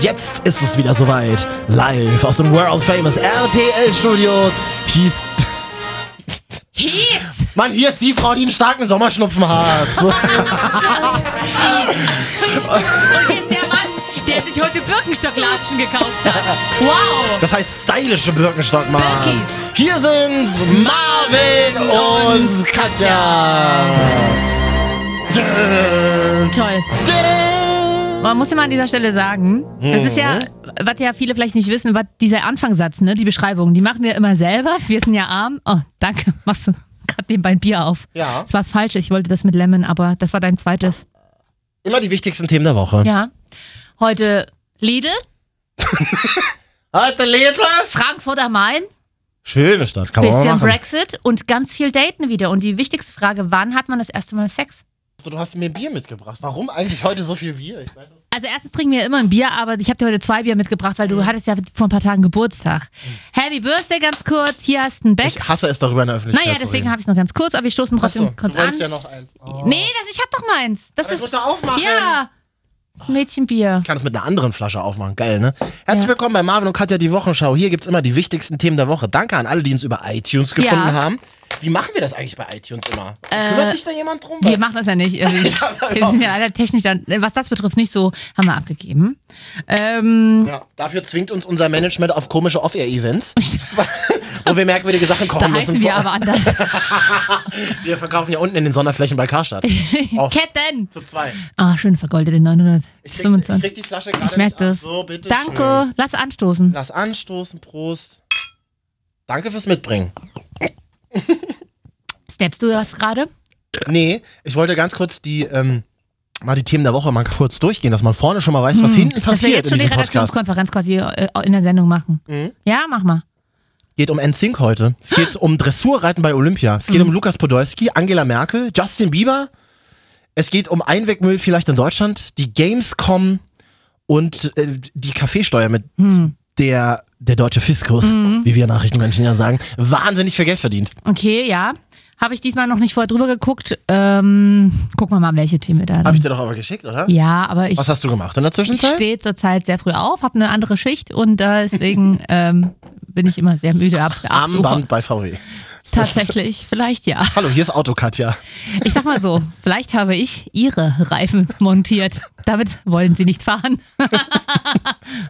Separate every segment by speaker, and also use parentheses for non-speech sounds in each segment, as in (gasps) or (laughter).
Speaker 1: Jetzt ist es wieder soweit. Live aus dem World Famous RTL Studios. Hieß.
Speaker 2: Hieß!
Speaker 1: Mann, hier ist die Frau, die einen starken Sommerschnupfen hat. So. (laughs)
Speaker 2: Und hier ist der Mann, der sich heute Birkenstocklatschen gekauft hat. Wow!
Speaker 1: Das heißt stylische Birkenstock, Mann.
Speaker 2: Birkis.
Speaker 1: Hier sind Marvin und Katja. Dun,
Speaker 2: Toll.
Speaker 1: dun.
Speaker 2: Man muss ja mal an dieser Stelle sagen, das ist ja, was ja viele vielleicht nicht wissen, was dieser Anfangssatz, ne, die Beschreibung, die machen wir immer selber. Wir sind ja arm. Oh, danke. (laughs) Machst du gerade nebenbei ein Bier auf.
Speaker 1: Ja.
Speaker 2: Das war das Falsche. Ich wollte das mit Lemon, aber das war dein zweites.
Speaker 1: Immer die wichtigsten Themen der Woche.
Speaker 2: Ja. Heute Lidl,
Speaker 1: Heute Lidl.
Speaker 2: Frankfurt am Main,
Speaker 1: Schöne Stadt, kann man mal
Speaker 2: bisschen
Speaker 1: machen.
Speaker 2: Brexit und ganz viel Daten wieder. Und die wichtigste Frage, wann hat man das erste Mal Sex?
Speaker 1: So, Du hast mir Bier mitgebracht. Warum eigentlich heute so viel Bier? Ich weiß es.
Speaker 2: Also erstens trinken wir immer ein Bier, aber ich habe dir heute zwei Bier mitgebracht, weil
Speaker 1: Mhm.
Speaker 2: du hattest ja vor ein paar Tagen Geburtstag. Happy Birthday ganz kurz, hier hast du einen Becks.
Speaker 1: Ich hasse es, darüber in der Öffentlichkeit
Speaker 2: Naja,
Speaker 1: zu
Speaker 2: deswegen
Speaker 1: reden.
Speaker 2: habe ich es noch ganz kurz, aber ich stoße ihn trotzdem
Speaker 1: Achso,
Speaker 2: kurz
Speaker 1: du wolltest
Speaker 2: an.
Speaker 1: ja noch eins. Oh.
Speaker 2: Nee, das, ich habe doch meins. Das
Speaker 1: Aber ich muss
Speaker 2: ist
Speaker 1: doch aufmachen.
Speaker 2: ja das Mädchenbier.
Speaker 1: Ich kann es mit einer anderen Flasche aufmachen. Geil, ne? Herzlich
Speaker 2: Ja.
Speaker 1: willkommen bei Marvin und Katja die Wochenschau. Hier gibt's immer die wichtigsten Themen der Woche. Danke an alle, die uns über iTunes gefunden
Speaker 2: Ja. Äh,
Speaker 1: haben. Wie machen wir das eigentlich bei iTunes immer? Kümmert sich da jemand drum?
Speaker 2: Wir machen das ja nicht. Also ich,
Speaker 1: genau.
Speaker 2: wir sind ja leider technisch dann, was das betrifft, nicht so, haben wir abgegeben. Ähm,
Speaker 1: (laughs) ja, dafür zwingt uns unser Management auf komische
Speaker 2: (laughs)
Speaker 1: Off-Air-Events, wo wir merkwürdige Sachen kochen
Speaker 2: da
Speaker 1: müssen.
Speaker 2: heißen wir aber anders.
Speaker 1: (laughs) wir verkaufen ja unten in den Sonderflächen bei Karstadt. Auf
Speaker 2: Ketten!
Speaker 1: zu zwei.
Speaker 2: Ah, schön vergoldete
Speaker 1: Ich krieg, ich
Speaker 2: 925.
Speaker 1: krieg die Flasche gerade
Speaker 2: Ich merke
Speaker 1: nicht ab.
Speaker 2: das.
Speaker 1: So, bitte
Speaker 2: Danke,
Speaker 1: Schön.
Speaker 2: lass anstoßen.
Speaker 1: Lass anstoßen, Prost. Danke fürs Mitbringen.
Speaker 2: Snappst du das gerade?
Speaker 1: Nee, ich wollte ganz kurz die, ähm, mal die Themen der Woche mal kurz durchgehen, dass man vorne schon mal weiß, was hinten
Speaker 2: Dass wir
Speaker 1: passiert
Speaker 2: Hm. jetzt
Speaker 1: in
Speaker 2: schon die
Speaker 1: diesem Podcast. Mhm.
Speaker 2: Redaktionskonferenz quasi äh, in der Sendung machen. Ja, mach mal.
Speaker 1: Geht um NSYNC heute. Es geht um Dressurreiten bei Olympia. Es geht
Speaker 2: Hm.
Speaker 1: um Lukas Podolski, Angela Merkel, Justin Bieber. Es geht um Einwegmüll vielleicht in Deutschland, die Gamescom und äh, die Kaffeesteuer mit
Speaker 2: Hm.
Speaker 1: der der deutsche Fiskus, wie wir Nachrichtenmenschen ja sagen, wahnsinnig viel Geld verdient.
Speaker 2: Okay, ja. Habe ich diesmal noch nicht vorher drüber geguckt. Ähm, gucken wir mal, welche Themen wir da
Speaker 1: Habe
Speaker 2: haben.
Speaker 1: ich dir doch aber geschickt, oder?
Speaker 2: Hm. Ja, aber ich,
Speaker 1: Was hast du gemacht in der
Speaker 2: ich
Speaker 1: Zwischenzeit?
Speaker 2: stehe zurzeit sehr früh auf, habe eine andere Schicht und äh,
Speaker 1: (laughs)
Speaker 2: deswegen ähm, bin ich immer sehr müde. Ab, ab
Speaker 1: Armband bei VW.
Speaker 2: Tatsächlich, vielleicht ja.
Speaker 1: Hallo, hier ist Auto Katja.
Speaker 2: Ich sag mal so, vielleicht habe ich ihre Reifen montiert. Damit wollen sie nicht fahren.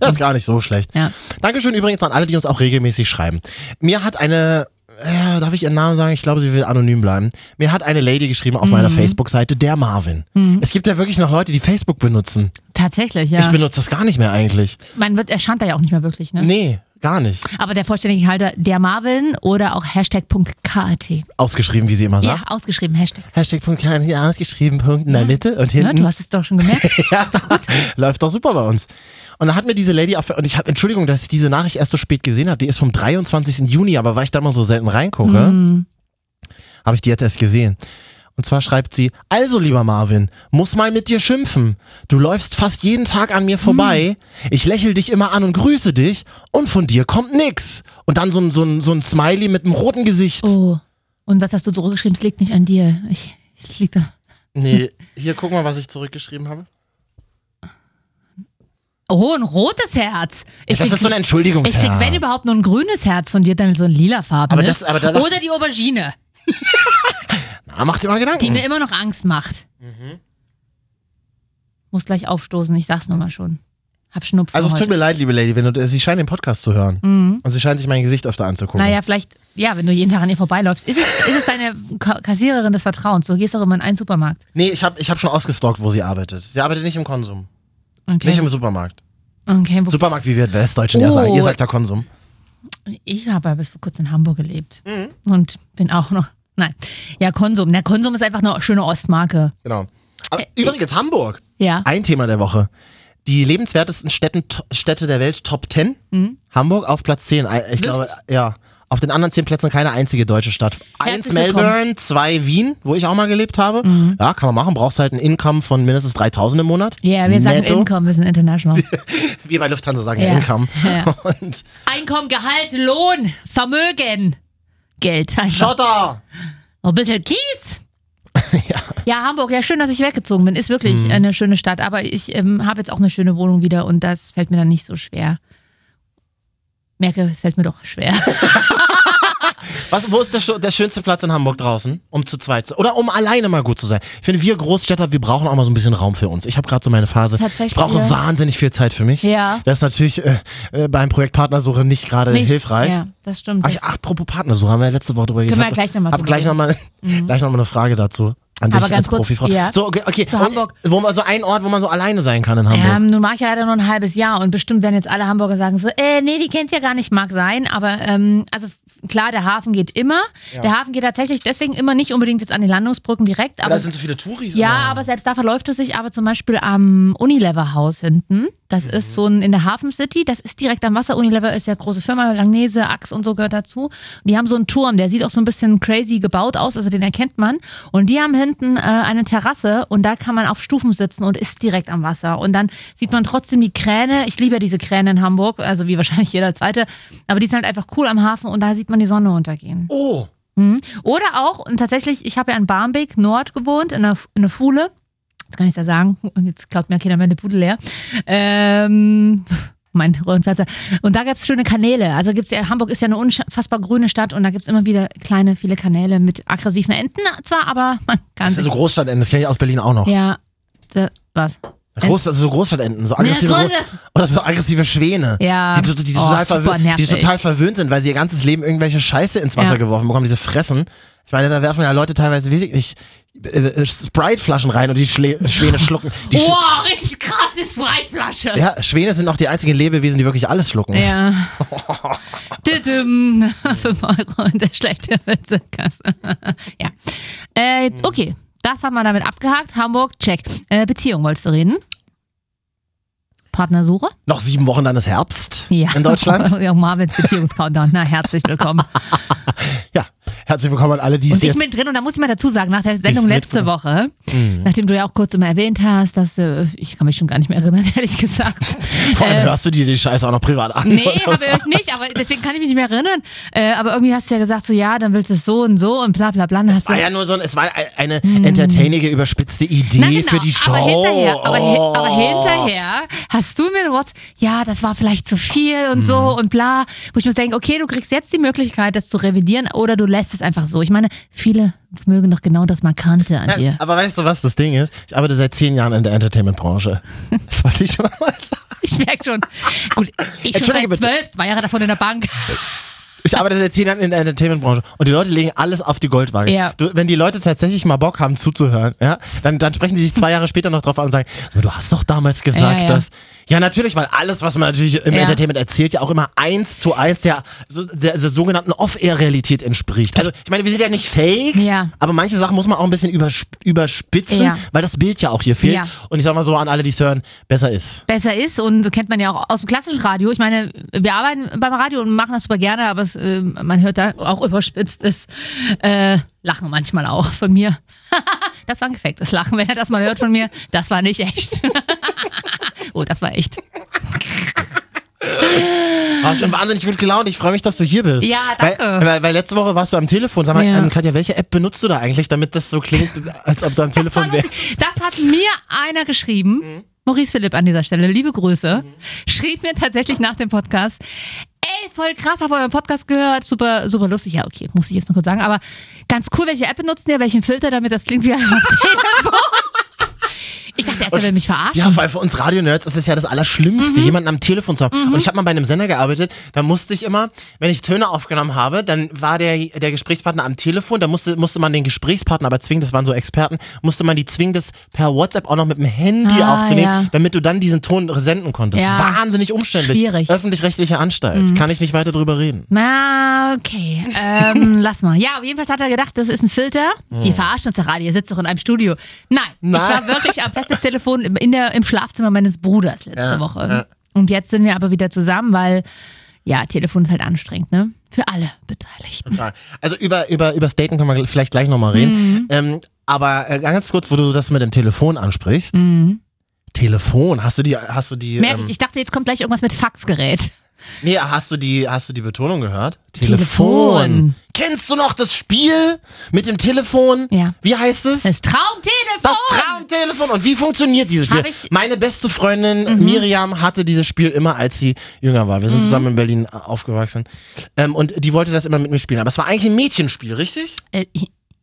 Speaker 1: Das ist gar nicht so schlecht.
Speaker 2: Ja.
Speaker 1: Dankeschön übrigens an alle, die uns auch regelmäßig schreiben. Mir hat eine, äh, darf ich ihren Namen sagen? Ich glaube, sie will anonym bleiben. Mir hat eine Lady geschrieben auf
Speaker 2: Mhm.
Speaker 1: meiner Facebook-Seite, der Marvin. Es gibt ja wirklich noch Leute, die Facebook benutzen.
Speaker 2: Tatsächlich,
Speaker 1: Ich
Speaker 2: Mhm. ja.
Speaker 1: benutze das gar nicht mehr eigentlich.
Speaker 2: Man wird erscheint da ja auch nicht mehr wirklich, ne?
Speaker 1: Nee, gar nicht.
Speaker 2: Aber der vollständige Halter der Marvin oder auch Hashtag.kat.
Speaker 1: Ausgeschrieben, wie sie immer
Speaker 2: Ja,
Speaker 1: sagt.
Speaker 2: ausgeschrieben Hashtag.
Speaker 1: Hashtag Punkt klein, hier ausgeschrieben, Punkt in der Mitte und
Speaker 2: Ne?
Speaker 1: hinten.
Speaker 2: Du hast es doch
Speaker 1: (laughs)
Speaker 2: schon gemerkt.
Speaker 1: Ja, läuft doch super bei uns. Und da hat mir diese Lady auf, und ich habe Entschuldigung, dass ich diese Nachricht erst so spät gesehen habe. Die ist vom 23. Juni, aber weil ich da mal so selten reingucke,
Speaker 2: Mhm.
Speaker 1: habe ich die jetzt erst gesehen. Und zwar schreibt sie: Also, lieber Marvin, muss mal mit dir schimpfen. Du läufst fast jeden Tag
Speaker 2: Mhm.
Speaker 1: an mir vorbei. Ich lächel dich immer an und grüße dich. Und von dir kommt nix. Und dann so ein, so ein, so ein Smiley mit einem roten Gesicht.
Speaker 2: Oh. Und was hast du zurückgeschrieben? Es liegt nicht an dir. Ich, ich lieg da.
Speaker 1: Nee, hier guck mal, was ich zurückgeschrieben habe.
Speaker 2: Oh, ein rotes Herz. Ich
Speaker 1: das
Speaker 2: krieg-
Speaker 1: ist so ein Entschuldigungsherz.
Speaker 2: Ich krieg, wenn überhaupt, nur ein grünes Herz von dir, dann so ein lila Farben.
Speaker 1: Aber das- aber da-
Speaker 2: Oder die Aubergine,
Speaker 1: Na, mach dir mal Gedanken.
Speaker 2: die mir immer noch Angst macht.
Speaker 1: Mhm.
Speaker 2: Muss gleich aufstoßen, ich sag's nur mal schon. Hab Schnupfen
Speaker 1: Also es
Speaker 2: heute. Mhm.
Speaker 1: tut mir leid, liebe Lady, wenn du, sie scheint den Podcast zu hören. Und sie scheint sich mein Gesicht öfter anzugucken.
Speaker 2: Naja, vielleicht, ja, wenn du jeden Tag an ihr vorbeiläufst. Ist es, ist es deine Ka- Kassiererin des Vertrauens? So gehst du auch immer in einen Supermarkt.
Speaker 1: Nee, ich habe ich hab schon ausgestalkt, wo sie arbeitet. Sie arbeitet nicht im Konsum.
Speaker 2: Okay.
Speaker 1: Nicht im Supermarkt.
Speaker 2: okay, wo,
Speaker 1: Supermarkt, wie wir Westdeutschen ja
Speaker 2: Oh.
Speaker 1: sagen. Ihr sagt da Konsum.
Speaker 2: ich habe ja bis vor kurzem in Hamburg gelebt.
Speaker 1: Mhm.
Speaker 2: Und bin auch noch. Nein. Ja, Konsum. Der Konsum ist einfach eine schöne Ostmarke.
Speaker 1: Genau. Aber übrigens, Hamburg.
Speaker 2: Ja.
Speaker 1: Ein Thema der Woche. Die lebenswertesten Städten, to- Städte der Welt, Top 10.
Speaker 2: Mhm.
Speaker 1: Hamburg auf Platz 10. Ei- Ich glaube, ja. Auf den anderen 10 Plätzen keine einzige deutsche Stadt. Eins
Speaker 2: Herzlich
Speaker 1: Melbourne, zwei Wien, wo ich auch mal gelebt habe.
Speaker 2: Mhm.
Speaker 1: Ja, kann man machen. Brauchst halt ein Income von mindestens 3000 im Monat.
Speaker 2: Ja, wir sagen
Speaker 1: Netto.
Speaker 2: Income, wir
Speaker 1: (laughs)
Speaker 2: sind international.
Speaker 1: Wir bei Lufthansa sagen ja.
Speaker 2: Ja.
Speaker 1: Income.
Speaker 2: Ja.
Speaker 1: (laughs) Und
Speaker 2: Einkommen, Gehalt, Lohn, Vermögen, Geld. Einfach.
Speaker 1: Schotter!
Speaker 2: Ein bisschen Kies.
Speaker 1: (laughs) ja. Mhm.
Speaker 2: Ja, Hamburg, ja, schön, dass ich weggezogen bin. Ist wirklich eine schöne Stadt, aber ich ähm, habe jetzt auch eine schöne Wohnung wieder und das fällt mir dann nicht so schwer. Merke, es fällt mir doch schwer.
Speaker 1: Was, wo ist der, schö- der schönste Platz in Hamburg draußen? Um zu zweit zu, oder um alleine mal gut zu sein. Ich finde, wir Großstädter, wir brauchen auch mal so ein bisschen Raum für uns. Ich habe gerade so meine Phase.
Speaker 2: Tatsächlich,
Speaker 1: ich brauche
Speaker 2: ja.
Speaker 1: wahnsinnig viel Zeit für mich.
Speaker 2: Ja.
Speaker 1: Das ist natürlich äh, äh, beim Projektpartnersuche nicht gerade
Speaker 2: Nicht-
Speaker 1: Äh, hilfreich.
Speaker 2: Ja, das stimmt.
Speaker 1: Ach,
Speaker 2: Das,
Speaker 1: ich, ach, apropos Partnersuche, haben wir ja letzte Woche drüber
Speaker 2: Können wir
Speaker 1: geredet.
Speaker 2: gleich nochmal
Speaker 1: Hab
Speaker 2: drüber
Speaker 1: gleich
Speaker 2: reden. Mhm.
Speaker 1: nochmal gleich noch mal eine Frage dazu. An dich
Speaker 2: Aber ganz
Speaker 1: als
Speaker 2: kurz,
Speaker 1: Profifrau.
Speaker 2: ja.
Speaker 1: So, okay. okay.
Speaker 2: Zu
Speaker 1: Und,
Speaker 2: Hamburg.
Speaker 1: Wo man so ein Ort, wo man so alleine sein kann in Hamburg.
Speaker 2: ähm, nun mache ich ja leider nur ein halbes Jahr und bestimmt werden jetzt alle Hamburger sagen so, äh, nee, die kennt ihr gar nicht, mag sein, aber ähm, also f- klar, der Hafen geht immer. Der Hafen geht tatsächlich deswegen immer nicht unbedingt jetzt an den Landungsbrücken direkt, aber
Speaker 1: da sind so viele Touris.
Speaker 2: Ja,
Speaker 1: immer.
Speaker 2: aber selbst da verläuft es sich aber zum Beispiel am Unilever-Haus hinten. Das ist so ein in der Hafen City. Das ist direkt am Wasser. Unilever ist ja große Firma, Langnese, Axe und so gehört dazu. Und die haben so einen Turm, der sieht auch so ein bisschen crazy gebaut aus, also den erkennt man. Und die haben hinten äh, eine Terrasse und da kann man auf Stufen sitzen und ist direkt am Wasser. Und dann sieht man trotzdem die Kräne. Ich liebe ja diese Kräne in Hamburg, also wie wahrscheinlich jeder zweite. Aber die sind halt einfach cool am Hafen und da sieht man die Sonne untergehen.
Speaker 1: Oh.
Speaker 2: Mhm. Oder auch, und tatsächlich, ich habe ja in Barmbek Nord gewohnt, in einer, in einer Fuhle. Das kann ich da sagen. Und jetzt klaut mir keiner meine Pudel leer. Ähm. (laughs) Mein Röhrenfernseher. Und da gab es schöne Kanäle. Also gibt's ja, Hamburg ist ja eine unfassbar grüne Stadt und da gibt es immer wieder kleine, viele Kanäle mit aggressiven Enten zwar, aber man
Speaker 1: Das
Speaker 2: kann
Speaker 1: ist
Speaker 2: sich.
Speaker 1: so Großstadtenden, das kenne ich aus Berlin auch noch.
Speaker 2: ja, da, was?
Speaker 1: Groß, also so Großstadtenten, so aggressive,
Speaker 2: Ja,
Speaker 1: Gro-
Speaker 2: Groß-
Speaker 1: oder so aggressive Schwäne,
Speaker 2: Ja.
Speaker 1: die, die, die,
Speaker 2: Oh,
Speaker 1: total
Speaker 2: super
Speaker 1: verwö- die
Speaker 2: nervig.
Speaker 1: total verwöhnt sind, weil sie ihr ganzes Leben irgendwelche Scheiße ins Wasser
Speaker 2: Ja.
Speaker 1: geworfen bekommen, diese Fressen. Ich meine, da werfen ja Leute teilweise, weiß ich nicht, äh, äh, Sprite-Flaschen rein und die Schle äh, Schwäne schlucken. Die Sch
Speaker 2: Wow, richtig krasse Sprite-Flasche.
Speaker 1: ja, Schwäne sind auch die einzigen Lebewesen, die wirklich alles schlucken.
Speaker 2: Ja.
Speaker 1: (laughs)
Speaker 2: Tüdüm. (laughs) 5 Euro in der schlechte Witzekasse. (laughs) ja. Äh,
Speaker 1: Hm.
Speaker 2: okay, das haben wir damit abgehakt. Hamburg, check. Äh, Beziehung wolltest du reden? Partnersuche?
Speaker 1: Noch sieben Wochen, dann ist Herbst
Speaker 2: Ja.
Speaker 1: in
Speaker 2: (laughs)
Speaker 1: Deutschland.
Speaker 2: ja, Marvels Beziehungscountdown. Na, herzlich willkommen.
Speaker 1: Ja, herzlich willkommen an alle, die es
Speaker 2: Und ich
Speaker 1: jetzt...
Speaker 2: mit drin, und da muss ich mal dazu sagen, nach der Sendung
Speaker 1: mit
Speaker 2: letzte
Speaker 1: drin. Mhm.
Speaker 2: Woche, nachdem du ja auch kurz immer erwähnt hast, dass, äh, ich kann mich schon gar nicht mehr erinnern, (laughs) ehrlich gesagt.
Speaker 1: Vor allem hörst du dir die Scheiße auch noch privat an.
Speaker 2: äh,
Speaker 1: (laughs)
Speaker 2: Nee, habe ich nicht, aber deswegen kann ich mich nicht mehr erinnern. Äh, aber irgendwie hast du ja gesagt, so ja, dann willst du es so und so und bla bla bla. Dann hast du
Speaker 1: war ja nur so ein, es war eine
Speaker 2: Hm.
Speaker 1: entertainige, überspitzte Idee
Speaker 2: Na genau,
Speaker 1: für die Show.
Speaker 2: Aber hinterher, aber, hi-
Speaker 1: Oh.
Speaker 2: aber hinterher hast du mir WhatsApp, ja, das war vielleicht zu viel und
Speaker 1: Mhm.
Speaker 2: so und bla. Wo ich mir denke, okay, du kriegst jetzt die Möglichkeit, das zu revidieren oder du lässt es einfach so. Ich meine, viele mögen doch genau das Markante an dir. (laughs)
Speaker 1: Aber weißt du, was das Ding ist? Ich arbeite seit zehn Jahren in der Entertainment-Branche. Das wollte ich schon mal sagen.
Speaker 2: Ich merke schon. Gut, ich schon
Speaker 1: Entschuldige
Speaker 2: seit
Speaker 1: bitte.
Speaker 2: zwölf, zwei Jahre davon in der Bank.
Speaker 1: Ich arbeite seit zehn Jahren in der Entertainment-Branche und die Leute legen alles auf die Goldwaage.
Speaker 2: Ja.
Speaker 1: Du, wenn die Leute tatsächlich mal Bock haben zuzuhören, ja, dann, dann sprechen die sich zwei Jahre später noch drauf an und sagen, so, du hast doch damals gesagt,
Speaker 2: Ja, ja.
Speaker 1: dass... Ja, natürlich, weil alles, was man natürlich im
Speaker 2: Ja.
Speaker 1: Entertainment erzählt, ja auch immer eins zu eins der, so- der, der sogenannten Off-Air-Realität entspricht. Also, ich meine, wir sind ja nicht fake,
Speaker 2: Ja.
Speaker 1: aber manche Sachen muss man auch ein bisschen übersp überspitzen,
Speaker 2: Ja.
Speaker 1: weil das Bild ja auch hier fehlt.
Speaker 2: Ja.
Speaker 1: Und ich sag mal so an alle, die es hören, besser ist.
Speaker 2: besser ist und so kennt man ja auch aus dem klassischen Radio. Ich meine, wir arbeiten beim Radio und machen das super gerne, aber es, äh, man hört da auch überspitztes äh, Lachen manchmal auch von mir. (laughs) das war ein gefaktes Lachen, wenn er das mal hört von mir. Das war nicht echt. (laughs) oh, das war echt.
Speaker 1: Ah, ich bin wahnsinnig gut gelaunt. Ich freue mich, dass du hier bist.
Speaker 2: Ja, danke.
Speaker 1: Weil, weil, weil letzte Woche warst du am Telefon. Sag mal,
Speaker 2: Ja.
Speaker 1: ähm, Katja, welche App benutzt du da eigentlich, damit das so klingt, (laughs) als ob du am
Speaker 2: Das, war
Speaker 1: Telefon wärst?
Speaker 2: lustig. das hat mir einer geschrieben. Maurice Philipp an dieser Stelle, liebe Grüße, schrieb mir tatsächlich nach dem Podcast, ey, voll krass, habe euren Podcast gehört, super, super lustig. Ja, okay, muss ich jetzt mal kurz sagen, aber ganz cool, welche App benutzt ihr, welchen Filter, damit das klingt wie ein (laughs) Telefon. Ich dachte erst, er will mich verarschen.
Speaker 1: Ja, vor allem für uns Radionerds ist es ja das Allerschlimmste,
Speaker 2: Mhm.
Speaker 1: jemanden am Telefon zu haben. Und ich habe mal bei einem Sender gearbeitet, da musste ich immer, wenn ich Töne aufgenommen habe, dann war der, der Gesprächspartner am Telefon, da musste, musste man den Gesprächspartner aber zwingen, das waren so Experten, musste man die zwingen, das per WhatsApp auch noch mit dem Handy
Speaker 2: Ah,
Speaker 1: aufzunehmen,
Speaker 2: ja.
Speaker 1: damit du dann diesen Ton senden konntest.
Speaker 2: Ja.
Speaker 1: Wahnsinnig umständlich.
Speaker 2: Schwierig. Mhm.
Speaker 1: Öffentlich-rechtliche Anstalt. Kann ich nicht weiter drüber reden.
Speaker 2: Na, okay.
Speaker 1: (laughs)
Speaker 2: Ähm, lass mal. Ja, jedenfalls hat er gedacht, das ist ein Filter. Ihr verarscht uns doch alle, ihr sitzt doch in einem Studio. Nein,
Speaker 1: Hm. Nein.
Speaker 2: ich war wirklich am Festnetztelefon im- in der, im Schlafzimmer meines Bruders letzte
Speaker 1: Ja,
Speaker 2: Woche.
Speaker 1: ja.
Speaker 2: Und jetzt sind wir aber wieder zusammen, weil ja, Telefon ist halt anstrengend, ne? Für alle Beteiligten.
Speaker 1: Total. Also über, über, über das Daten können wir vielleicht gleich nochmal reden.
Speaker 2: Mhm.
Speaker 1: Ähm, aber äh, ganz kurz, wo du das mit dem Telefon
Speaker 2: Mhm.
Speaker 1: ansprichst. Telefon, hast du die, hast du die.
Speaker 2: Merke
Speaker 1: ähm,
Speaker 2: ich, ich dachte, jetzt kommt gleich irgendwas mit Faxgerät.
Speaker 1: Nee, hast du die, hast du die Betonung gehört?
Speaker 2: Telefon.
Speaker 1: Kennst du noch das Spiel mit dem Telefon?
Speaker 2: Ja.
Speaker 1: Wie heißt es?
Speaker 2: Das Traumtelefon!
Speaker 1: Das Traumtelefon. Und wie funktioniert dieses Spiel?
Speaker 2: Hab ich- Mhm.
Speaker 1: Meine beste Freundin Miriam hatte dieses Spiel immer, als sie jünger war. Wir sind zusammen in Berlin äh, aufgewachsen. Ähm, und die wollte das immer mit mir spielen. Aber es war eigentlich ein Mädchenspiel, richtig?
Speaker 2: Äh,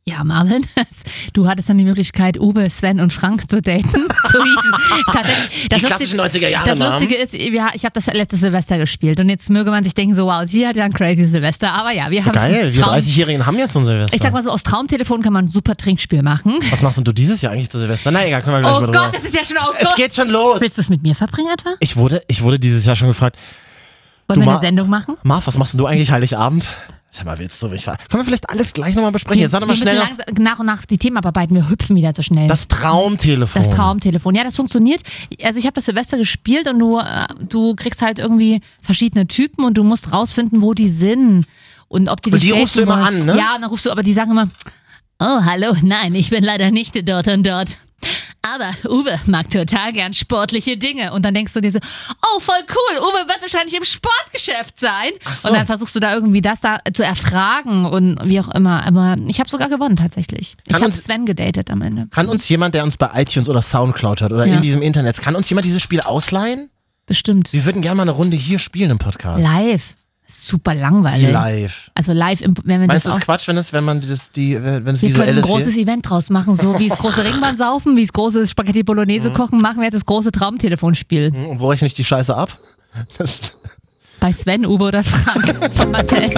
Speaker 2: ja, Marvin, (laughs) du hattest dann die Möglichkeit, Uwe, Sven und Frank zu daten. (laughs) So hießen. Tatsächlich, das
Speaker 1: Die klassischen 90er-Jahre
Speaker 2: Das
Speaker 1: Namen.
Speaker 2: Lustige ist, wir, ich habe das letzte Silvester gespielt und jetzt möge man sich denken, so wow, sie hat ja ein crazy Silvester, aber ja, wir haben
Speaker 1: Geil, wir
Speaker 2: Traum-
Speaker 1: 30-Jährigen haben jetzt ein Silvester.
Speaker 2: Ich sag mal so, aus Traumtelefon kann man ein super Trinkspiel machen.
Speaker 1: Was machst denn du dieses Jahr eigentlich zu Silvester? Na egal, können wir gleich
Speaker 2: Oh
Speaker 1: mal drüber.
Speaker 2: Gott, das ist ja schon August.
Speaker 1: es geht schon los.
Speaker 2: Willst du es mit mir verbringen etwa?
Speaker 1: Ich wurde, ich wurde dieses Jahr schon gefragt,
Speaker 2: Wollen
Speaker 1: Du
Speaker 2: wir eine
Speaker 1: ma-
Speaker 2: Sendung machen?
Speaker 1: Marv, was machst denn du eigentlich Heiligabend? Sag mal, willst du mich ver... Können wir vielleicht alles gleich nochmal besprechen? Jetzt sag doch mal
Speaker 2: wir
Speaker 1: schnell
Speaker 2: müssen
Speaker 1: noch-
Speaker 2: langsam, nach und nach die Themen abarbeiten, wir hüpfen wieder zu schnell.
Speaker 1: das Traumtelefon.
Speaker 2: Das Traumtelefon. Ja, das funktioniert. Also ich habe das Silvester gespielt und du, äh, du kriegst halt irgendwie verschiedene Typen und du musst rausfinden, wo die sind und ob die
Speaker 1: Und
Speaker 2: dich
Speaker 1: die
Speaker 2: helfen
Speaker 1: rufst du immer
Speaker 2: wollen.
Speaker 1: an, ne?
Speaker 2: Ja, und dann rufst du, aber die sagen immer, oh, hallo, nein, ich bin leider nicht dort und dort. Aber Uwe mag total gern sportliche Dinge. Und dann denkst du dir so, oh, voll cool, Uwe wird wahrscheinlich im Sportgeschäft sein.
Speaker 1: Ach so.
Speaker 2: Und dann versuchst du da irgendwie das da zu erfragen und wie auch immer. Aber ich habe sogar gewonnen tatsächlich. Ich
Speaker 1: Kann
Speaker 2: habe
Speaker 1: uns-
Speaker 2: Sven gedatet am Ende.
Speaker 1: Kann uns jemand, der uns bei iTunes oder Soundcloud hört oder
Speaker 2: Ja.
Speaker 1: in diesem Internet, kann uns jemand dieses Spiel ausleihen?
Speaker 2: Bestimmt.
Speaker 1: Wir würden gerne mal eine Runde hier spielen im Podcast.
Speaker 2: Live. Super langweilig.
Speaker 1: Live.
Speaker 2: Also live, im- wenn wir
Speaker 1: Meinst
Speaker 2: das
Speaker 1: du, es
Speaker 2: auch.
Speaker 1: ist Quatsch, wenn es, wenn man das, die, wenn es
Speaker 2: Wir können
Speaker 1: visuell
Speaker 2: ein
Speaker 1: ist?
Speaker 2: großes Event draus machen, so wie
Speaker 1: (laughs)
Speaker 2: es große Ringbahn saufen, wie es große Spaghetti Bolognese
Speaker 1: Mhm.
Speaker 2: kochen, machen wir jetzt das große Traumtelefonspiel.
Speaker 1: Und wo rechne ich die Scheiße ab? (laughs) Das,
Speaker 2: Bei Sven, Uwe
Speaker 1: (laughs)
Speaker 2: oder Frank (laughs) vom Hotel.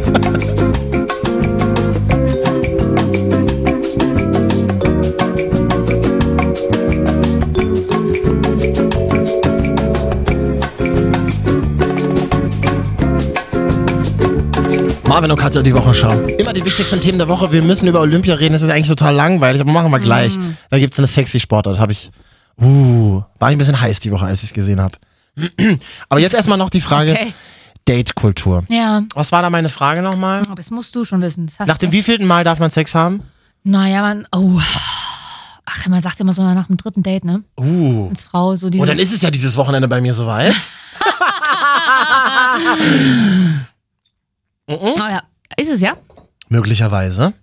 Speaker 1: Marvin und Katja, die Woche schauen. Immer die wichtigsten Themen der Woche. Wir müssen über Olympia reden. Das ist eigentlich total langweilig, aber machen wir gleich.
Speaker 2: Mhm.
Speaker 1: Da gibt's eine sexy Sportart. Habe ich. Uh, war ich ein bisschen heiß die Woche, als ich es gesehen habe. (clears throat) Aber jetzt erstmal noch die Frage:
Speaker 2: Okay.
Speaker 1: Date-Kultur.
Speaker 2: Ja.
Speaker 1: Was war da meine Frage nochmal?
Speaker 2: Oh, Das musst du schon wissen. Das hast
Speaker 1: Nach dem
Speaker 2: du.
Speaker 1: wievielten Mal darf man Sex haben?
Speaker 2: Naja, man. Oh. Ach, man sagt immer so nach dem dritten Date, ne?
Speaker 1: Uh.
Speaker 2: Als Frau so
Speaker 1: Und
Speaker 2: dieses.
Speaker 1: dann ist es ja dieses Wochenende bei mir soweit.
Speaker 2: oh, ja. ist es ja?
Speaker 1: Möglicherweise.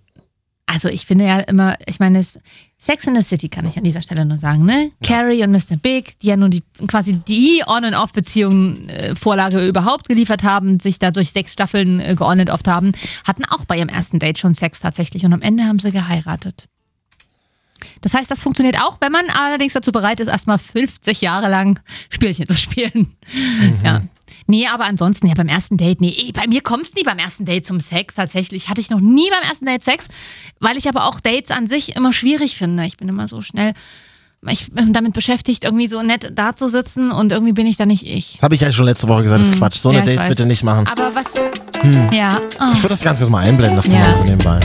Speaker 2: Also ich finde ja immer, ich meine, es- Sex in the City kann ich an dieser Stelle nur sagen, ne? Carrie und Mr. Big, die ja nun die quasi die On-and-Off-Beziehungen äh, Vorlage überhaupt geliefert haben, sich dadurch sechs Staffeln äh, geon and off haben, hatten auch bei ihrem ersten Date schon Sex tatsächlich und am Ende haben sie geheiratet. Das heißt, das funktioniert auch, wenn man allerdings dazu bereit ist, erstmal 50 Jahre lang Spielchen zu spielen. Ja. Nee, aber ansonsten, ja, beim ersten Date, nee, eh, bei mir kommt es nie beim ersten Date zum Sex. Tatsächlich hatte ich noch nie beim ersten Date Sex, weil ich aber auch Dates an sich immer schwierig finde. Ich bin immer so schnell ich bin damit beschäftigt, irgendwie so nett dazusitzen und irgendwie bin ich da nicht ich.
Speaker 1: Habe ich ja schon letzte Woche gesagt, das ist Quatsch. So eine
Speaker 2: Mhm. Ja, ich
Speaker 1: Date
Speaker 2: weiß.
Speaker 1: bitte nicht machen.
Speaker 2: Aber was. Ja. Oh.
Speaker 1: Ich würde das ganz kurz mal einblenden, das
Speaker 2: Ja.
Speaker 1: ja. so nebenbei.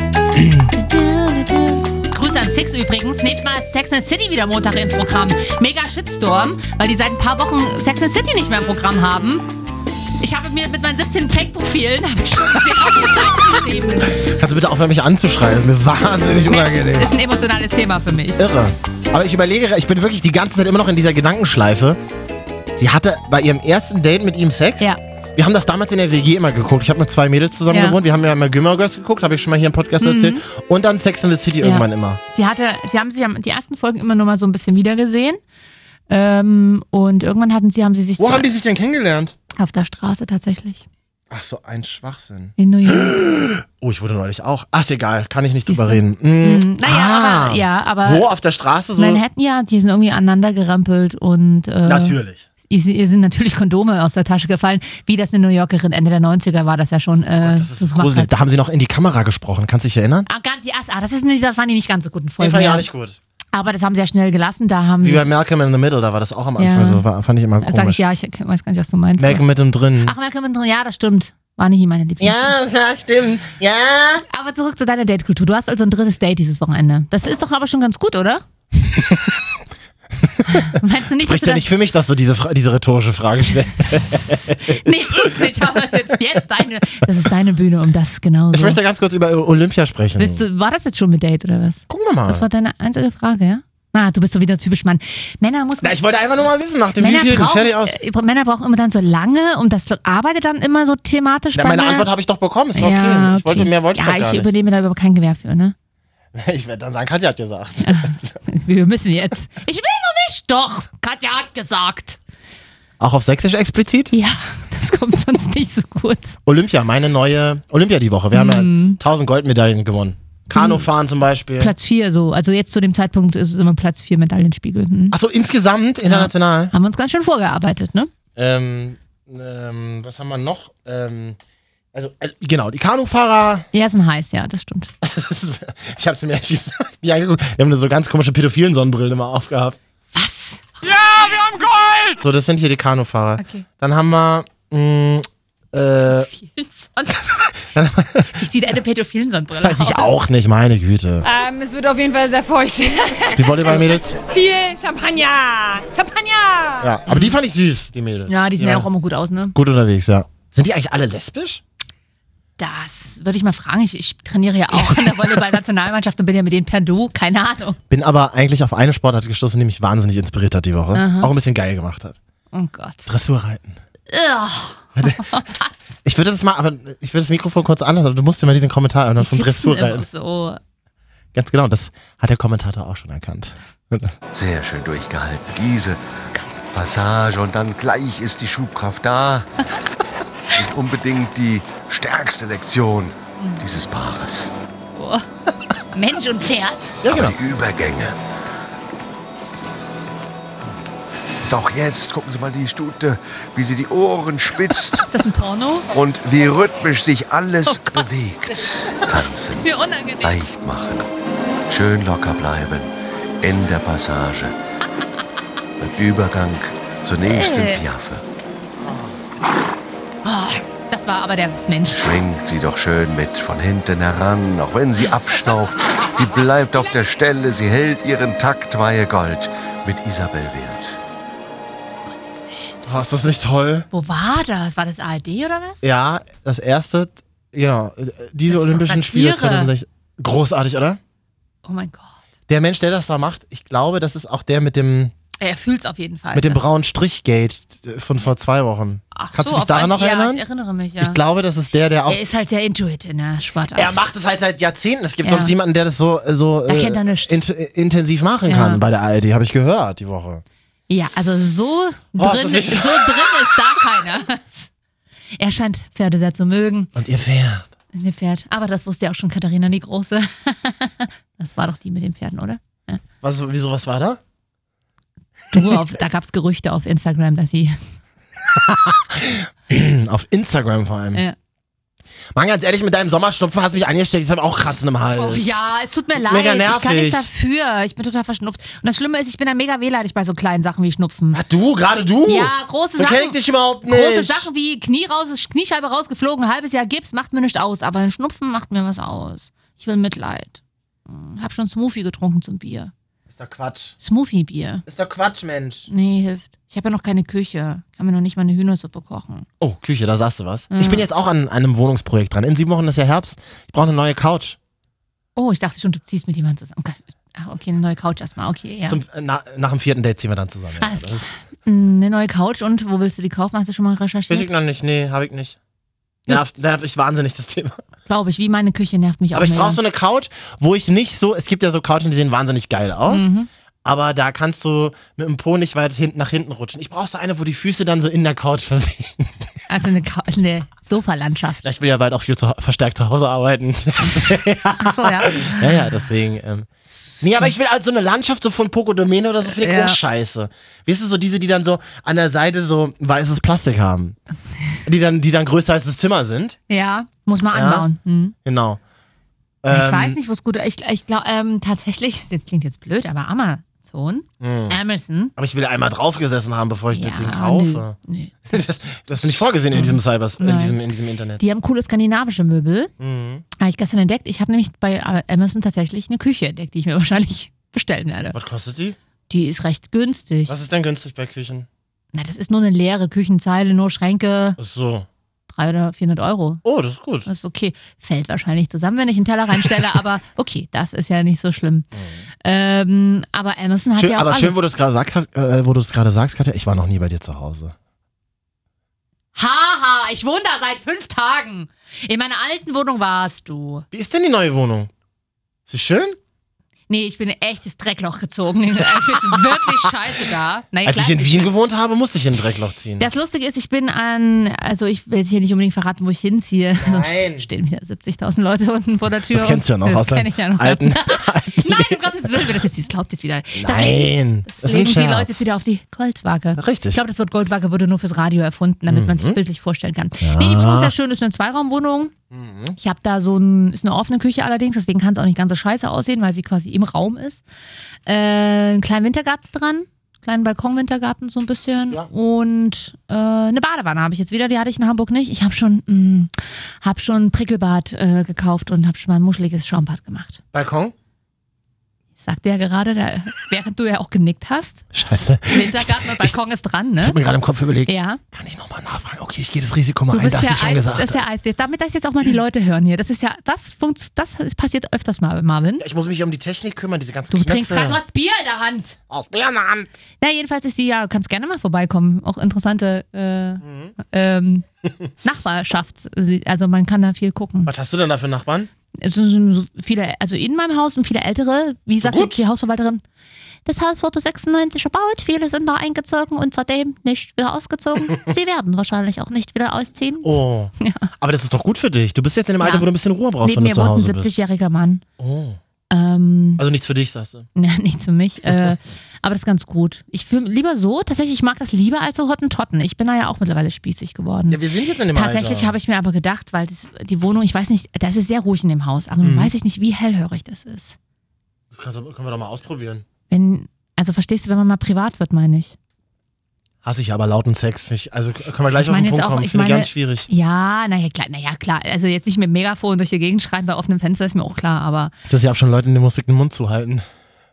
Speaker 2: Grüße an Six übrigens. Nehmt mal Sex and the City wieder Montag ins Programm. Mega Shitstorm, weil die seit ein paar Wochen Sex and the City nicht mehr im Programm haben. Ich habe mir mit meinen 17 Fake-Profilen (laughs) habe ich schon den auf die
Speaker 1: (laughs)
Speaker 2: Seite geschrieben.
Speaker 1: Kannst du bitte aufhören, mich anzuschreien? Das ist mir (laughs) wahnsinnig
Speaker 2: Das
Speaker 1: unangenehm.
Speaker 2: ist ein emotionales Thema für mich.
Speaker 1: Irre. Aber ich überlege, ich bin wirklich die ganze Zeit immer noch in dieser Gedankenschleife. Sie hatte bei ihrem ersten Date mit ihm Sex.
Speaker 2: Ja.
Speaker 1: Wir haben das damals in der WG immer geguckt. Ich habe mit zwei Mädels zusammen
Speaker 2: Ja. Mhm.
Speaker 1: gewohnt. Wir haben ja immer Gilmore Girls geguckt, habe ich schon mal hier im Podcast erzählt. Und dann Sex in the City irgendwann immer.
Speaker 2: Sie hatte, sie haben sich am- die ersten Folgen immer nur mal so ein bisschen wiedergesehen. Ähm, und irgendwann hatten sie, haben sie sich
Speaker 1: Wo
Speaker 2: zu-
Speaker 1: haben die sich denn kennengelernt?
Speaker 2: auf der Straße tatsächlich.
Speaker 1: Ach so, ein Schwachsinn.
Speaker 2: In
Speaker 1: (gasps)
Speaker 2: New York.
Speaker 1: Oh, ich wurde neulich auch. Ach, ist egal, kann ich nicht drüber
Speaker 2: Siehste.
Speaker 1: reden. Mm.
Speaker 2: Naja,
Speaker 1: Ah.
Speaker 2: aber, Mhm. ja, aber
Speaker 1: Wo? Auf der Straße so?
Speaker 2: Manhattan, ja, die sind irgendwie aneinander gerempelt und äh,
Speaker 1: Natürlich.
Speaker 2: ihr, ihr sind natürlich Kondome aus der Tasche gefallen, wie das eine New Yorkerin Ende der 90er war, das ja schon äh,
Speaker 1: Oh Das ist
Speaker 2: gemacht
Speaker 1: gruselig.
Speaker 2: hat.
Speaker 1: Da haben sie noch in die Kamera gesprochen. Kannst du dich erinnern?
Speaker 2: Ah, ganz, ja, ah, das ist in dieser fand ich nicht ganz so guten
Speaker 1: Den
Speaker 2: Folge.
Speaker 1: fand ich
Speaker 2: ja.
Speaker 1: auch nicht gut.
Speaker 2: Aber das haben sie ja schnell gelassen, da haben
Speaker 1: Wie
Speaker 2: sie
Speaker 1: bei Malcolm in the Middle, da war das auch am Anfang
Speaker 2: Ja.
Speaker 1: so. War, fand ich immer komisch.
Speaker 2: sag ich ja, ich weiß gar nicht, was du meinst.
Speaker 1: Malcolm mit dem drin.
Speaker 2: Ach, Malcolm in the Middle, ja, das stimmt. War nicht meine Lieblings.
Speaker 1: ja, stimmt. Ja.
Speaker 2: Aber zurück zu deiner Datekultur. Du hast also ein drittes Date dieses Wochenende. Das ist doch aber schon ganz
Speaker 1: (laughs)
Speaker 2: gut, oder? Meinst du nicht, dass
Speaker 1: Spricht
Speaker 2: du
Speaker 1: ja
Speaker 2: das-
Speaker 1: nicht für mich, dass du diese, Fra diese rhetorische Frage
Speaker 2: (laughs)
Speaker 1: stellst.
Speaker 2: nicht ich nicht, aber es ist jetzt, jetzt deine. Das ist deine Bühne, um das genau
Speaker 1: Ich
Speaker 2: so.
Speaker 1: möchte ganz kurz über Olympia sprechen.
Speaker 2: Willst du, war das jetzt schon mit Date oder was?
Speaker 1: Gucken wir mal.
Speaker 2: Das war deine einzige Frage, ja? Ah, du bist so wieder typisch Mann. Männer muss
Speaker 1: Na,
Speaker 2: man.
Speaker 1: ich wollte einfach nur mal wissen, nach dem
Speaker 2: Männer,
Speaker 1: wievielten,
Speaker 2: brauchen,
Speaker 1: fertig aus.
Speaker 2: äh, Männer brauchen immer dann so lange und das arbeitet dann immer so thematisch
Speaker 1: Na,
Speaker 2: bei
Speaker 1: meine
Speaker 2: Männern.
Speaker 1: Antwort habe ich doch bekommen, ist doch okay.
Speaker 2: ja, okay.
Speaker 1: Ich wollte, mehr wollte ich
Speaker 2: ja,
Speaker 1: doch gar
Speaker 2: ich
Speaker 1: nicht.
Speaker 2: übernehme da überhaupt kein Gewehr
Speaker 1: (laughs)
Speaker 2: für, ne?
Speaker 1: Ich werde dann sagen, Katja hat gesagt.
Speaker 2: Wir müssen jetzt. Ich will noch nicht! Doch! Katja hat gesagt!
Speaker 1: Auch auf Sächsisch explizit?
Speaker 2: Ja, das kommt sonst nicht so gut.
Speaker 1: Olympia, meine neue Olympia die Woche. Wir haben ja
Speaker 2: Mhm.
Speaker 1: 1000 Goldmedaillen gewonnen. Kanufahren zum Beispiel.
Speaker 2: Platz 4 so. Also jetzt zu dem Zeitpunkt ist es immer Platz 4 Medaillenspiegel. Hm.
Speaker 1: Achso, insgesamt international.
Speaker 2: Haben wir uns ganz schön vorgearbeitet, ne?
Speaker 1: Ähm, ähm, was haben wir noch? Ähm, also, also, genau, die Kanufahrer.
Speaker 2: Ja, sind heiß, ja, das stimmt.
Speaker 1: (laughs) ich hab's mir ehrlich gesagt nicht angeguckt. Wir haben da so ganz komische pädophilen Sonnenbrillen immer aufgehabt.
Speaker 2: Was?
Speaker 1: So, das sind hier die Kanufahrer.
Speaker 2: Okay.
Speaker 1: Dann haben wir. Mh, äh,
Speaker 2: (laughs) Wie sieht eine pädophilen Sonnenbrille
Speaker 1: weiß ich auch nicht, meine Güte.
Speaker 3: Ähm, es wird auf jeden Fall sehr feucht.
Speaker 1: (laughs)
Speaker 3: (laughs)
Speaker 1: Die Volleyball-Mädels.
Speaker 3: Viel Champagner! Champagner!
Speaker 1: Ja, aber die fand ich süß, die Mädels.
Speaker 2: Ja, die sehen ja
Speaker 1: waren
Speaker 2: auch immer gut aus, ne?
Speaker 1: Gut unterwegs, ja. Sind die eigentlich alle lesbisch?
Speaker 2: Das würde ich mal fragen. Ich, ich trainiere ja auch in der Volleyball-Nationalmannschaft und bin ja mit denen per Du. Keine Ahnung.
Speaker 1: Bin aber eigentlich auf eine Sportart gestoßen, die mich wahnsinnig inspiriert hat die Woche. Auch ein bisschen geil gemacht hat.
Speaker 2: Oh Gott.
Speaker 1: Dressurreiten.
Speaker 2: Ugh.
Speaker 1: Ich würde das mal, aber ich würde das Mikrofon kurz anders, aber du musst dir mal diesen Kommentar anhören vom
Speaker 2: Tipsen immer
Speaker 1: Dressurreiten.
Speaker 2: so.
Speaker 1: Ganz genau, das hat der Kommentator auch schon (laughs) erkannt.
Speaker 4: Sehr schön durchgehalten. Diese Passage und dann gleich ist die Schubkraft da. Nicht unbedingt die stärkste Lektion dieses Paares.
Speaker 2: Oh. Mensch und Pferd.
Speaker 1: Ja,
Speaker 4: Aber
Speaker 1: genau.
Speaker 4: die Übergänge. Doch jetzt gucken Sie mal die Stute, wie sie die Ohren
Speaker 1: (laughs)
Speaker 4: spitzt
Speaker 2: Ist das ein Porno?
Speaker 4: und wie rhythmisch sich alles
Speaker 2: Oh Gott.
Speaker 4: bewegt. Tanzen,
Speaker 2: Ist mir unangenehm.
Speaker 4: leicht machen, schön locker bleiben in der Passage. Mit Übergang zur nächsten
Speaker 2: Äh.
Speaker 4: Piaffe.
Speaker 2: Oh, Das war aber der Mensch.
Speaker 4: Schwingt sie doch schön mit von hinten heran, auch wenn sie abschnauft. Sie bleibt auf der Stelle, sie hält ihren Takt, war ihr Gold mit Isabel Wert.
Speaker 1: Oh, ist das nicht toll?
Speaker 2: Wo war das? War das ARD oder was?
Speaker 1: Ja, das erste, genau, diese
Speaker 2: Das ist doch
Speaker 1: Olympischen Spiele
Speaker 2: Satire.
Speaker 1: 2016. Großartig, oder?
Speaker 2: Oh mein Gott.
Speaker 1: Der Mensch, der das da macht, ich glaube, das ist auch der mit dem,
Speaker 2: Er fühlt es auf jeden Fall.
Speaker 1: mit dem
Speaker 2: Das-
Speaker 1: braunen Strichgate äh, von vor zwei Wochen.
Speaker 2: Ach
Speaker 1: Kannst
Speaker 2: so,
Speaker 1: du dich
Speaker 2: auf
Speaker 1: daran
Speaker 2: ein-
Speaker 1: noch erinnern?
Speaker 2: Ja, ich erinnere mich, ja.
Speaker 1: Ich glaube, das ist der, der auch
Speaker 2: er ist halt sehr intuit in der Sportart.
Speaker 1: Er macht es halt seit Jahrzehnten. Es gibt
Speaker 2: Ja.
Speaker 1: sonst niemanden, der das so, äh, so
Speaker 2: Da kennt er nichts.
Speaker 1: int äh, intensiv machen
Speaker 2: Ja.
Speaker 1: kann bei der ARD, habe ich gehört die Woche.
Speaker 2: ja, also so
Speaker 1: Oh,
Speaker 2: drin,
Speaker 1: das
Speaker 2: so drin
Speaker 1: ist
Speaker 2: ist
Speaker 1: nicht-
Speaker 2: da keiner. (laughs) Er scheint Pferde sehr zu mögen,
Speaker 1: Und ihr Pferd.
Speaker 2: dem Pferd. Aber das wusste ja auch schon Katharina die Große. (laughs) Das war doch die mit den Pferden, oder?
Speaker 1: Was, wieso, was war da?
Speaker 2: Du, auf, da gab es Gerüchte auf Instagram, dass sie.
Speaker 1: Hm, Auf Instagram vor allem.
Speaker 2: Ja.
Speaker 1: Mann, ganz ehrlich, mit deinem Sommerschnupfen hast du mich angesteckt. Ich habe auch Kratzen im Hals.
Speaker 2: Oh ja, es tut mir leid.
Speaker 1: Mega
Speaker 2: Ich kann
Speaker 1: nervig.
Speaker 2: nichts dafür. Ich bin total verschnupft. Und das Schlimme ist, ich bin dann mega wehleidig bei so kleinen Sachen wie Schnupfen.
Speaker 1: Ach, du, gerade du.
Speaker 2: Ja, große
Speaker 1: so kenn ich
Speaker 2: Sachen.
Speaker 1: dich überhaupt nicht.
Speaker 2: Große Sachen wie Knie raus, Kniescheibe rausgeflogen, ein halbes Jahr Gips macht mir nichts aus, aber ein Schnupfen macht mir was aus. Ich will Mitleid. Hm, Hab schon Smoothie getrunken zum Bier.
Speaker 1: Ist doch Quatsch.
Speaker 2: Smoothie-Bier.
Speaker 1: Ist doch Quatsch, Mensch.
Speaker 2: Nee, hilft. Ich habe ja noch keine Küche. Kann mir noch nicht mal eine Hühnersuppe kochen.
Speaker 1: Oh, Küche, da sagst du was.
Speaker 2: Mhm.
Speaker 1: Ich bin jetzt auch an einem Wohnungsprojekt dran. In sieben Wochen ist ja Herbst. Ich brauche eine neue Couch.
Speaker 2: Oh, ich dachte schon, du ziehst mit jemandem zusammen. Ah, Okay, eine neue Couch erstmal. Okay, ja. Ah,
Speaker 1: Zum, äh, na, nach dem vierten Date ziehen wir dann zusammen. Ja,
Speaker 2: Alles
Speaker 1: das ist-
Speaker 2: Hm, Eine neue Couch und wo willst du die kaufen? Hast du schon mal
Speaker 1: Weiß ich
Speaker 2: recherchiert?
Speaker 1: noch nicht. Nee, habe ich nicht. Nervt, nervt mich wahnsinnig das Thema.
Speaker 2: Glaube ich, wie meine Küche nervt mich auch.
Speaker 1: Aber ich
Speaker 2: mega.
Speaker 1: brauche so eine Couch, wo ich nicht so, es gibt ja so Couchen, die sehen wahnsinnig geil aus,
Speaker 2: Mhm.
Speaker 1: aber da kannst du mit dem Po nicht weit hinten nach hinten rutschen. Ich brauche so eine, wo die Füße dann so in der Couch versehen. (laughs)
Speaker 2: Also eine, Ka- eine Sofalandschaft.
Speaker 1: Vielleicht will ich ja bald auch viel zu, verstärkt zu Hause
Speaker 2: (laughs)
Speaker 1: arbeiten.
Speaker 2: Achso, ja.
Speaker 1: (laughs) ja, ja, deswegen. Ähm. Nee, aber ich will also so eine Landschaft so von Poco Domene oder so für die
Speaker 2: Ja.
Speaker 1: Großscheiße. Weißt du, so diese, die dann so an der Seite so weißes Plastik haben. Die dann, die dann größer als das Zimmer sind.
Speaker 2: Ja, muss man
Speaker 1: Ja.
Speaker 2: anbauen. Hm.
Speaker 1: Genau.
Speaker 2: Ich
Speaker 1: Ähm,
Speaker 2: weiß nicht, wo es gut ist. Ich, ich glaube, ähm, tatsächlich, das klingt jetzt blöd, aber Amazon, Amazon.
Speaker 1: hm. Aber ich will einmal draufgesessen haben, bevor ich das Ding kaufe.
Speaker 2: nö, nö.
Speaker 1: Das, das ist nicht vorgesehen in diesem Cyberspace, in
Speaker 2: Mhm. Nein.
Speaker 1: diesem, in diesem Internet.
Speaker 2: Die haben coole skandinavische Möbel.
Speaker 1: Mhm.
Speaker 2: Habe ich gestern entdeckt. Ich habe nämlich bei Amazon tatsächlich eine Küche entdeckt, die ich mir (laughs) wahrscheinlich bestellen werde.
Speaker 1: Was kostet die?
Speaker 2: Die ist recht günstig.
Speaker 1: Was ist denn günstig bei Küchen?
Speaker 2: Na, das ist nur eine leere Küchenzeile, nur Schränke,
Speaker 1: Ach so.
Speaker 2: 300 oder 400 Euro.
Speaker 1: Oh, das ist gut.
Speaker 2: Das ist okay. Fällt wahrscheinlich zusammen, wenn ich einen Teller
Speaker 1: (laughs)
Speaker 2: reinstelle, aber okay, das ist ja nicht so schlimm. Ähm, aber Amazon hat
Speaker 1: Mhm. Schön,
Speaker 2: ja auch
Speaker 1: aber
Speaker 2: alles.
Speaker 1: schön, wo du es gerade sagst, äh, wo du es gerade sagst, Katja, ich war noch nie bei dir zu Hause.
Speaker 2: Haha, ich wohne da seit fünf Tagen. In meiner alten Wohnung warst du.
Speaker 1: Wie ist denn die neue Wohnung? Ist sie schön?
Speaker 2: Nee, ich bin in ein echtes Dreckloch gezogen. (laughs) Ich find's wirklich scheiße da. Naja,
Speaker 1: Als ich in Wien gewohnt habe, musste ich in ein Dreckloch ziehen.
Speaker 2: Das Lustige ist, ich bin an, also ich will jetzt hier nicht unbedingt verraten, wo ich hinziehe, (laughs)
Speaker 1: Nein.
Speaker 2: sonst stehen wieder 70.000 Leute unten vor der Tür.
Speaker 1: Das kennst du ja noch
Speaker 2: Das
Speaker 1: aus
Speaker 2: kenn
Speaker 1: deinem
Speaker 2: ich ja noch. (laughs)
Speaker 1: alten,
Speaker 2: Nein, um Gottes Willen, wenn das jetzt, das glaubt jetzt wieder. Das legen,
Speaker 1: Nein, das,
Speaker 2: das
Speaker 1: ist ein
Speaker 2: legen die
Speaker 1: Scherz.
Speaker 2: Leute jetzt wieder auf die Goldwaage.
Speaker 1: Richtig. Mhm.
Speaker 2: Ich glaube, das Wort Goldwaage wurde nur fürs Radio erfunden, damit man sich bildlich vorstellen kann. Nee, die Wohnung ist sehr schön, ist eine Zweiraumwohnung.
Speaker 1: Mhm.
Speaker 2: Ich habe da so ein, ist eine offene Küche allerdings, deswegen kann es auch nicht ganz so scheiße aussehen, weil sie quasi im Raum ist. Äh, einen kleinen Wintergarten dran, kleinen Balkon-Wintergarten so ein bisschen
Speaker 1: Ja.
Speaker 2: und äh, eine Badewanne habe ich jetzt wieder, die hatte ich in Hamburg nicht. Ich habe schon, mh, hab schon Prickelbad äh, gekauft und habe schon mal ein muscheliges Schaumbad gemacht.
Speaker 1: Balkon?
Speaker 2: Sagt der gerade, der, (laughs) während du ja auch genickt hast.
Speaker 1: Scheiße.
Speaker 2: Wintergarten und Balkon ist dran,
Speaker 1: Ich
Speaker 2: ne?
Speaker 1: habe mir gerade im Kopf überlegt,
Speaker 2: Ja.
Speaker 1: kann ich nochmal nachfragen? Okay, ich gehe das Risiko mal
Speaker 2: Du
Speaker 1: ein,
Speaker 2: bist
Speaker 1: dass
Speaker 2: ja
Speaker 1: ich schon
Speaker 2: Eis,
Speaker 1: gesagt
Speaker 2: das ist ja
Speaker 1: habe.
Speaker 2: Eis. Jetzt- Damit das jetzt auch mal die Leute hören hier. Das ist ja, das funkt, das ist- passiert öfters mal mit Marvin.
Speaker 1: Ich muss mich um die Technik kümmern, diese ganzen
Speaker 2: Du
Speaker 1: Knöpfe.
Speaker 2: trinkst gerade, du hast Bier in der Hand.
Speaker 1: Aus Birnen.
Speaker 2: Na, jedenfalls ist sie ja, kannst gerne mal vorbeikommen. Auch interessante äh, ähm, (laughs) Nachbarschaft. Sie- Also man kann da viel gucken.
Speaker 1: Was hast du denn da für Nachbarn?
Speaker 2: Es sind so viele, also in meinem Haus und viele ältere, wie sagt
Speaker 1: gut.
Speaker 2: die Hausverwalterin, das Haus wurde 96 erbaut, viele sind da eingezogen und seitdem nicht wieder
Speaker 1: (laughs)
Speaker 2: ausgezogen. Sie werden wahrscheinlich auch nicht wieder ausziehen.
Speaker 1: Oh.
Speaker 2: Ja.
Speaker 1: Aber das ist doch gut für dich. Du bist jetzt in dem
Speaker 2: Ja.
Speaker 1: Alter, wo du ein bisschen Ruhe brauchst, wenn
Speaker 2: Neben mir
Speaker 1: du zu
Speaker 2: wohnt ein
Speaker 1: Hause bist.
Speaker 2: 70-jähriger Mann.
Speaker 1: Oh.
Speaker 2: Ähm, (laughs)
Speaker 1: Also nichts für dich, sagst du.
Speaker 2: ja, nicht für
Speaker 1: (laughs)
Speaker 2: mich, äh, aber das ist ganz gut. Ich fühle lieber so, tatsächlich, ich mag das lieber als so Hottentotten. Ich bin da ja auch mittlerweile spießig geworden.
Speaker 1: Ja, also. wir sind jetzt in dem
Speaker 2: Tatsächlich habe ich mir aber gedacht, weil das, die Wohnung, ich weiß nicht, das ist sehr ruhig in dem Haus, aber
Speaker 1: Mhm.
Speaker 2: nun weiß ich nicht, wie hellhörig das ist.
Speaker 1: ich. können wir doch mal ausprobieren.
Speaker 2: Wenn, also verstehst du, wenn man mal privat wird, meine ich.
Speaker 1: Hasse ich aber lauten Sex. find Ich, also können wir gleich
Speaker 2: Ich
Speaker 1: auf den
Speaker 2: meine jetzt
Speaker 1: Punkt
Speaker 2: auch-
Speaker 1: kommen.
Speaker 2: ich
Speaker 1: Finde ich
Speaker 2: meine-
Speaker 1: ganz schwierig.
Speaker 2: Ja, naja, klar, naja, klar. Also jetzt nicht mit Megafon durch die Gegend schreien bei offenem Fenster, ist mir auch klar, aber
Speaker 1: Das ich habe schon Leute in den Musik den Mund zuhalten.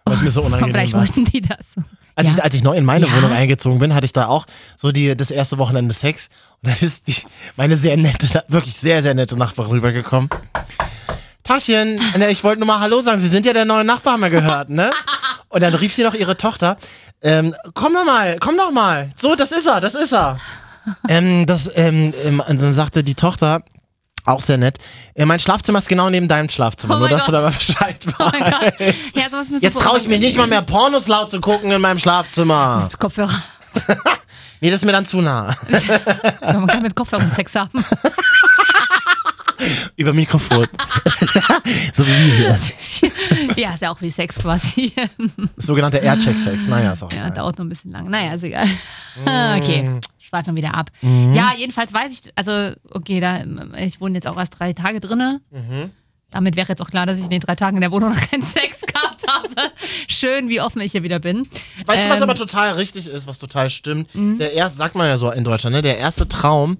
Speaker 1: Was mir
Speaker 2: (laughs)
Speaker 1: so unangenehm
Speaker 2: vielleicht
Speaker 1: war.
Speaker 2: wollten die das.
Speaker 1: Als,
Speaker 2: ja.
Speaker 1: Also ich, als ich neu in meine
Speaker 2: Ja.
Speaker 1: Wohnung eingezogen bin, hatte ich da auch so die, das erste Wochenende Sex. Und dann ist die, meine sehr nette, wirklich sehr, sehr nette Nachbarin rübergekommen. Taschen, ne, ich wollte nur mal Hallo sagen. Sie sind ja der neue Nachbar, haben wir gehört, ne? Und dann rief sie noch ihre Tochter. Ähm, komm doch mal, komm doch mal. So, das ist er, das ist er. Ähm, das, ähm, ähm, und dann sagte die Tochter, auch sehr nett, äh, mein Schlafzimmer ist genau neben deinem Schlafzimmer,
Speaker 2: Oh
Speaker 1: nur
Speaker 2: mein
Speaker 1: dass du
Speaker 2: Gott.
Speaker 1: da mal Bescheid
Speaker 2: oh
Speaker 1: weißt.
Speaker 2: mein Gott. Ja, sowas ist mir
Speaker 1: also Jetzt
Speaker 2: super
Speaker 1: traue ich mir nicht mal mehr Pornos laut zu gucken in meinem Schlafzimmer.
Speaker 2: unangenehm. Kopfhörer. (laughs)
Speaker 1: Nee, das ist mir dann zu nah.
Speaker 2: Ja, man kann mit Kopfhörern Sex haben.
Speaker 1: (laughs) Über Mikrofon. (laughs) so wie wir hier.
Speaker 2: ja, ist ja auch wie Sex quasi.
Speaker 1: Sogenannter Aircheck-Sex. Naja, ist auch
Speaker 2: Ja,
Speaker 1: egal.
Speaker 2: dauert noch ein bisschen lang. Naja, ist egal.
Speaker 1: Mm.
Speaker 2: (laughs) Okay, schweifen wir wieder ab. Ja, jedenfalls weiß ich, also, okay, da, ich wohne jetzt auch erst drei Tage drinne.
Speaker 1: Mhm.
Speaker 2: Damit wäre jetzt auch klar, dass ich in den drei Tagen in der Wohnung (laughs) noch keinen Sex gehabt habe. Schön, wie offen ich hier wieder bin.
Speaker 1: Weißt du, was
Speaker 2: Ähm, Mhm.
Speaker 1: aber total richtig ist, was total stimmt? Der erste, sagt man ja so in Deutschland, ne? der erste Traum,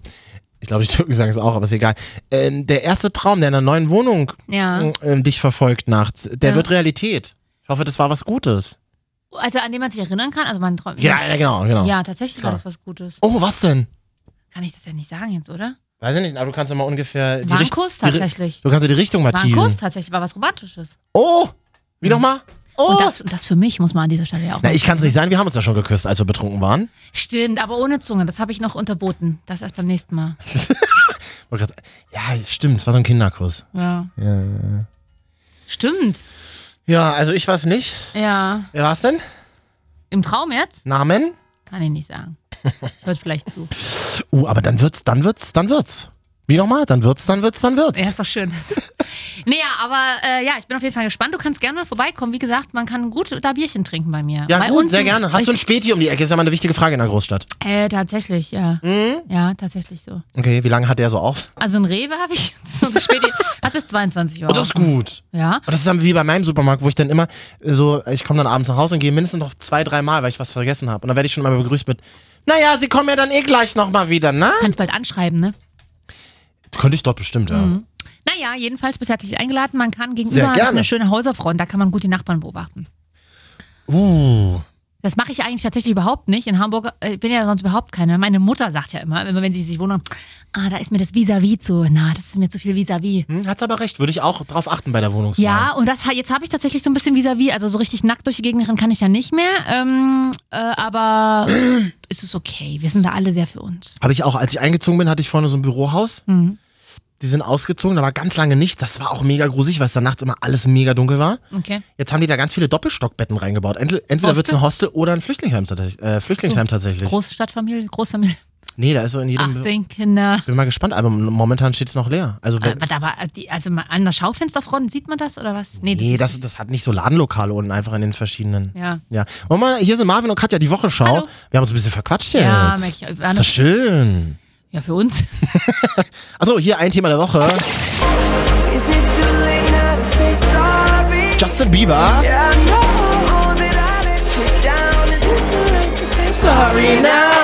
Speaker 1: ich glaube, die Türken sagen es auch, aber ist egal. Ähm, der erste Traum, der in einer neuen Wohnung
Speaker 2: Ja.
Speaker 1: ähm, dich verfolgt nachts, der
Speaker 2: Ja.
Speaker 1: wird Realität. Ich hoffe, das war was Gutes.
Speaker 2: Also, an dem man sich erinnern kann. Also, man träumt.
Speaker 1: Ja, ja genau, genau.
Speaker 2: ja tatsächlich
Speaker 1: Klar.
Speaker 2: war das was Gutes.
Speaker 1: Oh, was denn?
Speaker 2: Kann ich das ja nicht sagen jetzt, oder?
Speaker 1: Weiß ich nicht, aber du kannst ja mal ungefähr die
Speaker 2: War ein
Speaker 1: Richt-
Speaker 2: Kuss
Speaker 1: die Ri-
Speaker 2: tatsächlich.
Speaker 1: Du kannst ja die Richtung mal
Speaker 2: War ein Kuss
Speaker 1: teasen.
Speaker 2: tatsächlich, war was Romantisches.
Speaker 1: Oh, wie nochmal? Oh,
Speaker 2: Mhm. Und das, und das für mich muss man an dieser Stelle ja auch
Speaker 1: Na,
Speaker 2: mal
Speaker 1: ich kann es nicht sagen, wir haben uns ja schon geküsst, als wir betrunken waren.
Speaker 2: Stimmt, aber ohne Zunge. Das habe ich noch unterboten. Das erst beim nächsten Mal.
Speaker 1: Wollte grad- Ja, stimmt, es war so ein Kinderkuss.
Speaker 2: Ja. Stimmt.
Speaker 1: Ja, also ich weiß nicht.
Speaker 2: Ja.
Speaker 1: Wer war's denn?
Speaker 2: Im Traum jetzt?
Speaker 1: Namen?
Speaker 2: Kann ich
Speaker 1: (laughs)
Speaker 2: nicht sagen. Hört vielleicht zu.
Speaker 1: Uh, aber dann wird's, dann wird's, dann wird's. Wie nochmal? Dann wird's, dann wird's, dann wird's.
Speaker 2: Ja, ist doch schön. naja, aber äh, ja, ich bin auf jeden Fall gespannt. Du kannst gerne mal vorbeikommen. Wie gesagt, man kann gut da Bierchen trinken bei mir.
Speaker 1: ja,
Speaker 2: bei
Speaker 1: gut,
Speaker 2: uns-
Speaker 1: sehr gerne. Hast du ein Späti um die Ecke? Ist ja mal eine wichtige Frage in der Großstadt.
Speaker 2: Äh, tatsächlich, ja.
Speaker 1: Mhm.
Speaker 2: Ja, tatsächlich so.
Speaker 1: Okay, wie lange hat der so auf?
Speaker 2: Also ein Rewe habe ich. (laughs) So ein Späti. hat bis 22 Uhr.
Speaker 1: Oh, das ist gut.
Speaker 2: ja.
Speaker 1: Und das ist dann wie bei meinem Supermarkt, wo ich dann immer äh, so, ich komme dann abends nach Hause und gehe mindestens noch zwei, drei Mal, weil ich was vergessen habe. Und dann werde ich schon mal begrüßt mit, naja, sie kommen ja dann eh gleich nochmal wieder, ne?
Speaker 2: Kannst bald anschreiben, ne?
Speaker 1: Könnte ich dort bestimmt, ja.
Speaker 2: Naja, jedenfalls bist herzlich eingeladen. Man kann
Speaker 1: Sehr
Speaker 2: gegenüber
Speaker 1: gerne.
Speaker 2: ist eine schöne Häuserfront, da kann man gut die Nachbarn beobachten.
Speaker 1: Uh,
Speaker 2: Das mache ich eigentlich tatsächlich überhaupt nicht. In Hamburg äh, ich bin ja sonst überhaupt keine. Meine Mutter sagt ja immer, immer wenn sie sich wundern, ah, da ist mir das Vis-a-vis zu, na, das ist mir zu viel Vis-a-vis.
Speaker 1: Hm, hat's aber recht, würde ich auch drauf achten bei der Wohnungswahl.
Speaker 2: Ja, und das, ha- jetzt habe ich tatsächlich so ein bisschen vis-à-vis, also so richtig nackt durch die Gegend rennen kann ich ja nicht mehr. Ähm, äh,
Speaker 1: (clears throat)
Speaker 2: aber es ist okay, wir sind da alle sehr für uns.
Speaker 1: Habe ich auch, als ich eingezogen bin, hatte ich vorne so ein Bürohaus.
Speaker 2: Mhm.
Speaker 1: Die sind ausgezogen, da war ganz lange nicht. Das war auch mega gruselig, weil es da nachts immer alles mega dunkel war.
Speaker 2: Okay.
Speaker 1: Jetzt haben die da ganz viele Doppelstockbetten reingebaut. Entl- Entweder wird es ein Hostel oder ein Flüchtlingsheim, tatsächlich- äh, Flüchtlingsheim tatsächlich.
Speaker 2: Großstadtfamilie, Großfamilie,
Speaker 1: Nee, da ist so in jedem.
Speaker 2: 18 Kinder.
Speaker 1: Bin mal gespannt, aber momentan steht es noch leer. Also wenn,
Speaker 2: Aber, aber die, also mal an der Schaufensterfront sieht man das oder was? Nee,
Speaker 1: nee,
Speaker 2: ist-
Speaker 1: das, das hat nicht so Ladenlokale unten, einfach in den verschiedenen.
Speaker 2: Ja.
Speaker 1: Ja. Und mal, hier sind Marvin und Katja, die Wochenschau.
Speaker 2: Hallo.
Speaker 1: Wir haben uns ein bisschen verquatscht jetzt.
Speaker 2: Ja, merk ich.
Speaker 1: Ist das schön.
Speaker 2: ja für uns. (laughs)
Speaker 1: Also hier ein Thema der Woche.
Speaker 5: Is it too late now to say sorry?
Speaker 1: Justin Bieber.
Speaker 5: Yeah, I know that I let you down. Is it too late to say sorry now?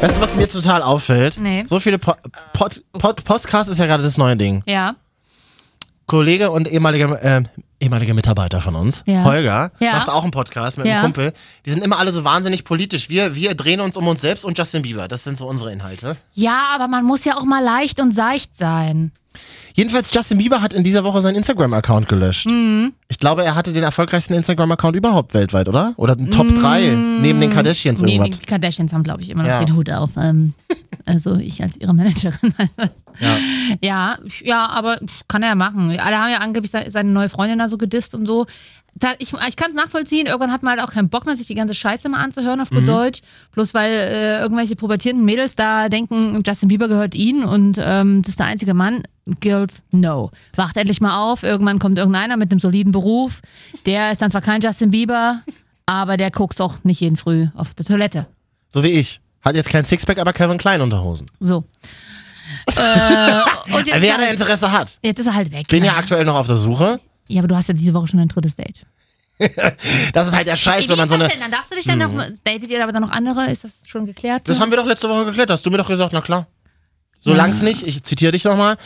Speaker 1: Weißt du, was mir total auffällt?
Speaker 2: Nee.
Speaker 1: So viele po Pod Pod Podcast ist ja gerade das neue Ding.
Speaker 2: Ja.
Speaker 1: Kollege und ehemaliger, äh, ehemaliger Mitarbeiter von uns,
Speaker 2: Ja.
Speaker 1: Holger,
Speaker 2: Ja.
Speaker 1: macht auch einen Podcast mit
Speaker 2: Ja.
Speaker 1: einem Kumpel. Die sind immer alle so wahnsinnig politisch. Wir, wir drehen uns um uns selbst und Justin Bieber. Das sind so unsere Inhalte.
Speaker 2: Ja, aber man muss ja auch mal leicht und seicht sein.
Speaker 1: Jedenfalls, Justin Bieber hat in dieser Woche seinen Instagram-Account gelöscht. Ich glaube, er hatte den erfolgreichsten Instagram-Account überhaupt weltweit, oder? Oder den Top 3 Mhm. neben den Kardashians
Speaker 2: Nee,
Speaker 1: irgendwas.
Speaker 2: die Kardashians haben, glaube ich, immer noch
Speaker 1: Ja.
Speaker 2: den Hut auf. Ähm, also ich als ihre Managerin. halt
Speaker 1: Ja.
Speaker 2: ja, ja, aber pff, kann er ja machen. Alle haben ja angeblich se- seine neue Freundin da so gedisst und so. Da, ich ich kann es nachvollziehen, irgendwann hat man halt auch keinen Bock mehr, sich die ganze Scheiße mal anzuhören
Speaker 1: Mhm.
Speaker 2: auf gut Deutsch. Bloß weil äh, irgendwelche pubertierenden Mädels da denken, Justin Bieber gehört ihnen und ähm, das ist der einzige Mann. Girls, no. Wacht endlich mal auf, irgendwann kommt irgendeiner mit einem soliden Beruf. Der ist dann zwar kein Justin Bieber, aber der guckt auch nicht jeden Früh auf der Toilette.
Speaker 1: So wie ich. Hat jetzt kein Sixpack, aber Kevin Klein Unterhosen. (laughs)
Speaker 2: So. äh, und
Speaker 1: Wer
Speaker 2: jetzt, ist er
Speaker 1: da
Speaker 2: halt,
Speaker 1: Interesse hat.
Speaker 2: jetzt ist er halt weg.
Speaker 1: Bin ja aktuell noch auf der Suche.
Speaker 2: Ja, aber du hast ja diese Woche schon dein drittes Date.
Speaker 1: Das ist halt der Scheiß,
Speaker 2: Ey, wie
Speaker 1: wenn man
Speaker 2: ist
Speaker 1: so eine.
Speaker 2: das
Speaker 1: Hm.
Speaker 2: denn? Dann darfst du dich dann noch, datet ihr aber dann noch andere? Ist das schon geklärt?
Speaker 1: Das haben wir doch letzte Woche geklärt. Hast du mir doch gesagt, na klar. Solange es nicht, ich zitiere dich nochmal,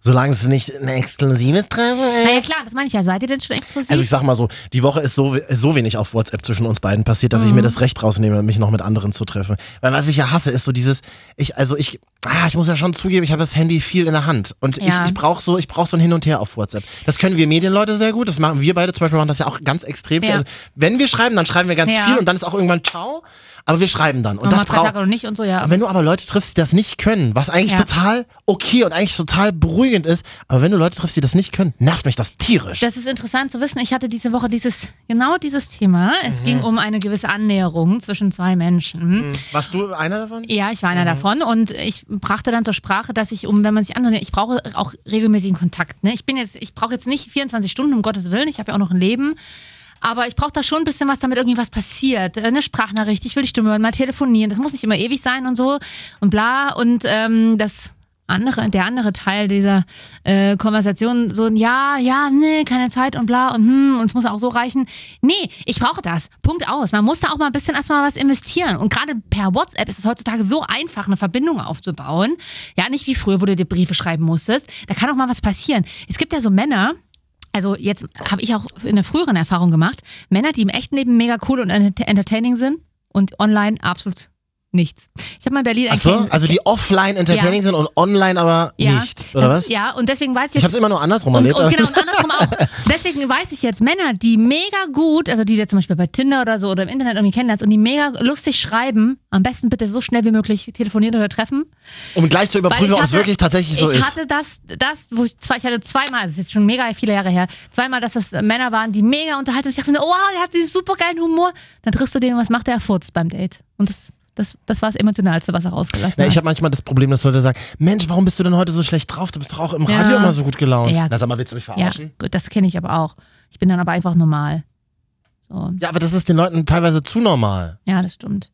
Speaker 1: solange es nicht ein exklusives Treffen
Speaker 2: Na ja,
Speaker 1: ist.
Speaker 2: klar, das meine ich ja. Seid ihr denn schon exklusiv?
Speaker 1: Also ich sag mal so, die Woche ist so, we- so wenig auf WhatsApp zwischen uns beiden passiert, dass ich
Speaker 2: Mhm.
Speaker 1: mir das Recht rausnehme, mich noch mit anderen zu treffen. Weil was ich ja hasse, ist so dieses, ich, also ich, ah, ich muss ja schon zugeben, ich habe das Handy viel in der Hand. Und
Speaker 2: Ja.
Speaker 1: ich, ich brauche so, ich brauch so ein Hin und Her auf WhatsApp. Das können wir Medienleute sehr gut, das machen wir beide zum Beispiel, machen das ja auch ganz extrem.
Speaker 2: Ja.
Speaker 1: Also wenn wir schreiben, dann schreiben wir ganz
Speaker 2: Ja.
Speaker 1: viel und dann ist auch irgendwann ciao, aber wir schreiben dann. Und
Speaker 2: Nochmal
Speaker 1: das
Speaker 2: drei Tage
Speaker 1: braucht...
Speaker 2: oder nicht und so, ja.
Speaker 1: Und wenn du aber Leute triffst, die das nicht können, was eigentlich
Speaker 2: Ja.
Speaker 1: total okay und eigentlich total beruhigend ist, aber wenn du Leute triffst, die das nicht können, nervt mich das tierisch.
Speaker 2: Das ist interessant zu wissen. Ich hatte diese Woche dieses, genau dieses Thema. Es
Speaker 1: Mhm.
Speaker 2: ging um eine gewisse Annäherung zwischen zwei Menschen.
Speaker 1: Warst du einer davon?
Speaker 2: Ja, ich war
Speaker 1: Mhm.
Speaker 2: einer davon und ich brachte dann zur Sprache, dass ich um, wenn man sich anhört, ich brauche auch regelmäßigen Kontakt. Ne? Ich bin jetzt, ich brauche jetzt nicht 24 Stunden, um Gottes Willen, ich habe ja auch noch ein Leben. Aber ich brauche da schon ein bisschen was, damit irgendwie was passiert. Äh, Eine Sprachnachricht, ich will die Stimme hören, mal telefonieren. Das muss nicht immer ewig sein und so und bla. Und ähm, das andere, der andere Teil dieser äh, Konversation, so ein Ja, ja, nee, keine Zeit und bla und hm, und es muss auch so reichen. Nee, ich brauche das. Punkt aus. Man muss da auch mal ein bisschen erstmal was investieren. Und gerade per WhatsApp ist es heutzutage so einfach, eine Verbindung aufzubauen. Ja, nicht wie früher, wo du dir Briefe schreiben musstest. Da kann auch mal was passieren. Es gibt ja so Männer, also jetzt habe ich auch in der früheren Erfahrung gemacht, Männer, die im echten Leben mega cool und ent- entertaining sind und online absolut nichts. Ich habe mal in Berlin einen
Speaker 1: Achso,
Speaker 2: kennen-
Speaker 1: also die offline entertaining
Speaker 2: Ja.
Speaker 1: sind und online aber
Speaker 2: ja,
Speaker 1: nicht, oder
Speaker 2: das-
Speaker 1: was?
Speaker 2: Ja, und deswegen weiß ich
Speaker 1: Ich
Speaker 2: jetzt,
Speaker 1: hab's immer nur andersrum
Speaker 2: und,
Speaker 1: erlebt.
Speaker 2: und
Speaker 1: aber-
Speaker 2: genau, und andersrum auch. Deswegen weiß ich jetzt, Männer, die mega gut, also die du zum Beispiel bei Tinder oder so oder im Internet irgendwie kennenlernst und die mega lustig schreiben, am besten bitte so schnell wie möglich telefonieren oder treffen.
Speaker 1: (laughs) um gleich zu
Speaker 2: Weil ich
Speaker 1: überprüfen, ob es
Speaker 2: hatte-
Speaker 1: wirklich tatsächlich so
Speaker 2: ich
Speaker 1: ist.
Speaker 2: hatte das, das, wo ich zwei, ich hatte zweimal, das ist jetzt schon mega viele Jahre her, zweimal, dass das Männer waren, die mega unterhalten. sind. Ich dachte mir, so, wow, der hat diesen super geilen Humor. Dann triffst du den, was macht der? Er furzt beim Date. Und das, das, das war das Emotionalste, was er rausgelassen
Speaker 1: Na, ich
Speaker 2: hat.
Speaker 1: habe manchmal das Problem, dass Leute sagen, Mensch, warum bist du denn heute so schlecht drauf? Du bist doch auch im
Speaker 2: Ja.
Speaker 1: Radio immer so gut gelaunt.
Speaker 2: Ja.
Speaker 1: Na, sag mal, willst du mich
Speaker 2: Ja,
Speaker 1: verarschen?
Speaker 2: gut, das kenne ich aber auch. Ich bin dann aber einfach normal. So,
Speaker 1: Ja. aber das ist den Leuten teilweise zu normal.
Speaker 2: ja, das stimmt.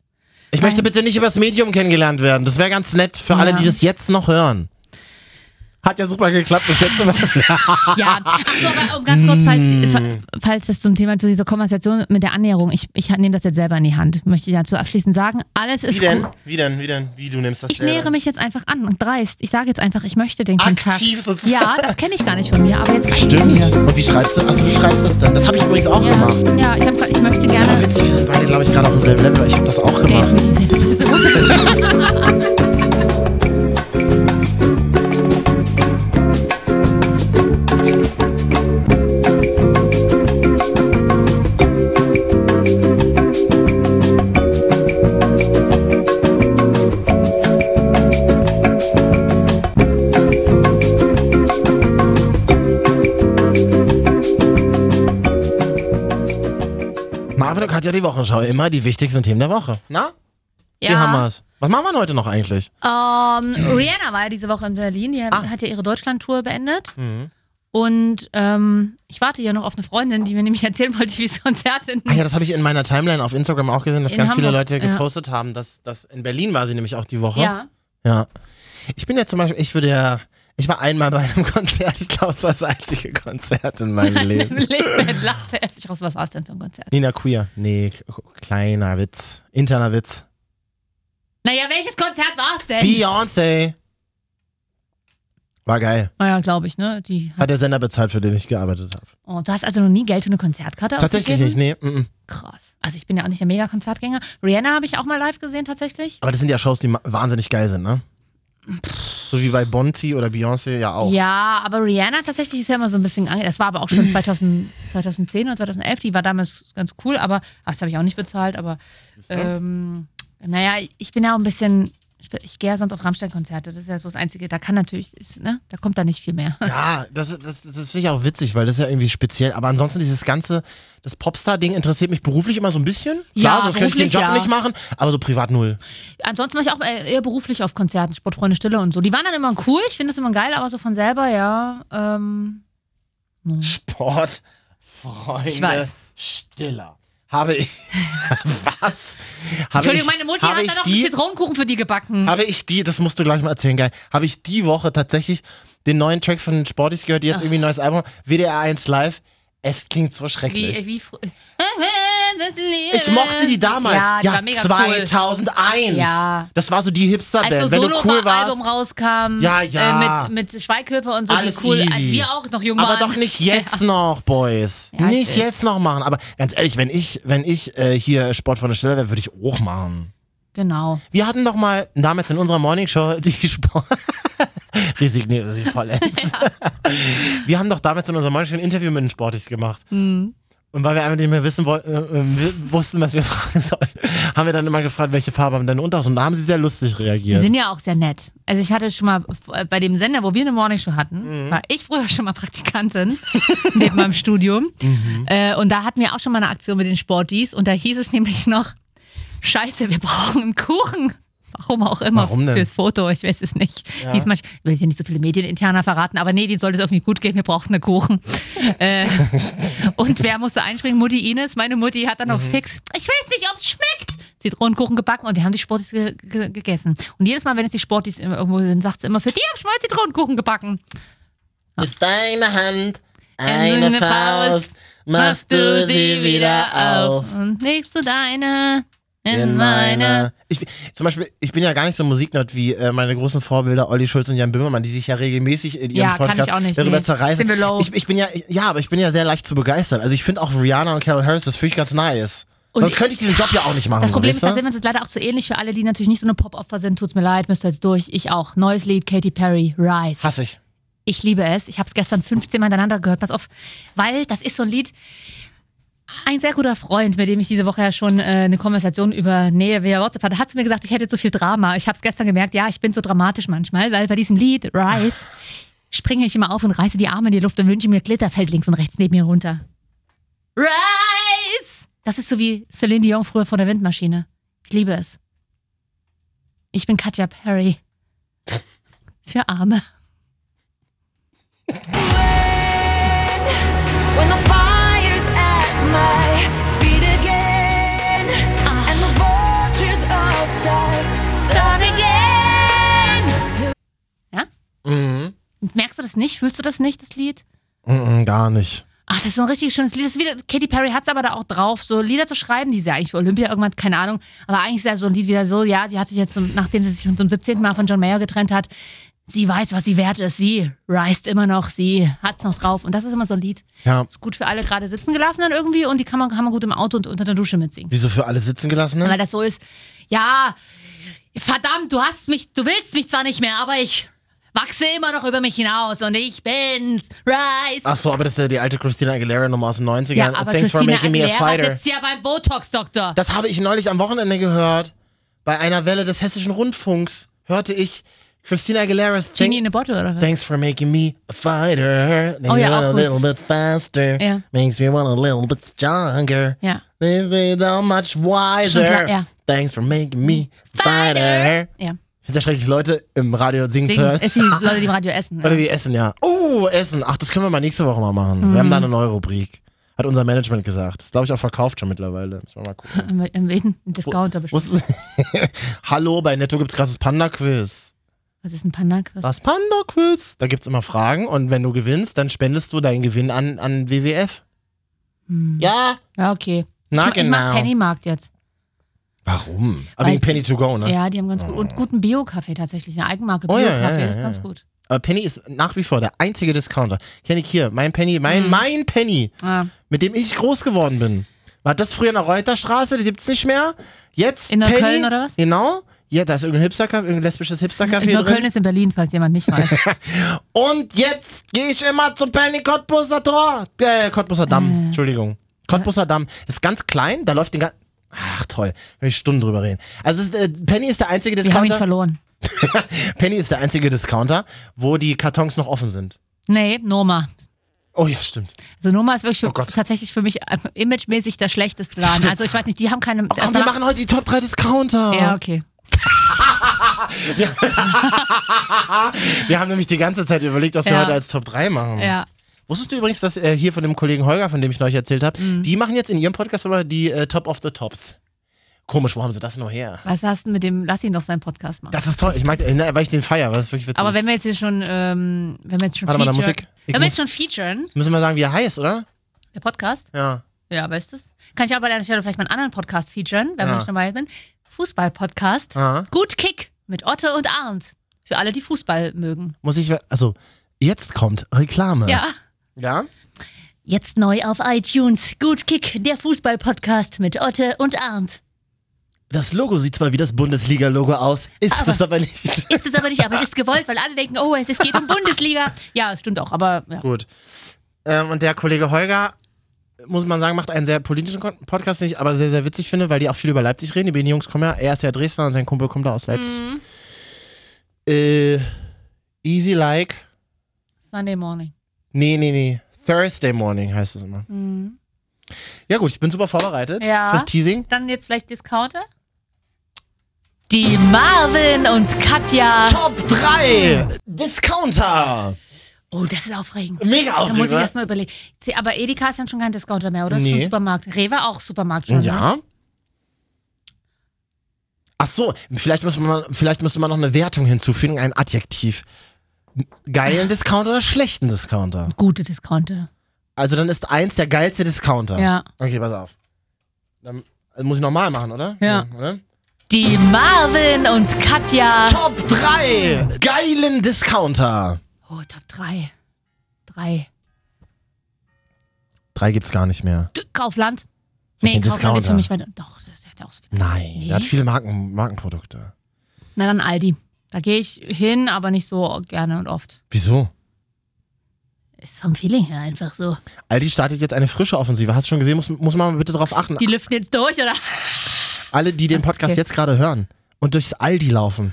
Speaker 1: Ich möchte bitte nicht übers Medium kennengelernt werden. Das wäre ganz nett für
Speaker 2: Ja.
Speaker 1: alle, die das jetzt noch hören. Hat ja super geklappt bis jetzt. (laughs)
Speaker 2: Ja, achso, aber um ganz kurz,
Speaker 1: Hm.
Speaker 2: falls, fa- falls das zum Thema zu dieser Konversation mit der Annäherung, ich, ich nehme das jetzt selber in die Hand, möchte ich dazu abschließend sagen. Alles
Speaker 1: Wie
Speaker 2: ist
Speaker 1: denn?
Speaker 2: gut.
Speaker 1: Wie denn? Wie denn? Wie du nimmst das
Speaker 2: Ich nähere mich jetzt einfach an und dreist. Ich sage jetzt einfach, ich möchte den Kontakt.
Speaker 1: Aktiv sozusagen.
Speaker 2: Ja, das kenne ich gar nicht von mir, aber jetzt reicht's
Speaker 1: Stimmt.
Speaker 2: Mir.
Speaker 1: Und wie schreibst du? Achso, du schreibst das dann. Das habe ich übrigens auch gemacht.
Speaker 2: Ja, ja, ich habe gesagt, ich möchte
Speaker 1: Das ist aber
Speaker 2: gerne
Speaker 1: witzig, wir sind beide, glaube ich, gerade auf demselben Level. aber Ich habe das auch gemacht.
Speaker 2: daten mit dieser Person.
Speaker 1: Marvin und Katja, die Wochenschau. Immer die wichtigsten Themen der Woche. Na? Wir haben
Speaker 2: (laughs) Ja.
Speaker 1: wir's. Was machen wir denn heute noch eigentlich?
Speaker 2: Ähm, Rihanna war ja diese Woche in Berlin. Die
Speaker 1: Ah.
Speaker 2: hat ja ihre Deutschland-Tour beendet.
Speaker 1: Mhm.
Speaker 2: Und ähm, ich warte ja noch auf eine Freundin, die mir nämlich erzählen wollte, wie es Konzerte in
Speaker 1: Ah ja, das habe ich in meiner Timeline auf Instagram auch gesehen, dass
Speaker 2: In
Speaker 1: ganz viele
Speaker 2: Hamburg,
Speaker 1: Leute
Speaker 2: ja.
Speaker 1: gepostet haben, dass, dass in Berlin war sie nämlich auch die Woche.
Speaker 2: Ja. (laughs)
Speaker 1: Ja. Ich bin ja zum Beispiel, ich würde ja, ich war einmal bei einem (laughs) Konzert, ich glaube, es war das einzige Konzert in
Speaker 2: (laughs)
Speaker 1: meinem
Speaker 2: Im
Speaker 1: Leben.
Speaker 2: Leben lachte er sich raus. Was war es denn für ein Konzert?
Speaker 1: Nina Queer. Nee, k- kleiner Witz. Interner Witz.
Speaker 2: Naja, welches Konzert war es denn?
Speaker 1: Beyoncé. War geil.
Speaker 2: Naja, glaube ich, ne? Die hat,
Speaker 1: Hat der Sender bezahlt, für den ich gearbeitet habe.
Speaker 2: oh, du hast also noch nie Geld für eine Konzertkarte
Speaker 1: Tatsächlich nicht,
Speaker 2: ausgegeben?
Speaker 1: nee. Mm -mm.
Speaker 2: Krass. Also ich bin ja auch nicht der Mega-Konzertgänger. Rihanna habe ich auch mal live gesehen tatsächlich.
Speaker 1: Aber das sind ja Shows, die ma- wahnsinnig geil sind, ne? So wie bei Bonzi oder Beyoncé ja auch.
Speaker 2: Ja, aber Rihanna tatsächlich ist ja immer so ein bisschen ange Das war aber
Speaker 1: (clears throat)
Speaker 2: auch schon 2000, 2010 und 2011. Die war damals ganz cool, aber ach, das habe ich auch nicht bezahlt. Aber ähm, naja, ich bin ja auch ein bisschen. Ich, bin- ich gehe ja sonst auf Rammstein-Konzerte. Das ist ja so das Einzige. Da kann natürlich, ist, ne? Da kommt da nicht viel mehr.
Speaker 1: Ja, das, das, das finde ich auch witzig, weil das ist ja irgendwie speziell. Aber ansonsten dieses ganze, das Popstar-Ding interessiert mich beruflich immer so ein bisschen. Klar,
Speaker 2: Ja,
Speaker 1: sonst könnte ich den
Speaker 2: beruflich,
Speaker 1: Job
Speaker 2: ja.
Speaker 1: nicht machen, aber so privat null.
Speaker 2: (laughs) Ansonsten war ich auch äh, eher beruflich auf Konzerten, Sportfreunde Stille und so. Die waren dann immer cool, ich finde das immer geil, aber so von selber, ja. Ähm,
Speaker 1: Sport, Freunde,
Speaker 2: Ich weiß.
Speaker 1: Stiller. Habe ich. (laughs) was? Habe ich-
Speaker 2: Entschuldigung, meine Mutti
Speaker 1: habe
Speaker 2: hat
Speaker 1: ich
Speaker 2: dann noch einen
Speaker 1: die,
Speaker 2: Zitronenkuchen für die gebacken.
Speaker 1: Habe ich die, das musst du gleich mal erzählen, geil. Habe ich die Woche tatsächlich den neuen Track von Sportis gehört, die jetzt irgendwie ein neues Album, WDR 1 Live. Es klingt so schrecklich.
Speaker 2: Wie, wie fr- (laughs)
Speaker 1: Ich mochte die damals.
Speaker 2: Ja, die war mega cool.
Speaker 1: 2001.
Speaker 2: Ja.
Speaker 1: Das war so die Hipster-Band.
Speaker 2: Als so
Speaker 1: Wenn du
Speaker 2: solo
Speaker 1: cool warst.
Speaker 2: album rauskam,
Speaker 1: Ja, ja.
Speaker 2: Äh, mit, mit Schweighöfer und so,
Speaker 1: Alles
Speaker 2: die cool,
Speaker 1: easy.
Speaker 2: als wir auch noch jung
Speaker 1: aber
Speaker 2: waren.
Speaker 1: doch nicht jetzt noch, Boys.
Speaker 2: Ja, ich
Speaker 1: nicht
Speaker 2: weiß.
Speaker 1: jetzt noch machen. Aber ganz ehrlich, wenn ich, wenn ich äh, hier Sport von der Stelle wäre, würde ich auch machen.
Speaker 2: Genau.
Speaker 1: Wir hatten doch mal damals in unserer Morningshow (laughs) die Sport. Resigniere sie vollends. (laughs) Wir haben doch damals in unserer Morningshow ein Interview mit den Sportis gemacht.
Speaker 2: Mhm.
Speaker 1: Und weil wir einfach nicht mehr wissen wollten, äh, äh, wir wussten, was wir (laughs) fragen sollen, haben wir dann immer gefragt, welche Farbe haben deine Unterhose? Und da haben sie sehr lustig
Speaker 2: Die
Speaker 1: reagiert.
Speaker 2: sind ja auch sehr nett. Also ich hatte schon mal äh, bei dem Sender, wo wir eine Morningshow
Speaker 1: Mhm.
Speaker 2: hatten, war ich früher schon mal Praktikantin (laughs) neben meinem Studium.
Speaker 1: Mhm.
Speaker 2: Äh, und da hatten wir auch schon mal eine Aktion mit den Sporties und da hieß es nämlich noch, scheiße, wir brauchen einen Kuchen. Warum auch immer.
Speaker 1: Warum denn?
Speaker 2: Fürs Foto, ich weiß es nicht. Diesmal, ich will jetzt hier nicht so viele Medieninterner verraten, aber nee, denen sollte es irgendwie gut gehen, wir brauchen einen (laughs) Kuchen. äh, und wer musste einspringen? Mutti Ines, meine Mutti hat dann noch fix, ich weiß nicht, ob es schmeckt. Zitronenkuchen gebacken und wir haben die Sportis ge ge gegessen. Und jedes Mal, wenn es die Sportis immer irgendwo sind, sagt sie immer, für die hab ich mal Zitronenkuchen gebacken.
Speaker 1: Ist deine Hand
Speaker 2: eine Eine Faust, Faust, Machst du sie wieder auf und legst du deine in meine.
Speaker 1: Ich, zum Beispiel, ich bin ja gar nicht so ein Musiknerd wie äh, meine großen Vorbilder Olli Schulz und Jan Böhmermann, die sich ja regelmäßig in ihrem
Speaker 2: Ja, kann
Speaker 1: Podcast
Speaker 2: ich auch nicht,
Speaker 1: darüber
Speaker 2: nee.
Speaker 1: zerreißen.
Speaker 2: Sind wir low.
Speaker 1: Ich, ich bin ja, ja, aber ich bin ja sehr leicht zu begeistern. Also ich finde auch Rihanna und Carol Harris, das finde ich ganz nice.
Speaker 2: Und
Speaker 1: Sonst
Speaker 2: ich-
Speaker 1: könnte ich diesen Job ja auch nicht machen.
Speaker 2: Das Problem
Speaker 1: so, weißt
Speaker 2: ist, da
Speaker 1: du?
Speaker 2: sind wir uns jetzt leider auch zu ähnlich für alle, die natürlich nicht so eine Pop-Opfer sind. Tut's mir leid, müsst ihr jetzt durch. Ich auch. Neues Lied, Katy Perry, Rise.
Speaker 1: Hasse ich.
Speaker 2: Ich liebe es. Ich habe es gestern 15 Mal hintereinander gehört. Pass auf, weil das ist so ein Lied. Ein sehr guter Freund, mit dem ich diese Woche ja schon äh, eine Konversation über Nähe via WhatsApp hatte, hat zu mir gesagt, ich hätte so viel Drama. Ich habe es gestern gemerkt, ja, ich bin so dramatisch manchmal, weil bei diesem Lied Rise springe ich immer auf und reiße die Arme in die Luft und wünsche mir Glitter, fällt links und rechts neben mir runter. Rise! Das ist so wie Celine Dion früher vor der Windmaschine. Ich liebe es. Ich bin Katja Perry. Für Arme.
Speaker 5: When the fire's at my feet again, and the vultures outside start again.
Speaker 2: Mehr das nicht? Fühlst du das nicht, das Lied?
Speaker 1: Mm-mm, Hm, gar nicht.
Speaker 2: Ach, das ist so ein richtig schönes Lied. Das ist wieder, Katy Perry hat es aber da auch drauf, so Lieder zu schreiben, die sie eigentlich für Olympia irgendwann, keine Ahnung, aber eigentlich ist ja so ein Lied wieder so, ja, sie hat sich jetzt, zum, nachdem sie sich zum 17. Mal von John Mayer getrennt hat, sie weiß, was sie wert ist, sie reist immer noch, sie hat es noch drauf. Und das ist immer so ein Lied.
Speaker 1: Ja.
Speaker 2: Ist gut für alle gerade sitzen gelassen dann irgendwie und die kann man, kann man gut im Auto und unter der Dusche mitsingen.
Speaker 1: Wieso für alle sitzen gelassen?
Speaker 2: Weil das so ist, ja, verdammt, du hast mich, du willst mich zwar nicht mehr, aber ich wachse immer noch über mich hinaus und ich bin's, Rise.
Speaker 1: Ach so, aber das ist ja die alte Christina Aguilera Nummer aus den 90ern.
Speaker 2: Ja, aber
Speaker 1: Ah, Thanks
Speaker 2: Christina
Speaker 1: for making me a
Speaker 2: Aguilera
Speaker 1: fighter.
Speaker 2: sitzt ja beim Botox-Doktor.
Speaker 1: Das habe ich neulich am Wochenende gehört. Bei einer Welle des hessischen Rundfunks hörte ich Christina Aguilera's Thank
Speaker 2: Genie in a Bottle oder was?
Speaker 1: Thanks for making me a fighter. Makes
Speaker 2: Oh
Speaker 1: me
Speaker 2: ja,
Speaker 1: want a
Speaker 2: auch
Speaker 1: little
Speaker 2: gut.
Speaker 1: bit faster.
Speaker 2: Ja.
Speaker 1: Makes me want a little bit stronger.
Speaker 2: Ja.
Speaker 1: Makes me so much wiser.
Speaker 2: Schon klar, ja.
Speaker 1: Thanks for making me a fighter.
Speaker 2: Ja.
Speaker 1: Ich finde schrecklich, Leute im Radio singen zu
Speaker 2: Singen.
Speaker 1: hören.
Speaker 2: Es sind die Leute, die im Radio essen.
Speaker 1: Oder wie Essen, ja. Oh, Essen. Ach, das können wir mal nächste Woche mal machen. Wir haben da eine neue Rubrik. Hat unser Management gesagt. Das glaube ich auch verkauft schon mittlerweile. Müssen wir mal gucken.
Speaker 2: Im, im, im Discounter bestimmt.
Speaker 1: Wussten- (laughs) Hallo, bei Netto gibt's gerade das Panda-Quiz.
Speaker 2: Was ist ein Panda-Quiz?
Speaker 1: Das Panda-Quiz. Da gibt's immer Fragen und wenn du gewinnst, dann spendest du deinen Gewinn an, an WWF.
Speaker 2: Hm.
Speaker 1: Ja.
Speaker 2: Ja, okay.
Speaker 1: Na
Speaker 2: ich, mag- ich mag
Speaker 1: genau.
Speaker 2: Pennymarkt jetzt.
Speaker 1: Warum? Aber
Speaker 2: Weil-
Speaker 1: wegen Penny to go, ne?
Speaker 2: Ja, die haben ganz gut. Und guten Bio-Kaffee tatsächlich. Eine Eigenmarke
Speaker 1: Oh ja, ja,
Speaker 2: Bio-Kaffee,
Speaker 1: ja,
Speaker 2: das ist
Speaker 1: ja.
Speaker 2: ganz gut.
Speaker 1: Aber Penny ist nach wie vor der einzige Discounter. Kenn ich hier. Mein Penny,
Speaker 2: Hm.
Speaker 1: mein, mein Penny.
Speaker 2: Ah.
Speaker 1: mit dem ich groß geworden bin. War das früher in der Reuterstraße, die gibt's nicht mehr. Jetzt
Speaker 2: In
Speaker 1: Penny,
Speaker 2: Neukölln oder was?
Speaker 1: Genau. Ja, da ist irgendein Hipster-Café, irgendein lesbisches Hipster-Café
Speaker 2: Nur Köln
Speaker 1: drin.
Speaker 2: ist in Berlin, falls jemand nicht
Speaker 1: (laughs)
Speaker 2: weiß.
Speaker 1: Und jetzt gehe ich immer zum Penny Cottbuser Tor. Äh, Cottbuser Damm, Entschuldigung. Cottbuser Damm ist ganz klein, da läuft den ganzen... Ach toll, will ich Stunden drüber reden. Also es ist, äh, Penny ist der einzige
Speaker 2: Wir haben ihn
Speaker 1: Discounter.
Speaker 2: verloren.
Speaker 1: Penny ist der einzige Discounter, wo die Kartons noch offen sind.
Speaker 2: Nee, Noma.
Speaker 1: Oh ja, stimmt.
Speaker 2: Also Noma ist wirklich für,
Speaker 1: Oh Gott.
Speaker 2: tatsächlich für mich äh, imagemäßig der schlechteste Laden. Also ich weiß nicht, die haben keine.
Speaker 1: Komm, wir machen heute die Top 3 Discounter.
Speaker 2: ja, okay.
Speaker 1: Wir haben nämlich die ganze Zeit überlegt, was wir
Speaker 2: Ja.
Speaker 1: heute als Top 3 machen.
Speaker 2: Ja.
Speaker 1: Wusstest du übrigens, dass äh, hier von dem Kollegen Holger, von dem ich neulich erzählt habe,
Speaker 2: Mhm.
Speaker 1: die machen jetzt in ihrem Podcast immer die äh, Top of the Tops. Komisch, wo haben sie das nur her?
Speaker 2: Was hast du mit dem? Lass ihn doch seinen Podcast machen.
Speaker 1: Das ist toll. Ich mag, äh, ne, weil ich den feier, weil das ist wirklich witzig.
Speaker 2: Aber wenn wir jetzt hier schon, ähm, wenn wir jetzt schon
Speaker 1: Warte mal, da muss
Speaker 2: featuren-
Speaker 1: ich- ich
Speaker 2: wenn wir
Speaker 1: muss-
Speaker 2: jetzt schon featuren,
Speaker 1: Müssen wir sagen, wie er heißt, oder?
Speaker 2: der Podcast,
Speaker 1: Ja.
Speaker 2: ja, weißt du Kann ich aber an deiner Stelle vielleicht mal einen anderen Podcast featuren, wenn
Speaker 1: Ja.
Speaker 2: wir schon dabei sind. Fußball-Podcast.
Speaker 1: Aha.
Speaker 2: Gut Kick mit Otto und Arndt. Für alle, die Fußball mögen.
Speaker 1: Muss ich, also, jetzt kommt Reklame.
Speaker 2: Ja.
Speaker 1: Ja?
Speaker 2: Jetzt neu auf iTunes. Gut Kick, der Fußball-Podcast mit Otto und Arndt.
Speaker 1: Das Logo sieht zwar wie das Bundesliga-Logo aus, ist es aber nicht. (laughs)
Speaker 2: Ist es aber nicht, aber es ist gewollt, weil alle denken, oh, es es geht um Bundesliga. Ja, es stimmt auch, aber ja.
Speaker 1: Gut. Ähm, und der Kollege Holger, muss man sagen, macht einen sehr politischen Kon- Podcast, den ich aber sehr, sehr witzig finde, weil die auch viel über Leipzig reden. Die beiden Jungs kommen ja, er ist ja Dresdner und sein Kumpel kommt da aus Leipzig.
Speaker 2: Mhm.
Speaker 1: Äh, easy like.
Speaker 2: Sunday Morning.
Speaker 1: Nee, nee, nee. Thursday morning heißt es immer. Ja, gut, ich bin super vorbereitet
Speaker 2: Ja.
Speaker 1: fürs Teasing.
Speaker 2: Dann jetzt vielleicht Discounter? Die Marvin und Katja.
Speaker 1: Top 3 Discounter.
Speaker 2: Oh, das ist aufregend.
Speaker 1: Mega
Speaker 2: Da
Speaker 1: aufregend,
Speaker 2: muss ich
Speaker 1: oder?
Speaker 2: erstmal überlegen. Sieh, Aber Edeka ist dann schon kein Discounter mehr, oder? Das ist
Speaker 1: Nee.
Speaker 2: schon Supermarkt. Rewe auch Supermarkt schon. Ne?
Speaker 1: Ja. Ach so, vielleicht müsste man, vielleicht müsste man noch eine Wertung hinzufügen, ein Adjektiv. Geilen Discounter oder schlechten Discounter?
Speaker 2: Gute Discounter.
Speaker 1: Also dann ist eins der geilste Discounter.
Speaker 2: Ja.
Speaker 1: Okay, pass auf. Dann also muss ich normal machen, oder?
Speaker 2: Ja.
Speaker 1: oder?
Speaker 2: Die Marvin und Katja.
Speaker 1: Top 3 geilen Discounter.
Speaker 2: Oh, Top 3. 3.
Speaker 1: Drei gibt's gar nicht mehr.
Speaker 2: Kaufland. Nee,
Speaker 1: kein
Speaker 2: Kaufland ist für
Speaker 1: Discounter.
Speaker 2: mich weiter. Doch, das ist ja auch so viel.
Speaker 1: Nein,
Speaker 2: Nee.
Speaker 1: der hat viele Marken, Markenprodukte.
Speaker 2: Na dann Aldi. Da gehe ich hin, aber nicht so gerne und oft.
Speaker 1: Wieso?
Speaker 2: Ist vom Feeling her einfach so.
Speaker 1: Aldi startet jetzt eine frische Offensive. Hast du schon gesehen? Muss, muss man mal bitte drauf achten.
Speaker 2: Die lüften jetzt durch, oder?
Speaker 1: Alle, die den Podcast
Speaker 2: Okay.
Speaker 1: jetzt gerade hören und durchs Aldi laufen.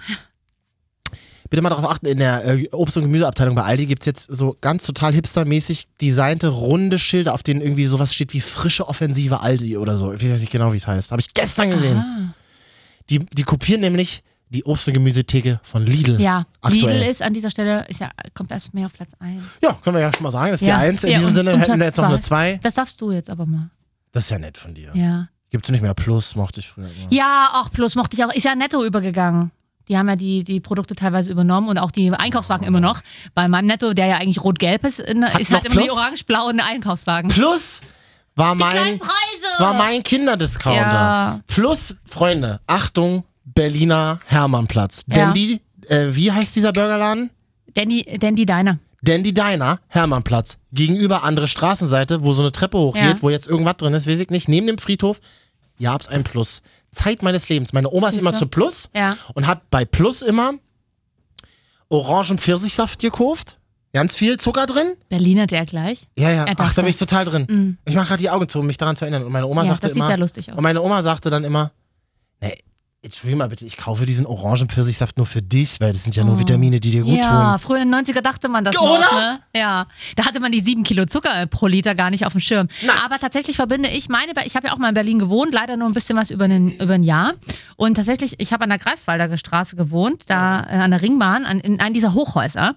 Speaker 1: Bitte mal darauf achten, in der äh, Obst- und Gemüseabteilung bei Aldi gibt's jetzt so ganz total hipstermäßig designte runde Schilder, auf denen irgendwie sowas steht wie frische Offensive Aldi oder so. Ich weiß nicht genau, wie es heißt. Habe ich gestern gesehen.
Speaker 2: Ah.
Speaker 1: Die, die kopieren nämlich die Obst- und Gemüsetheke von Lidl.
Speaker 2: Ja,
Speaker 1: aktuell.
Speaker 2: Lidl ist an dieser Stelle, ist ja, kommt erst mehr auf Platz 1.
Speaker 1: Ja, können wir ja schon mal sagen. Das ist
Speaker 2: Ja.
Speaker 1: die Eins. In
Speaker 2: Ja,
Speaker 1: diesem
Speaker 2: und-
Speaker 1: Sinne
Speaker 2: und
Speaker 1: hätten wir
Speaker 2: Platz
Speaker 1: jetzt noch eine Zwei.
Speaker 2: Das darfst du jetzt aber mal.
Speaker 1: Das ist ja nett von dir.
Speaker 2: Ja.
Speaker 1: Gibt's nicht mehr Plus, mochte ich früher immer.
Speaker 2: Ja, auch Plus mochte ich auch. Ist ja netto übergegangen. Die haben ja die, die Produkte teilweise übernommen und auch die Einkaufswagen immer noch. Bei meinem Netto, der ja eigentlich rot-gelb ist, in,
Speaker 1: Hat
Speaker 2: ist halt
Speaker 1: noch
Speaker 2: immer die
Speaker 1: Plus?
Speaker 2: orange-blauen Einkaufswagen.
Speaker 1: Plus war
Speaker 2: kleinen
Speaker 1: mein,
Speaker 2: Preise!
Speaker 1: war mein Kinderdiscounter.
Speaker 2: Ja.
Speaker 1: Plus, Freunde, Achtung, Berliner Hermannplatz.
Speaker 2: Ja.
Speaker 1: Dandy, äh, wie heißt dieser Burgerladen?
Speaker 2: Dandy, Dandy Diner.
Speaker 1: Dandy Diner, Hermannplatz. Gegenüber andere Straßenseite, wo so eine Treppe hochgeht,
Speaker 2: Ja.
Speaker 1: wo jetzt irgendwas drin ist, weiß ich nicht. Neben dem Friedhof gab's ein Plus. Zeit meines Lebens. Meine Oma ist
Speaker 2: Siehste?
Speaker 1: immer zu Plus
Speaker 2: Ja.
Speaker 1: und hat bei Plus immer Orangen Pfirsichsaft gekauft. Ganz viel Zucker drin.
Speaker 2: Berliner der gleich.
Speaker 1: Ja, ja.
Speaker 2: Er dachte.
Speaker 1: Ach, da bin ich total drin. Ich mache gerade die Augen zu, um mich daran zu erinnern. Und meine Oma
Speaker 2: Mhm. Ja,
Speaker 1: sagte
Speaker 2: das sieht
Speaker 1: immer.
Speaker 2: ja lustig aus.
Speaker 1: Und meine Oma sagte dann immer, nee, entschuldige mal bitte, ich kaufe diesen orangen Pfirsichsaft nur für dich, weil das sind ja nur Vitamine, die dir gut
Speaker 2: Oh. Ja,
Speaker 1: tun.
Speaker 2: früher in den 90er dachte man das
Speaker 1: Oder?
Speaker 2: noch, ne? Ja. Da hatte man die 7 Kilo Zucker pro Liter gar nicht auf dem Schirm. Aber tatsächlich verbinde ich meine, Ber- ich habe ja auch mal in Berlin gewohnt, leider nur ein bisschen was über, den, über ein Jahr. Und tatsächlich, ich habe an der Greifswalder Straße gewohnt, da äh, an der Ringbahn, an, in einem
Speaker 1: (laughs)
Speaker 2: dieser Hochhäuser.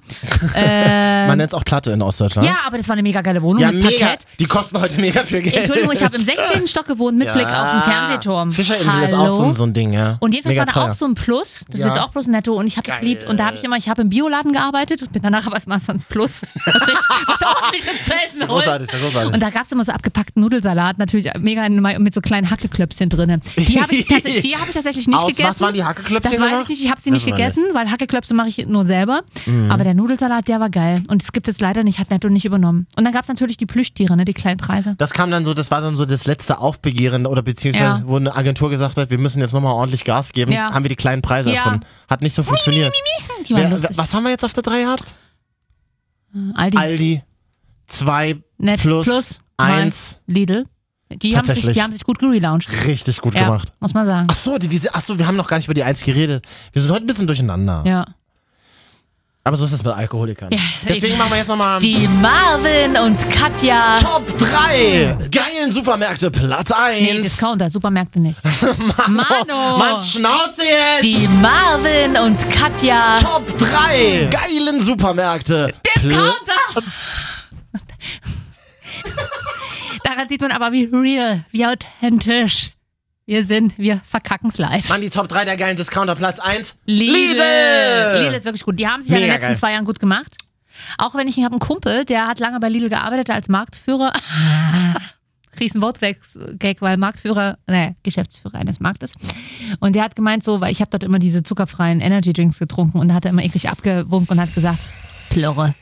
Speaker 2: Äh,
Speaker 1: Man nennt es auch Platte in Ostdeutschland.
Speaker 2: ähm, Ja, aber das war eine mega geile Wohnung
Speaker 1: Ja,
Speaker 2: mit
Speaker 1: mega.
Speaker 2: Parkett.
Speaker 1: Die kosten heute mega viel Geld.
Speaker 2: Entschuldigung, ich habe im 16. Stock
Speaker 1: (laughs)
Speaker 2: gewohnt mit Blick auf den Fernsehturm.
Speaker 1: Fischerinsel
Speaker 2: Hallo?
Speaker 1: ist auch so, ein- so ein Ding, ja.
Speaker 2: Und jedenfalls
Speaker 1: mega
Speaker 2: war da
Speaker 1: teuer.
Speaker 2: auch so ein Plus. Das
Speaker 1: Ja.
Speaker 2: ist jetzt auch bloß netto und ich habe das liebt. Und da habe ich immer, ich habe im Bioladen gearbeitet und bin danach aber erstmal ans Plus. (laughs) Was, ich, was ordentliches zu essen holen.
Speaker 1: Großartig, ja, großartig.
Speaker 2: Und da gab es immer so abgepackten Nudelsalat, natürlich mega in- mit so kleinen Hackeklöpschen drin. Die habe ich, tats- die hab ich tatsächlich nicht
Speaker 1: (laughs) Aus was
Speaker 2: gegessen.
Speaker 1: waren die Hackeklöpfchen
Speaker 2: Das weiß
Speaker 1: gemacht?
Speaker 2: ich nicht, ich habe sie
Speaker 1: Das
Speaker 2: nicht
Speaker 1: weiß Mhm. man
Speaker 2: gegessen, weil Hackeklöpse mache ich nur selber. Aber der Nudelsalat, der war geil. Und es gibt es leider nicht, hat Netto nicht übernommen. Und dann gab es natürlich die Plüschtiere, ne, die kleinen Preise.
Speaker 1: Das kam dann so, das war dann so das letzte Aufbegehren oder beziehungsweise
Speaker 2: Ja.
Speaker 1: wo eine Agentur gesagt hat, wir müssen jetzt nochmal ordentlich Gas geben,
Speaker 2: Ja.
Speaker 1: haben wir die kleinen Preise
Speaker 2: Ja.
Speaker 1: erfunden. Hat nicht so funktioniert.
Speaker 2: Die waren
Speaker 1: Wer-
Speaker 2: lustig. ne?
Speaker 1: was haben wir jetzt auf der 3 gehabt?
Speaker 2: Aldi,
Speaker 1: Aldi, 2
Speaker 2: Net
Speaker 1: plus,
Speaker 2: plus
Speaker 1: 1.
Speaker 2: Lidl. Die haben, sich,
Speaker 1: Tatsächlich.
Speaker 2: die haben sich gut gerelauncht.
Speaker 1: Richtig gut
Speaker 2: Ja,
Speaker 1: gemacht.
Speaker 2: muss man sagen.
Speaker 1: Achso, die, wir- achso, wir haben noch gar nicht über die 1 geredet. Wir sind heute ein bisschen durcheinander.
Speaker 2: Ja.
Speaker 1: Aber so ist es mit Alkoholikern.
Speaker 2: Ja,
Speaker 1: Deswegen
Speaker 2: eben.
Speaker 1: machen wir jetzt nochmal
Speaker 2: Die Marvin und Katja.
Speaker 1: Top 3 geilen Supermärkte Platz 1.
Speaker 2: Nee, Discounter, Supermärkte nicht. Mano.
Speaker 1: Mann, Schnauze jetzt!
Speaker 2: Die Marvin und Katja.
Speaker 1: Top 3 geilen Supermärkte. Pl-
Speaker 2: Discounter! Daran sieht man aber, wie real, wie authentisch wir sind. Wir verkacken's live.
Speaker 1: Mann, die Top 3 der geilen Discounter Platz 1.
Speaker 2: Lidl. Lidl ist wirklich gut. Die haben sich ja in
Speaker 1: Mega
Speaker 2: den letzten
Speaker 1: geil.
Speaker 2: zwei Jahren gut gemacht. Auch wenn ich, ich habe einen Kumpel, der hat lange bei Lidl gearbeitet als Marktführer. (laughs) Riesen Wortgag, weil Marktführer, naja, Geschäftsführer eines Marktes. Und der hat gemeint so, weil ich habe dort immer diese zuckerfreien Energy Drinks getrunken und hat er immer eklig abgewunken und hat gesagt, Plörre,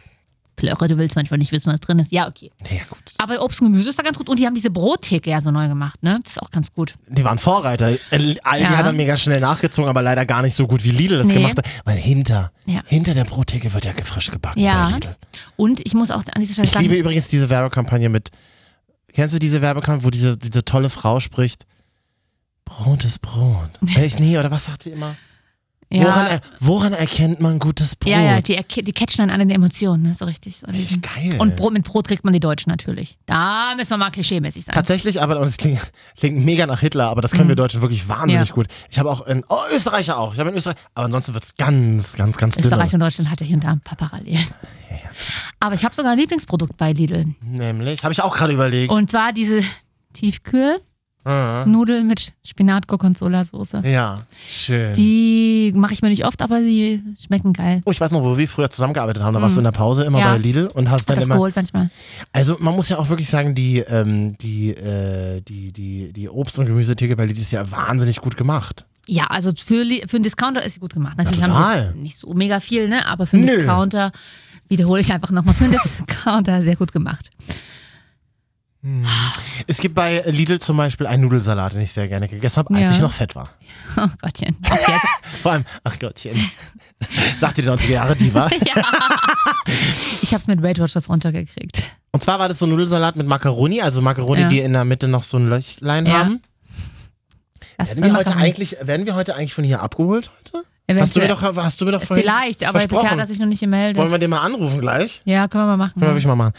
Speaker 2: Plörre, du willst manchmal nicht wissen, was drin ist. Ja, okay.
Speaker 1: Ja, gut.
Speaker 2: Aber Obst und Gemüse ist da ganz gut. Und die haben diese Brottheke ja so neu gemacht, ne? Das ist auch ganz gut.
Speaker 1: Die waren Vorreiter. Äh, Aldi
Speaker 2: Ja.
Speaker 1: hat dann mega schnell nachgezogen, aber leider gar nicht so gut, wie Lidl das
Speaker 2: Nee.
Speaker 1: gemacht hat. Weil hinter,
Speaker 2: Ja.
Speaker 1: hinter der Brottheke wird ja frisch gebacken bei
Speaker 2: Ja.
Speaker 1: Lidl.
Speaker 2: Und ich muss auch an dieser Stelle
Speaker 1: Ich liebe
Speaker 2: sagen,
Speaker 1: übrigens diese Werbekampagne mit. Kennst du diese Werbekampagne, wo diese, diese tolle Frau spricht? Brot ist
Speaker 2: (laughs)
Speaker 1: Brot. Echt nie, oder was sagt sie immer? Woran,
Speaker 2: ja,
Speaker 1: er, woran erkennt man gutes Brot?
Speaker 2: ja, ja, die, erke- die catchen dann an den Emotionen, ne? So richtig. So an
Speaker 1: Richtig
Speaker 2: diesen-
Speaker 1: geil.
Speaker 2: Und Brot, mit Brot kriegt man die Deutschen natürlich. Da müssen wir mal klischeemäßig sein.
Speaker 1: Tatsächlich, aber und es klingt, klingt mega nach Hitler, aber das können wir Deutschen wirklich wahnsinnig
Speaker 2: Mhm. Ja.
Speaker 1: gut. Ich habe auch in oh, Österreicher auch. Ich habe in Österreich, aber ansonsten wird es ganz, ganz, ganz dünn.
Speaker 2: Österreich und Deutschland hatte hier und da ein paar Parallelen. Aber ich habe sogar ein Lieblingsprodukt bei Lidl.
Speaker 1: Nämlich, habe ich auch gerade überlegt. Äh,
Speaker 2: Und zwar diese Tiefkühl-Nudeln mit spinat soße
Speaker 1: ja, schön.
Speaker 2: Die mache ich mir nicht oft, aber sie schmecken geil.
Speaker 1: oh, ich weiß noch, wo wir früher zusammengearbeitet haben. Da warst du in der Pause immer
Speaker 2: Mhm. Ja.
Speaker 1: bei Lidl und hast
Speaker 2: Hat
Speaker 1: dann
Speaker 2: das
Speaker 1: immer
Speaker 2: geholt manchmal.
Speaker 1: Also man muss ja auch wirklich sagen, die, ähm, die, äh, die, die, die Obst- und Gemüsetheke bei Lidl ist ja wahnsinnig gut gemacht.
Speaker 2: Ja, also für, Li- für einen Discounter ist sie gut gemacht. Natürlich
Speaker 1: total.
Speaker 2: haben sie nicht so mega viel, ne? aber für einen
Speaker 1: Nö.
Speaker 2: Discounter, wiederhole ich einfach
Speaker 1: (laughs)
Speaker 2: nochmal, für einen Discounter sehr gut gemacht.
Speaker 1: Es gibt bei Lidl zum Beispiel einen Nudelsalat, den ich sehr gerne gegessen habe, als
Speaker 2: Ja.
Speaker 1: ich noch fett war.
Speaker 2: (laughs) Oh Gottchen. Auf jetzt.
Speaker 1: Vor allem, ach
Speaker 2: (laughs)
Speaker 1: Gottchen, sagt ihr die 90er Jahre Diva?
Speaker 2: also Ich habe es mit Weight Watchers runtergekriegt.
Speaker 1: Und zwar war das so ein Nudelsalat mit Macaroni, also Macaroni,
Speaker 2: Ja.
Speaker 1: die in der Mitte noch so ein Löchlein
Speaker 2: Ja.
Speaker 1: haben.
Speaker 2: Das
Speaker 1: Werden wir,
Speaker 2: war
Speaker 1: heute
Speaker 2: Macaroni.
Speaker 1: eigentlich, werden wir heute eigentlich von hier abgeholt heute? Hast du mir
Speaker 2: Eventuell-
Speaker 1: doch, hast du mir doch vorhin
Speaker 2: Vielleicht, aber bisher
Speaker 1: versprochen.
Speaker 2: hat er sich noch nicht Mhm.
Speaker 1: Wollen
Speaker 2: gemeldet.
Speaker 1: wir den mal anrufen gleich?
Speaker 2: Ja, können wir mal machen.
Speaker 1: Können wir wirklich mal machen.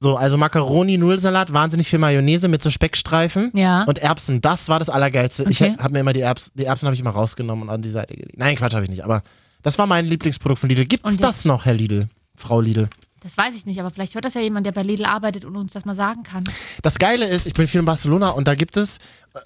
Speaker 1: So, also Macaroni, Nudelsalat, wahnsinnig viel Mayonnaise mit so Speckstreifen.
Speaker 2: Ja.
Speaker 1: Und Erbsen, das war das Allergeilste. Ich
Speaker 2: Okay.
Speaker 1: habe mir immer die Erbsen, die Erbsen habe ich immer rausgenommen und an die Seite gelegt. Nein, Quatsch habe ich nicht, aber das war mein Lieblingsprodukt von Lidl. Gibt's
Speaker 2: Und jetzt-
Speaker 1: das noch, Herr Lidl? Frau Lidl.
Speaker 2: Das weiß ich nicht, aber vielleicht hört das ja jemand, der bei Lidl arbeitet und uns das mal sagen kann.
Speaker 1: Das Geile ist, ich bin viel in Barcelona und da gibt es,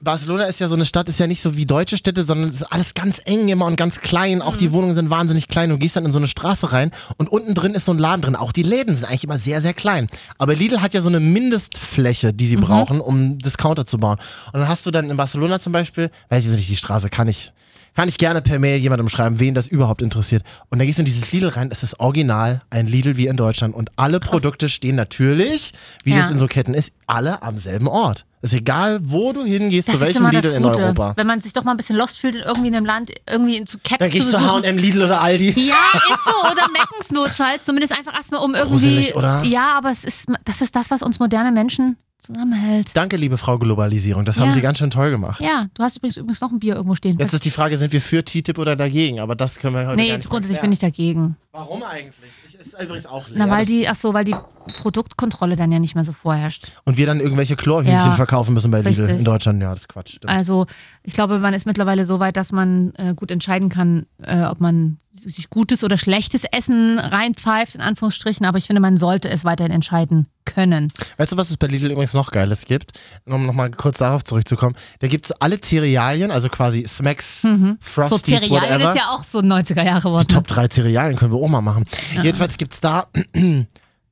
Speaker 1: Barcelona ist ja so eine Stadt, ist ja nicht so wie deutsche Städte, sondern es ist alles ganz eng immer und ganz klein. Auch die Wohnungen sind wahnsinnig klein. Du gehst dann in so eine Straße rein und unten drin ist so ein Laden drin. Auch die Läden sind eigentlich immer sehr, sehr klein. Aber Lidl hat ja so eine Mindestfläche, die sie brauchen, um Discounter zu bauen. Und dann hast du dann in Barcelona zum Beispiel, weiß ich jetzt nicht, die Straße kann ich. Kann ich gerne per Mail jemandem schreiben, wen das überhaupt interessiert. Und dann gehst du in dieses Lidl rein, es ist original, ein Lidl wie in Deutschland. Und alle Produkte stehen natürlich, wie
Speaker 2: Ja.
Speaker 1: das in so Ketten ist, alle am selben Ort. Ist egal, wo du hingehst, zu
Speaker 2: Das ist
Speaker 1: welchem
Speaker 2: immer das
Speaker 1: Lidl
Speaker 2: Gute.
Speaker 1: in Europa.
Speaker 2: Wenn man sich doch mal ein bisschen lost fühlt, in irgendwie in einem Land, irgendwie zu Ketten
Speaker 1: Dann geh ich zu
Speaker 2: besuchen.
Speaker 1: H&M, Lidl oder Aldi.
Speaker 2: Ja, ist so. Oder Meckens notfalls. Zumindest einfach erstmal um irgendwie.
Speaker 1: Gruselig, oder?
Speaker 2: Ja, aber es ist, das ist das, was uns moderne Menschen zusammenhält.
Speaker 1: Danke, liebe Frau Globalisierung, das haben
Speaker 2: Ja.
Speaker 1: Sie ganz schön toll gemacht.
Speaker 2: Ja, du hast übrigens übrigens noch ein Bier irgendwo stehen.
Speaker 1: Jetzt ist die Frage, sind wir für TTIP oder dagegen? Aber das können wir heute
Speaker 2: nee,
Speaker 1: gar nicht
Speaker 2: grundsätzlich
Speaker 1: erklären.
Speaker 2: bin ich dagegen.
Speaker 1: Warum eigentlich? Ich, ist übrigens auch leer.
Speaker 2: Na, weil die, ach so, weil die Produktkontrolle dann ja nicht mehr so vorherrscht.
Speaker 1: Und wir dann irgendwelche Chlorhühnchen
Speaker 2: Ja.
Speaker 1: verkaufen müssen bei Lidl
Speaker 2: Richtig.
Speaker 1: in Deutschland. Ja, das ist Quatsch. Stimmt.
Speaker 2: Also ich glaube, man ist mittlerweile so weit, dass man äh, gut entscheiden kann, äh, ob man sich gutes oder schlechtes Essen reinpfeift, in Anführungsstrichen. Aber ich finde, man sollte es weiterhin entscheiden können.
Speaker 1: Weißt du, was es bei Lidl übrigens noch Geiles gibt? Um nochmal kurz darauf zurückzukommen. Da gibt es alle Cerealien, also quasi Smacks, Frosties,
Speaker 2: Mhm. so Cerealien
Speaker 1: whatever.
Speaker 2: ist ja auch so ein ne? 90er-Jahre-Wort.
Speaker 1: Top 3 Cerealien können wir auch mal machen. Jedenfalls gibt es da (clears throat)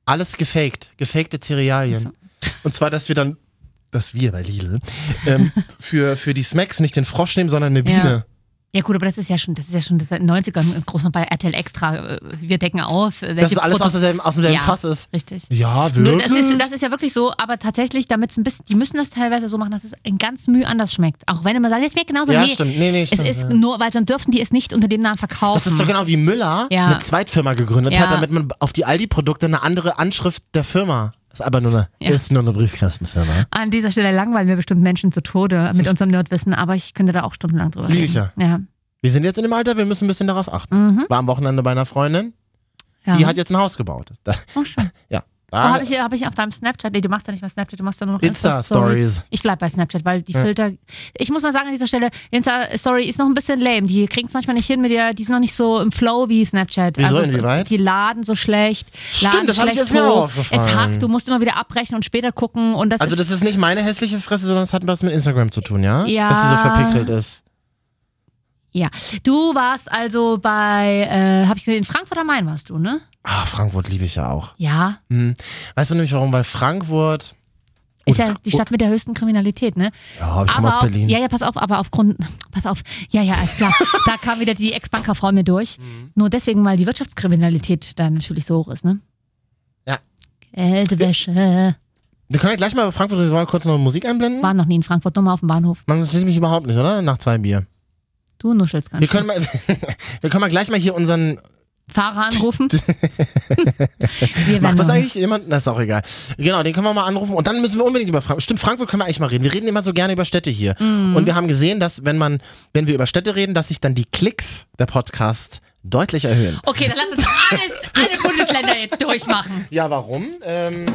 Speaker 1: alles gefaked, gefakte Cerealien. Und zwar, dass wir dann, dass wir bei Lidl,
Speaker 2: (laughs)
Speaker 1: ähm, für, für die Smacks nicht den Frosch nehmen, sondern eine
Speaker 2: Ja.
Speaker 1: Biene.
Speaker 2: Ja gut, aber das ist ja schon, das ist ja schon das ist in den 90ern groß noch bei RTL Extra. äh, Wir decken auf, äh, welche
Speaker 1: Dass es alles aus
Speaker 2: Produkte-
Speaker 1: demselben, aus demselben
Speaker 2: Ja.
Speaker 1: Fass ist.
Speaker 2: Richtig.
Speaker 1: Ja,
Speaker 2: Nur
Speaker 1: wirklich.
Speaker 2: Das ist, das ist ja wirklich so, aber tatsächlich, damit es ein bisschen, die müssen das teilweise so machen, dass es in ganz Mühe anders schmeckt. Auch wenn immer sagen, es schmeckt genauso.
Speaker 1: Ja,
Speaker 2: nee,
Speaker 1: stimmt. Nee, nee,
Speaker 2: es
Speaker 1: stimmt,
Speaker 2: ist
Speaker 1: ja.
Speaker 2: nur, weil dann dürften die es nicht unter dem Namen verkaufen.
Speaker 1: Das ist doch genau wie Müller
Speaker 2: Ja.
Speaker 1: eine Zweitfirma gegründet
Speaker 2: Ja.
Speaker 1: hat, damit man auf die Aldi-Produkte eine andere Anschrift der Firma. Ist aber nur eine,
Speaker 2: Ja.
Speaker 1: ist nur eine Briefkastenfirma.
Speaker 2: An dieser Stelle langweilen wir bestimmt Menschen zu Tode mit unserem Nerdwissen, aber ich könnte da auch stundenlang drüber reden.
Speaker 1: Lieb ich ja.
Speaker 2: ja.
Speaker 1: Wir sind jetzt in dem Alter, wir müssen ein bisschen darauf achten.
Speaker 2: Mhm.
Speaker 1: War am Wochenende bei einer Freundin,
Speaker 2: ja.
Speaker 1: die hat Ah, jetzt ein Haus gebaut. Da,
Speaker 2: Oh, schön.
Speaker 1: ja.
Speaker 2: Oh,
Speaker 1: Da,
Speaker 2: habe ich, hab ich auf deinem Snapchat, nee, du machst ja nicht mal Snapchat, du machst ja nur noch
Speaker 1: Insta-Stories.
Speaker 2: Insta-Story. Ich bleib bei Snapchat, weil die Filter, ich muss mal sagen an dieser Stelle, Insta-Story ist noch ein bisschen lame, die kriegen es manchmal nicht hin mit der, die sind noch nicht so im Flow wie Snapchat. Also,
Speaker 1: Wieso, inwieweit?
Speaker 2: Die laden so schlecht,
Speaker 1: Stimmt,
Speaker 2: laden
Speaker 1: das hab ich
Speaker 2: schlecht
Speaker 1: jetzt mir auch
Speaker 2: hoch.
Speaker 1: aufgefallen.
Speaker 2: Es hackt, du musst immer wieder abbrechen und später gucken und das
Speaker 1: also
Speaker 2: ist...
Speaker 1: das ist nicht meine hässliche Fresse, sondern es hat was mit Instagram zu tun, ja?
Speaker 2: Ja.
Speaker 1: Dass sie so verpixelt ist.
Speaker 2: ja, du warst also bei, äh, habe ich gesehen, in Frankfurt am Main warst du, ne?
Speaker 1: Ah, Frankfurt liebe ich ja auch.
Speaker 2: Ja,
Speaker 1: Weißt du nämlich warum? Weil Frankfurt.
Speaker 2: ist
Speaker 1: Oh,
Speaker 2: ja
Speaker 1: das-
Speaker 2: die Stadt mit der höchsten Kriminalität, ne?
Speaker 1: Ja, hab ich komme
Speaker 2: aber
Speaker 1: aus
Speaker 2: auf-
Speaker 1: Berlin.
Speaker 2: Ja, ja, pass auf, aber aufgrund, (laughs) pass auf, ja, ja,
Speaker 1: (laughs)
Speaker 2: alles klar. da kam wieder die Ex-Bankerfrau mir durch.
Speaker 1: Mhm.
Speaker 2: Nur deswegen, weil die Wirtschaftskriminalität da natürlich so hoch ist, ne?
Speaker 1: Ja.
Speaker 2: Geldwäsche.
Speaker 1: Wir können ja gleich mal über Frankfurt reden. Wollen wir kurz noch Musik einblenden.
Speaker 2: War noch nie in Frankfurt, nur mal auf dem Bahnhof.
Speaker 1: Man interessiert mich überhaupt nicht, oder? Nach zwei Bier.
Speaker 2: Du nuschelst ganz
Speaker 1: Wir können,
Speaker 2: schön.
Speaker 1: mal, (laughs) wir können mal gleich mal hier unseren.
Speaker 2: Fahrer
Speaker 1: (laughs)
Speaker 2: anrufen. Wir werden
Speaker 1: Macht das
Speaker 2: noch-
Speaker 1: eigentlich jemand? Das ist auch egal. Genau, den können wir mal anrufen und dann müssen wir unbedingt über Frankfurt. Stimmt, Frankfurt können wir eigentlich mal reden. Wir reden immer so gerne über Städte hier.
Speaker 2: Mhm.
Speaker 1: Und wir haben gesehen, dass wenn man, wenn wir über Städte reden, dass sich dann die Klicks der Podcast deutlich erhöhen.
Speaker 2: Okay, dann lass uns alles, alle Bundesländer jetzt durchmachen.
Speaker 1: Ja, warum? Ähm,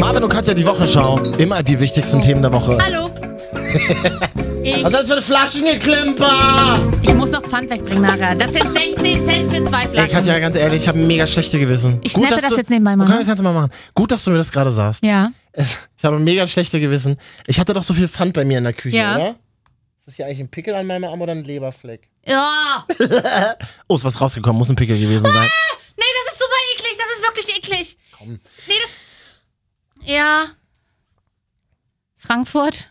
Speaker 1: Marvin und Katja, die Wochenschau. Immer die wichtigsten Themen der Woche. (laughs)
Speaker 2: Hallo. Ich,
Speaker 1: Was ist das für ein Flaschengeklimper?
Speaker 2: ich muss noch Pfand wegbringen nachher. Das sind 16 Cent für zwei
Speaker 1: Ey,
Speaker 2: Flaschen.
Speaker 1: Katja, ganz ehrlich, ich habe ein mega schlechte Gewissen.
Speaker 2: Ich snappe das jetzt nebenbei mal,
Speaker 1: mal. Okay,
Speaker 2: ne?
Speaker 1: kannst du mal machen. Gut, dass du mir das gerade sagst.
Speaker 2: ja.
Speaker 1: Es- Ich habe ein mega schlechte Gewissen. Ich hatte doch so viel Pfand bei mir in der Küche,
Speaker 2: Ja.
Speaker 1: oder? Ist das hier eigentlich ein Pickel an meinem Arm oder ein Leberfleck?
Speaker 2: Ja.
Speaker 1: Oh, ist was rausgekommen, muss ein Pickel gewesen sein.
Speaker 2: Nee, das ist super eklig. Das ist wirklich eklig. Komm. Nee, das. Ja. Frankfurt?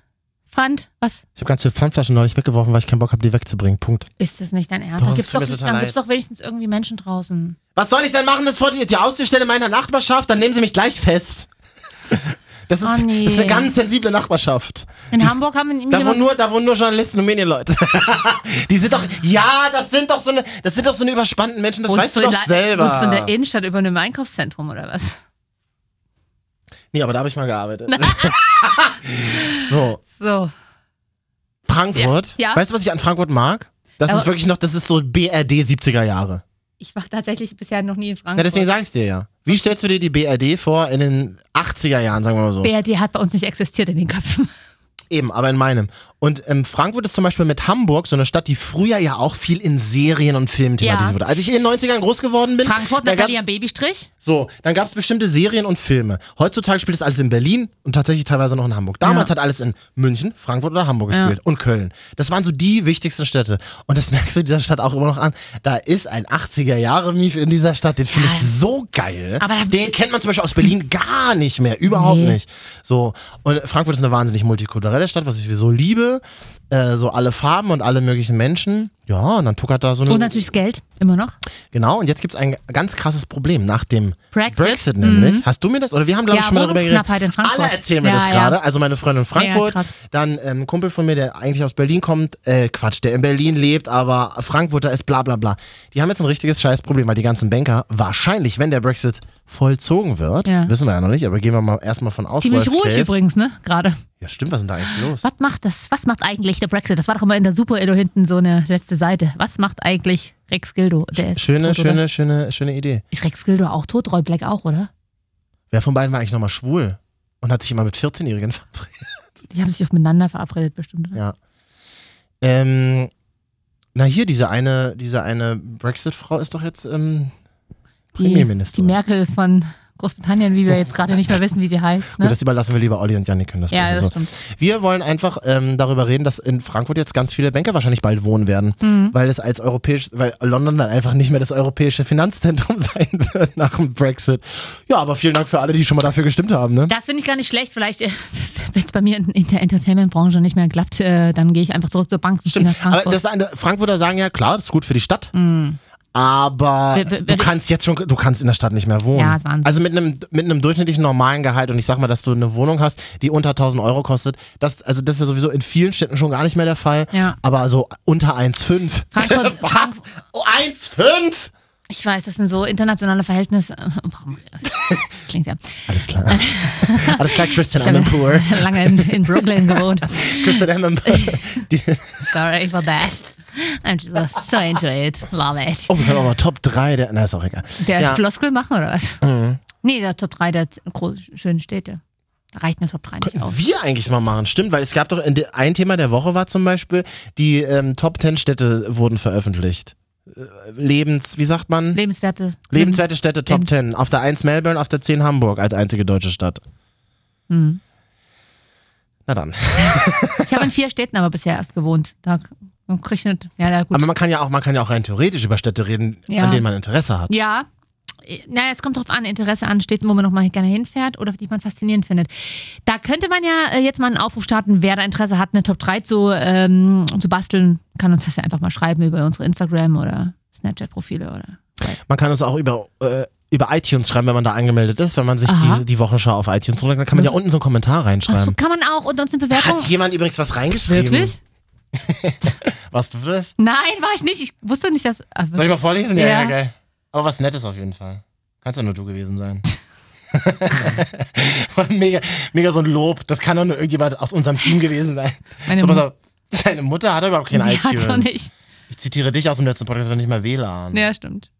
Speaker 2: Pfand? Was?
Speaker 1: Ich habe ganz viele Pfandflaschen neulich weggeworfen, weil ich keinen Bock habe, die wegzubringen. Punkt.
Speaker 2: Ist das nicht dein Ernst?
Speaker 1: Doch,
Speaker 2: Dann
Speaker 1: es
Speaker 2: gibt's
Speaker 1: tut
Speaker 2: doch,
Speaker 1: mir total
Speaker 2: dann gibt's
Speaker 1: leid.
Speaker 2: doch wenigstens irgendwie Menschen draußen.
Speaker 1: Was soll ich denn machen, das vor die, die Haustürstelle meiner Nachbarschaft? Dann nehmen sie mich gleich fest. Das ist,
Speaker 2: Oh, nee.
Speaker 1: das ist eine ganz sensible Nachbarschaft.
Speaker 2: In Hamburg haben wir nämlich
Speaker 1: Da wohnen,
Speaker 2: immer-
Speaker 1: nur, da wohnen nur Journalisten und Medienleute. (laughs) die sind doch, ja, das sind doch so eine, das sind doch so eine überspannten Menschen, das
Speaker 2: Wohnst
Speaker 1: weißt du
Speaker 2: in
Speaker 1: doch
Speaker 2: der- Wohnst du in der E-
Speaker 1: selber.
Speaker 2: Innenstadt über einem Einkaufszentrum oder was?
Speaker 1: (laughs) Nee, aber da habe ich mal gearbeitet. so,
Speaker 2: So.
Speaker 1: Frankfurt.
Speaker 2: Ja. Ja.
Speaker 1: Weißt du, was ich an Frankfurt mag? Das
Speaker 2: Aber-
Speaker 1: ist wirklich noch, das ist so BRD 70er Jahre.
Speaker 2: Ich war tatsächlich bisher noch nie in Frankfurt.
Speaker 1: Ja, deswegen sage ich dir ja. Wie stellst du dir die BRD vor in den 80er Jahren, sagen wir mal so?
Speaker 2: BRD hat bei uns nicht existiert in den Köpfen.
Speaker 1: Eben, aber in meinem. Und ähm, Frankfurt ist zum Beispiel mit Hamburg so eine Stadt, die früher ja auch viel in Serien und Filmen thematisiert wurde. Als ich in den 90ern groß geworden bin,
Speaker 2: Frankfurt,
Speaker 1: da gab,
Speaker 2: Natalia am Babystrich.
Speaker 1: so, dann gab es bestimmte Serien und Filme. Heutzutage spielt es alles in Berlin und tatsächlich teilweise noch in Hamburg. Damals
Speaker 2: Ja.
Speaker 1: hat alles in München, Frankfurt oder Hamburg gespielt und Köln. Das waren so die wichtigsten Städte. Und das (laughs) merkst du dieser Stadt auch immer noch an. Da ist ein 80er-Jahre-Mief in dieser Stadt, den finde ich so geil.
Speaker 2: Aber da-
Speaker 1: den kennt man zum Beispiel aus Berlin gar nicht mehr, überhaupt nicht. So, und Frankfurt ist eine wahnsinnig multikulturelle Stadt, was ich so liebe. Äh, so alle Farben und alle möglichen Menschen. Ja, und dann tuckert da so eine
Speaker 2: Und natürlich das Geld, immer noch.
Speaker 1: Genau, und jetzt gibt es ein ganz krasses Problem nach dem
Speaker 2: Brexit. Mhm.
Speaker 1: Brexit, nämlich. Hast du mir das? Oder wir haben, glaube ich,
Speaker 2: Ja,
Speaker 1: schon mal darüber geredet.
Speaker 2: Wohnungsknappheit in Frankfurt.
Speaker 1: Alle erzählen mir
Speaker 2: Ja,
Speaker 1: das
Speaker 2: ja.
Speaker 1: gerade. Also meine Freundin in Frankfurt,
Speaker 2: krass.
Speaker 1: dann ähm, ein Kumpel von mir, der eigentlich aus Berlin kommt, äh, Quatsch, der in Berlin lebt, aber Frankfurter ist bla bla bla. Die haben jetzt ein richtiges Scheißproblem, weil die ganzen Banker wahrscheinlich, wenn der Brexit vollzogen wird,
Speaker 2: Ja.
Speaker 1: wissen wir ja noch nicht, aber gehen wir mal erstmal von aus.
Speaker 2: Ziemlich
Speaker 1: worst
Speaker 2: ruhig
Speaker 1: case.
Speaker 2: übrigens, ne? Gerade.
Speaker 1: Ja, stimmt, was ist denn da eigentlich los?
Speaker 2: Was macht das? Was macht eigentlich der Brexit? Das war doch immer in der Super Illo hinten so eine letzte Seite. Was macht eigentlich Rex Gildo? Der ist
Speaker 1: Schöne,
Speaker 2: tot,
Speaker 1: schöne,
Speaker 2: oder?
Speaker 1: schöne, schöne Idee.
Speaker 2: Ist Rex Gildo auch tot? Roy Black auch, oder?
Speaker 1: Wer von beiden war eigentlich nochmal schwul und hat sich immer mit 14-Jährigen verabredet?
Speaker 2: Die haben sich auch miteinander verabredet, bestimmt. Oder?
Speaker 1: Ja. Ähm, na hier, diese eine, diese eine Brexit-Frau ist doch jetzt ähm,
Speaker 2: die, die
Speaker 1: Premierministerin.
Speaker 2: Merkel von Großbritannien, wie wir jetzt gerade nicht mehr wissen, wie sie heißt.
Speaker 1: Gut,
Speaker 2: Ne?
Speaker 1: das überlassen wir lieber Olli und Janik können das
Speaker 2: Ja,
Speaker 1: besser
Speaker 2: das
Speaker 1: so.
Speaker 2: stimmt.
Speaker 1: Wir wollen einfach ähm, darüber reden, dass in Frankfurt jetzt ganz viele Banker wahrscheinlich bald wohnen werden,
Speaker 2: Mhm.
Speaker 1: weil es als europäisch, weil London dann einfach nicht mehr das europäische Finanzzentrum (laughs) sein wird nach dem Brexit. Ja, aber vielen Dank für alle, die schon mal dafür gestimmt haben. Ne?
Speaker 2: Das finde ich gar nicht schlecht. Vielleicht, äh, (laughs) wenn es bei mir in, in der Entertainment-Branche nicht mehr klappt, äh, dann gehe ich einfach zurück zur Bank und ziehe nach
Speaker 1: Aber
Speaker 2: Frankfurt. Mm.
Speaker 1: das eine, Frankfurter sagen ja, klar, das ist gut für die Stadt. Aber
Speaker 2: Wer- wer-
Speaker 1: du kannst jetzt schon, du kannst in der Stadt nicht mehr wohnen.
Speaker 2: Ja, ist Wahnsinn.
Speaker 1: also mit einem, mit einem durchschnittlichen normalen Gehalt und ich sag mal, dass du eine Wohnung hast, die unter 1000 Euro kostet, das, also das ist ja sowieso in vielen Städten schon gar nicht mehr der Fall.
Speaker 2: Ja.
Speaker 1: Aber so unter 1,5. (laughs)
Speaker 2: Frankfurt-
Speaker 1: Was?
Speaker 2: Frank-
Speaker 1: oh, 1,5?
Speaker 2: ich weiß, das sind so internationale Verhältnisse. (laughs) Warum?
Speaker 1: (laughs)
Speaker 2: Klingt ja.
Speaker 1: Alles
Speaker 2: (laughs)
Speaker 1: klar. Alles klar, Christian
Speaker 2: Ich habe
Speaker 1: Amanpour.
Speaker 2: (laughs) lange in, in Brooklyn gewohnt.
Speaker 1: Christian Amanpour. Die-
Speaker 2: Sorry for that. I'm just so into it. Love it.
Speaker 1: Oh, wir haben aber Top 3 der. Na, ist auch egal.
Speaker 2: Der
Speaker 1: ja. Mhm.
Speaker 2: Floskel machen oder was? Nee, der Top 3 der großen, schönen Städte. Da reicht eine Top 3 nicht
Speaker 1: Genau.
Speaker 2: aus.
Speaker 1: wir eigentlich mal machen. Stimmt, weil es gab doch in de- ein Thema der Woche war zum Beispiel, die ähm, Top 10 Städte wurden veröffentlicht. Äh, Lebens, wie sagt man?
Speaker 2: Lebenswerte.
Speaker 1: Lebenswerte Städte Top
Speaker 2: Lebens-
Speaker 1: 10. Auf der 1 Melbourne, auf der 10 Hamburg als einzige deutsche Stadt.
Speaker 2: Hm.
Speaker 1: Na dann.
Speaker 2: Ich habe in vier Städten aber bisher erst gewohnt. Da krieg ich nicht. Ja, na gut.
Speaker 1: Aber man kann ja auch, man kann ja auch rein theoretisch über Städte reden,
Speaker 2: Ja.
Speaker 1: an denen man Interesse hat.
Speaker 2: ja. Naja, es kommt drauf an, Interesse an Städten, wo man noch mal gerne hinfährt oder die man faszinierend findet. Da könnte man ja äh, jetzt mal einen Aufruf starten, wer da Interesse hat, eine Top 3 zu, ähm, zu basteln, kann uns das ja einfach mal schreiben über unsere Instagram oder Snapchat-Profile oder.
Speaker 1: Man kann uns auch über, äh, über iTunes schreiben, wenn man da angemeldet ist. Wenn man sich
Speaker 2: Aha. Hm.
Speaker 1: diese, die Wochenschau auf iTunes runterlädt, dann kann man ja unten so einen Kommentar
Speaker 2: Das
Speaker 1: reinschreiben.
Speaker 2: kann man auch und sonst eine Bewertung.
Speaker 1: Hat jemand übrigens was reingeschrieben?
Speaker 2: Wirklich?
Speaker 1: Was du das?
Speaker 2: Nein, war ich nicht. Ich wusste nicht, dass. ah,
Speaker 1: Soll ich mal vorlesen?
Speaker 2: Ja.
Speaker 1: geil. Aber was Nettes auf jeden Fall. Kannst ja nur du gewesen
Speaker 2: (laughs)
Speaker 1: sein. (laughs) mega, mega so ein Lob. Das kann doch nur irgendjemand aus unserem Team gewesen sein.
Speaker 2: Meine
Speaker 1: so, pass auf. Deine Mutter hat überhaupt kein
Speaker 2: Die
Speaker 1: iTunes.
Speaker 2: hat's noch nicht.
Speaker 1: Ich zitiere dich aus dem letzten Podcast, wenn nicht mal WLAN.
Speaker 2: Ja, stimmt.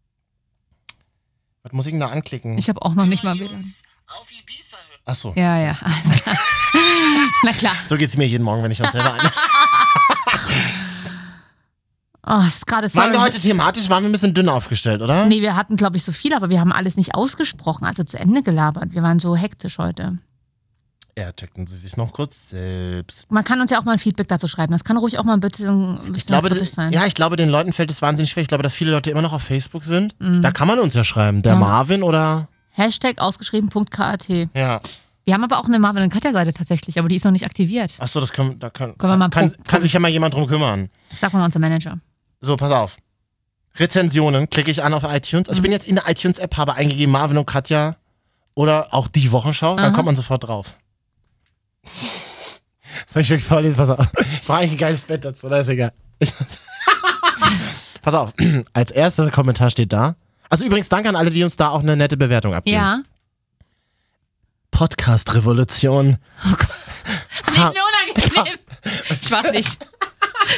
Speaker 1: Was muss ich denn da anklicken?
Speaker 2: Ich habe auch noch nicht mal wieder.
Speaker 1: Achso,
Speaker 2: Ja, ja, also. alles klar. Na klar.
Speaker 1: so geht's mir jeden Morgen, wenn ich uns
Speaker 2: (laughs)
Speaker 1: selber ein.
Speaker 2: Oh, es ist gerade
Speaker 1: Waren
Speaker 2: sorry.
Speaker 1: wir heute thematisch, waren wir ein bisschen dünn aufgestellt, oder?
Speaker 2: Nee, wir hatten, glaube ich, so viel, aber wir haben alles nicht ausgesprochen, also zu Ende gelabert. Wir waren so hektisch heute.
Speaker 1: Ja, checkten sie sich noch kurz selbst.
Speaker 2: Man kann uns ja auch mal ein Feedback dazu schreiben. Das kann ruhig auch mal ein bisschen, ein bisschen
Speaker 1: Ich glaube,
Speaker 2: kritisch
Speaker 1: das,
Speaker 2: sein.
Speaker 1: ja, ich glaube, den Leuten fällt es wahnsinnig schwer. Ich glaube, dass viele Leute immer noch auf Facebook sind. Da kann man uns ja schreiben. Der
Speaker 2: Mhm. Ja.
Speaker 1: Marvin oder.
Speaker 2: Hashtag ausgeschrieben.kat. Wir
Speaker 1: Ja.
Speaker 2: haben aber auch eine Marvin und Katja Seite tatsächlich, aber die ist noch nicht aktiviert.
Speaker 1: Achso, das können, da können,
Speaker 2: Können wir mal
Speaker 1: kann,
Speaker 2: prob-
Speaker 1: kann sich ja mal jemand drum kümmern.
Speaker 2: Sag mal unser Manager.
Speaker 1: So, pass auf. Rezensionen klicke ich an auf iTunes.
Speaker 2: Mhm.
Speaker 1: Also ich bin jetzt in der iTunes-App, habe eingegeben Marvin und Katja oder auch die Wochenschau. Dann kommt man sofort drauf. (laughs) Soll ich wirklich vorlesen? Pass auf. Ich brauche eigentlich ein geiles Bett dazu, da ist egal. (laughs) Ich- pass auf. (clears throat) Als erster Kommentar steht da. Also übrigens, danke an alle, die uns da auch eine nette Bewertung abgeben.
Speaker 2: Ja.
Speaker 1: Podcast-Revolution. Ah. (laughs)
Speaker 2: Nichts mehr unangenehm. Spaß nicht.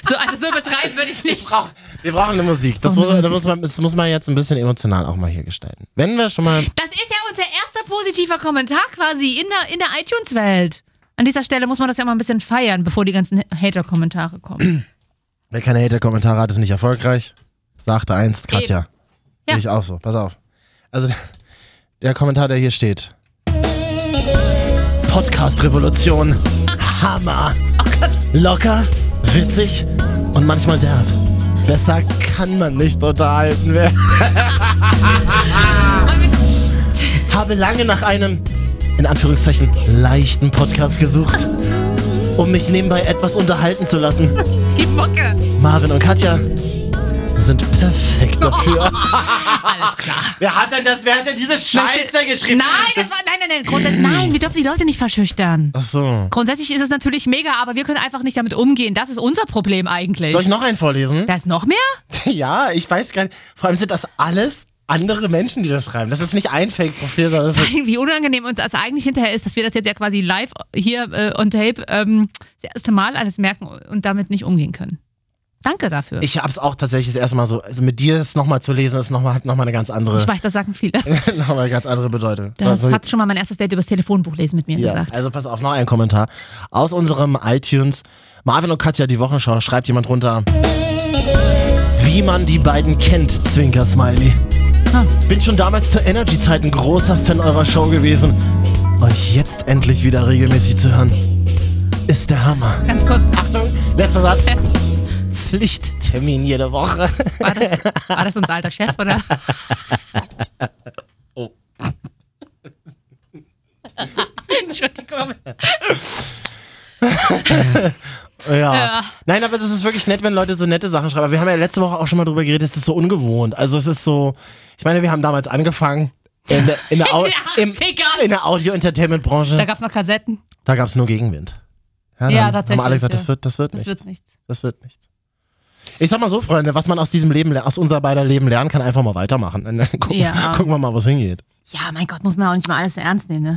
Speaker 2: So, also so betreiben würde ich nicht.
Speaker 1: Wir brauchen eine Musik. Das, muss,
Speaker 2: Brauchen wir
Speaker 1: da muss man, das muss man jetzt ein bisschen emotional auch mal hier gestalten. Wenn wir schon mal.
Speaker 2: Das ist ja unser erster positiver Kommentar quasi in der, in der iTunes-Welt. An dieser Stelle muss man das ja mal ein bisschen feiern, bevor die ganzen Hater-Kommentare kommen.
Speaker 1: Wer keine Hater-Kommentare hat, ist nicht erfolgreich. Sagte einst Katja.
Speaker 2: Ja.
Speaker 1: Sehe ich auch so. Pass auf. Also, der Kommentar, der hier steht: Podcast-Revolution. Hammer.
Speaker 2: Oh Gott.
Speaker 1: Locker, witzig und manchmal derb. Besser kann man nicht unterhalten werden. (laughs) Habe lange nach einem, in Anführungszeichen, leichten Podcast gesucht, um mich nebenbei etwas unterhalten zu lassen.
Speaker 2: Die Mucke.
Speaker 1: Marvin und Katja sind perfekt dafür.
Speaker 2: (laughs) Alles klar.
Speaker 1: wer, hat denn das, wer hat denn diese Scheiße geschrieben?
Speaker 2: Nein, das war, nein, nein,
Speaker 1: (clears throat)
Speaker 2: nein. Grundsätzlich, nein, wir dürfen die Leute nicht verschüchtern.
Speaker 1: Ach so.
Speaker 2: Grundsätzlich ist es natürlich mega, aber wir können einfach nicht damit umgehen. Das ist unser Problem eigentlich.
Speaker 1: Soll ich noch einen vorlesen?
Speaker 2: da ist noch mehr? (laughs)
Speaker 1: Ja, ich weiß gar nicht. Vor allem sind das alles andere Menschen, die das schreiben. Das ist nicht ein Fake-Profil, sondern
Speaker 2: (laughs)
Speaker 1: das ist
Speaker 2: Wie unangenehm uns das eigentlich hinterher ist, dass wir das jetzt ja quasi live hier äh, on tape ähm, das erste Mal alles merken und damit nicht umgehen können. Danke dafür.
Speaker 1: Ich hab's auch tatsächlich das erste Mal so. Also mit dir es nochmal zu lesen, ist noch mal, hat nochmal eine ganz andere,
Speaker 2: Ich weiß, das
Speaker 1: (laughs)
Speaker 2: sagen viele.
Speaker 1: noch mal eine ganz andere Bedeutung.
Speaker 2: Das
Speaker 1: also,
Speaker 2: hat schon mal mein erstes Date übers Telefonbuch lesen mit mir
Speaker 1: ja,
Speaker 2: gesagt.
Speaker 1: also pass auf, noch ein Kommentar. Aus unserem iTunes Marvin und Katja, die Wochenschau, schreibt jemand runter. Wie man die beiden kennt, Zwinker Smiley.
Speaker 2: Ah.
Speaker 1: Bin schon damals zur Energy-Zeit ein großer Fan eurer Show gewesen. Euch jetzt endlich wieder regelmäßig zu hören, ist der Hammer.
Speaker 2: Ganz kurz,
Speaker 1: Achtung, letzter Satz. Pflichttermin jede Woche.
Speaker 2: war das, war das unser alter Chef, oder?
Speaker 1: (laughs) Oh.
Speaker 2: (laughs) Entschuldigung.
Speaker 1: Ja.
Speaker 2: Ja.
Speaker 1: Nein, aber das ist wirklich nett, wenn Leute so nette Sachen schreiben. Aber Wir haben ja letzte Woche auch schon mal drüber geredet, es ist so ungewohnt. Also es ist so, ich meine, wir haben damals angefangen in der, in
Speaker 2: (laughs)
Speaker 1: der, Au
Speaker 2: den
Speaker 1: Oh, im,
Speaker 2: 80ern.
Speaker 1: in der
Speaker 2: Da
Speaker 1: Audio-Entertainment-Branche.
Speaker 2: gab's noch Kassetten.
Speaker 1: Da gab es nur Gegenwind.
Speaker 2: Ja,
Speaker 1: dann
Speaker 2: tatsächlich,
Speaker 1: Haben alle gesagt,
Speaker 2: ja.
Speaker 1: das wird, das wird
Speaker 2: Das
Speaker 1: nichts.
Speaker 2: wird's nichts.
Speaker 1: Das wird nichts. Ich sag mal so, Freunde, was man aus diesem Leben, le- aus unser beider Leben lernen kann, einfach mal weitermachen. (laughs) Und dann gucken,
Speaker 2: Ja.
Speaker 1: gucken wir mal, wo es hingeht.
Speaker 2: Ja, mein Gott, muss man auch nicht mal alles so ernst nehmen, (laughs) ne?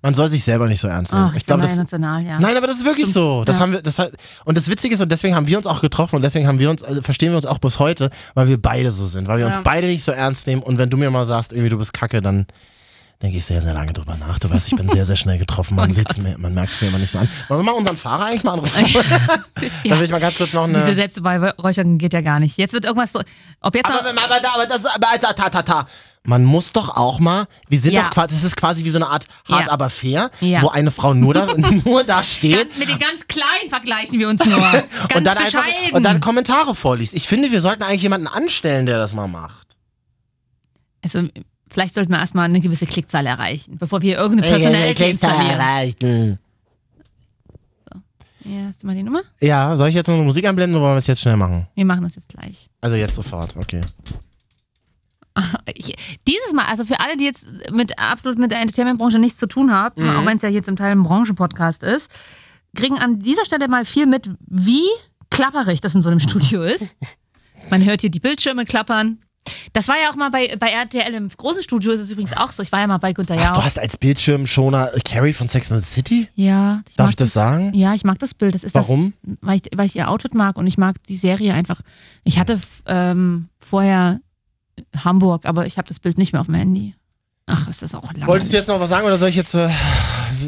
Speaker 1: Man soll sich selber nicht so ernst nehmen.
Speaker 2: Ach, ich
Speaker 1: ich glaube,
Speaker 2: bin mal
Speaker 1: das,
Speaker 2: emotional, ja.
Speaker 1: Nein, aber das ist wirklich so. Das
Speaker 2: Ja.
Speaker 1: haben wir, das hat, und das Witzige ist, und deswegen haben wir uns auch getroffen und deswegen haben wir uns, also verstehen wir uns auch bis heute, weil wir beide so sind, weil wir
Speaker 2: Ja.
Speaker 1: uns beide nicht so ernst nehmen. Und wenn du mir mal sagst, irgendwie du bist kacke, dann denke ich sehr, sehr lange drüber nach. Du weißt, ich bin sehr, sehr schnell getroffen.
Speaker 2: (laughs) Oh
Speaker 1: Man, sieht's mir, man merkt es mir immer nicht so an. Wollen wir mal unseren Fahrer eigentlich mal anrufen? Da will Also ich mal ganz kurz noch
Speaker 2: Diese
Speaker 1: eine.
Speaker 2: Selbstbeweihräucherung geht ja gar nicht. Jetzt wird irgendwas so. Ob jetzt
Speaker 1: Aber,
Speaker 2: noch,
Speaker 1: aber, aber, aber das aber, also, ta, ta, ta. Man muss doch auch mal, wir sind
Speaker 2: Ja.
Speaker 1: doch quasi, das ist quasi wie so eine Art hart,
Speaker 2: Ja.
Speaker 1: aber fair,
Speaker 2: Ja.
Speaker 1: wo eine Frau nur da, (laughs) nur da steht
Speaker 2: ganz, mit den ganz kleinen vergleichen wir uns nur. Ganz
Speaker 1: (laughs) und dann einfach,
Speaker 2: bescheiden.
Speaker 1: und dann Kommentare vorliest. Ich finde, wir sollten eigentlich jemanden anstellen, der das mal macht.
Speaker 2: also, vielleicht sollten wir erstmal eine gewisse Klickzahl erreichen, bevor wir irgendeine Personality installieren. Ja, hast du mal die Nummer?
Speaker 1: Ja, soll ich jetzt noch eine Musik einblenden oder wollen wir es jetzt schnell machen?
Speaker 2: Wir machen das jetzt gleich.
Speaker 1: Also jetzt sofort, okay.
Speaker 2: Ich, dieses Mal, also für alle, die jetzt mit absolut mit der Entertainment-Branche nichts zu tun haben,
Speaker 1: Mhm.
Speaker 2: auch wenn es ja hier zum Teil ein Branchenpodcast ist, kriegen an dieser Stelle mal viel mit, wie klapperig das in so einem
Speaker 1: (laughs)
Speaker 2: Studio ist. Man hört hier die Bildschirme klappern. Das war ja auch mal bei, bei RTL im großen Studio, ist es übrigens auch so. Ich war ja mal bei Günther
Speaker 1: Was, du
Speaker 2: Jauch.
Speaker 1: hast als Bildschirmschoner äh, Carrie von Sex and the City?
Speaker 2: Ja, ich
Speaker 1: Darf
Speaker 2: mag
Speaker 1: ich das sagen?
Speaker 2: Ja, ich mag das Bild. Das ist
Speaker 1: Warum?
Speaker 2: Das, weil, ich, weil ich ihr Outfit mag und ich mag die Serie einfach. Ich hatte f- ähm, vorher Hamburg, aber ich habe das Bild nicht mehr auf dem Handy. Ach, ist das auch langweilig.
Speaker 1: Wolltest du jetzt noch was sagen oder soll ich jetzt äh,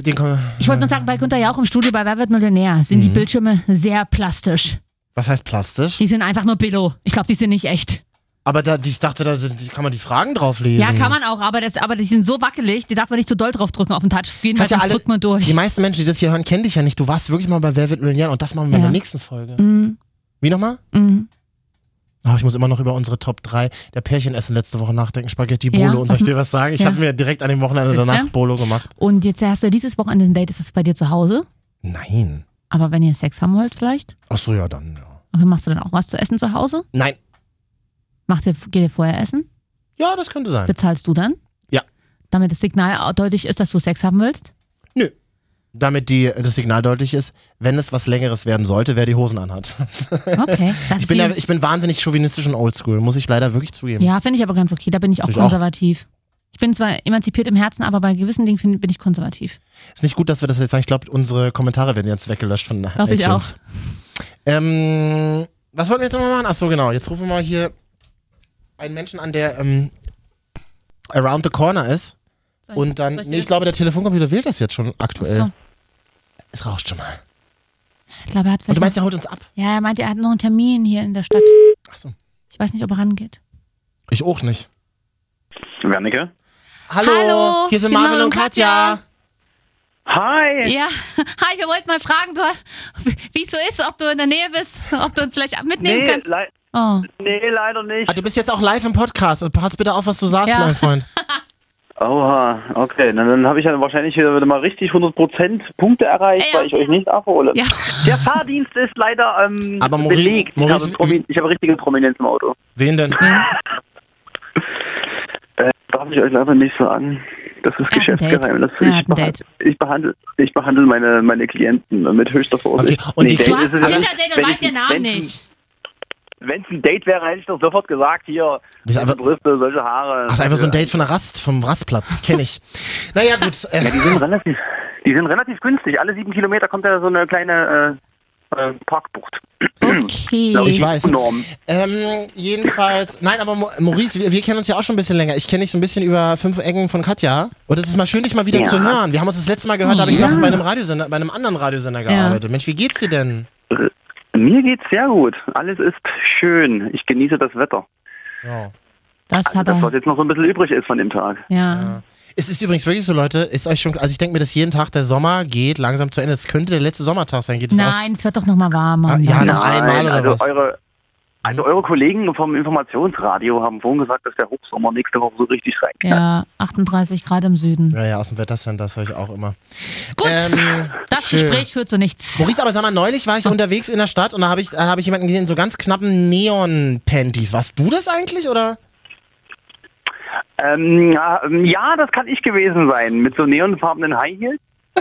Speaker 1: den Kom
Speaker 2: ich wollte nur sagen, bei Günther Jauch im Studio bei Wer wird Millionär sind die
Speaker 1: Mhm.
Speaker 2: Bildschirme sehr plastisch.
Speaker 1: Was heißt plastisch?
Speaker 2: Die sind einfach nur Billo. Ich glaube, die sind nicht echt.
Speaker 1: Aber da, die- ich dachte, da sind, die- kann man die Fragen drauf lesen.
Speaker 2: Ja, kann man auch, aber, das, aber die sind so wackelig, die darf man nicht zu doll drauf drücken auf dem Touchscreen, weil
Speaker 1: Katja,
Speaker 2: sonst
Speaker 1: alle-
Speaker 2: drückt man durch.
Speaker 1: Die meisten Menschen, die das hier hören, kennen dich ja nicht. Du warst wirklich mal bei Wer wird Millionär und das machen wir in
Speaker 2: Ja.
Speaker 1: der nächsten Folge.
Speaker 2: Mhm.
Speaker 1: Wie nochmal?
Speaker 2: Mhm.
Speaker 1: Ah, ich muss immer noch über unsere Top 3 der Pärchenessen letzte Woche nachdenken. Spaghetti Bolo.
Speaker 2: Ja,
Speaker 1: und soll
Speaker 2: was
Speaker 1: ich dir was sagen? Ich
Speaker 2: ja.
Speaker 1: habe mir direkt an dem Wochenende
Speaker 2: Siehste?
Speaker 1: danach Bolo gemacht.
Speaker 2: Und jetzt hast du ja dieses Wochenende ein Date, ist das bei dir zu Hause?
Speaker 1: Nein.
Speaker 2: Aber wenn ihr Sex haben wollt, vielleicht?
Speaker 1: Ach so, ja, dann, ja.
Speaker 2: Aber machst du dann auch was zu essen zu Hause?
Speaker 1: Nein.
Speaker 2: Macht ihr, geht ihr vorher essen?
Speaker 1: Ja, das könnte sein.
Speaker 2: Bezahlst du dann?
Speaker 1: Ja.
Speaker 2: Damit das Signal deutlich ist, dass du Sex haben willst?
Speaker 1: Damit die, das Signal deutlich ist, wenn es was Längeres werden sollte, wer die Hosen anhat. (laughs)
Speaker 2: Okay. Das
Speaker 1: Ich
Speaker 2: ist
Speaker 1: bin,
Speaker 2: wie-
Speaker 1: ja, ich bin wahnsinnig chauvinistisch und oldschool, muss ich leider wirklich zugeben.
Speaker 2: ja, finde ich aber ganz okay. Da bin ich auch
Speaker 1: Ich auch.
Speaker 2: konservativ. Ich bin zwar emanzipiert im Herzen, aber bei gewissen Dingen find, bin ich konservativ.
Speaker 1: Ist nicht gut, dass wir das jetzt sagen. Ich glaube, unsere Kommentare werden jetzt weggelöscht von
Speaker 2: Glaub ich
Speaker 1: iTunes. Ähm, was wollten wir jetzt nochmal machen? Achso, genau. Jetzt rufen wir mal hier einen Menschen an, der ähm, around the corner ist.
Speaker 2: Soll
Speaker 1: Und äh, dann.
Speaker 2: soll
Speaker 1: Nee, ich
Speaker 2: dir-
Speaker 1: glaube, der Telefoncomputer wählt das jetzt schon aktuell.
Speaker 2: Ach so.
Speaker 1: Es rauscht schon mal.
Speaker 2: Ich glaube, er
Speaker 1: Und
Speaker 2: hat
Speaker 1: du
Speaker 2: vielleicht.
Speaker 1: meinst, er holt uns ab?
Speaker 2: ja, er meinte, er hat noch einen Termin hier in der Stadt.
Speaker 1: Achso.
Speaker 2: Ich weiß nicht, ob er rangeht.
Speaker 1: Ich auch nicht.
Speaker 6: Wernicke?
Speaker 1: Hallo,
Speaker 2: Hallo,
Speaker 1: hier sind Marvin und Katja.
Speaker 6: Hi!
Speaker 2: Ja, (laughs) hi, wir wollten mal fragen, du, wie es so ist, ob du in der Nähe bist, ob du uns vielleicht ab- mitnehmen
Speaker 6: Nee,
Speaker 2: kannst.
Speaker 6: lei
Speaker 2: Oh,
Speaker 6: nee, leider
Speaker 1: Ah,
Speaker 6: nicht.
Speaker 1: du bist jetzt auch live im Podcast. Also Pass bitte auf, was du sagst,
Speaker 2: Ja.
Speaker 1: mein Freund.
Speaker 6: Oha, okay. Na, dann habe ich ja wahrscheinlich hier wieder mal richtig 100% Punkte erreicht,
Speaker 2: Ja.
Speaker 6: weil ich euch nicht abhole.
Speaker 2: Ja.
Speaker 6: Der Fahrdienst ist leider ähm,
Speaker 1: Aber Maurice-
Speaker 6: belegt.
Speaker 1: Maurice-
Speaker 6: ich, habe Promi- ich habe richtige Prominenz im Auto.
Speaker 1: Wen denn?
Speaker 6: Darf ich euch leider nicht sagen. Das
Speaker 2: Er
Speaker 6: ist
Speaker 2: hat ein Date.
Speaker 6: Geschäftsgeheimnis.
Speaker 2: Er
Speaker 6: Ich,
Speaker 2: hat ein
Speaker 6: beha
Speaker 2: Date.
Speaker 6: ich behandle, ich behandle meine, meine Klienten mit höchster Vorsicht.
Speaker 1: Okay, und die-
Speaker 6: Date
Speaker 2: du
Speaker 1: Ey,
Speaker 2: hast
Speaker 6: ist es
Speaker 2: einen
Speaker 6: ja nicht.
Speaker 2: Tinder-Date
Speaker 6: Wenn
Speaker 2: und weißt
Speaker 6: ich-
Speaker 2: ihren Namen
Speaker 6: wenn ich-
Speaker 2: nicht.
Speaker 6: Wenn es ein Date wäre, hätte ich doch sofort gesagt, hier,
Speaker 1: Das ist einfach-
Speaker 6: Brüste, solche Haare.
Speaker 1: Ach, ist einfach so ein Date von der Rast, vom Rastplatz. Kenn (laughs) ich. Naja, gut. Äh,
Speaker 6: Die sind relativ, die sind relativ günstig. Alle sieben Kilometer kommt da so eine kleine äh, äh, Parkbucht. (clears throat)
Speaker 2: Okay.
Speaker 6: Glaub
Speaker 1: Ich weiß.
Speaker 6: Norm.
Speaker 1: ähm, jedenfalls, nein, aber Mo- Maurice, wir, wir kennen uns ja auch schon ein bisschen länger. Ich kenne dich so ein bisschen über fünf Ecken von Katja. Und es ist mal schön, dich mal wieder
Speaker 6: Ja.
Speaker 1: zu hören. Wir haben uns das letzte Mal gehört, da habe ich noch bei einem Radiosender, bei einem anderen Radiosender gearbeitet. Mensch, wie geht's dir denn?
Speaker 6: Mir geht's sehr gut. Alles ist schön. Ich genieße das Wetter. Also
Speaker 1: Ja.
Speaker 2: Das hat
Speaker 6: Das, was
Speaker 2: er.
Speaker 6: jetzt noch so ein bisschen übrig ist von dem Tag.
Speaker 2: Ja.
Speaker 1: Es ist übrigens wirklich so, Leute, ist euch schon, also ich denke mir, dass jeden Tag der Sommer geht langsam zu Ende. Es könnte der letzte Sommertag sein, geht es aus?
Speaker 2: Nein, es wird doch nochmal warm.
Speaker 1: Ah, ja,
Speaker 2: Mann.
Speaker 1: noch einmal oder
Speaker 6: also
Speaker 1: was?
Speaker 6: Eure, also eure Kollegen vom Informationsradio haben vorhin gesagt, dass der Hochsommer nächste Woche so richtig reinknallt.
Speaker 2: ja, 38 Grad im Süden.
Speaker 1: Ja, ja, aus dem Wettercenter, das höre ich auch immer.
Speaker 2: Gut,
Speaker 1: Ähm,
Speaker 2: das
Speaker 1: schön.
Speaker 2: Gespräch führt zu nichts.
Speaker 1: Maurice, aber sag mal, neulich war ich unterwegs in der Stadt und da habe ich, da hab ich jemanden gesehen, in so ganz knappen Neon-Panties. Warst du das eigentlich oder?
Speaker 6: Ähm, ja, ähm, ja, das kann ich gewesen sein. Mit so neonfarbenen High Heels.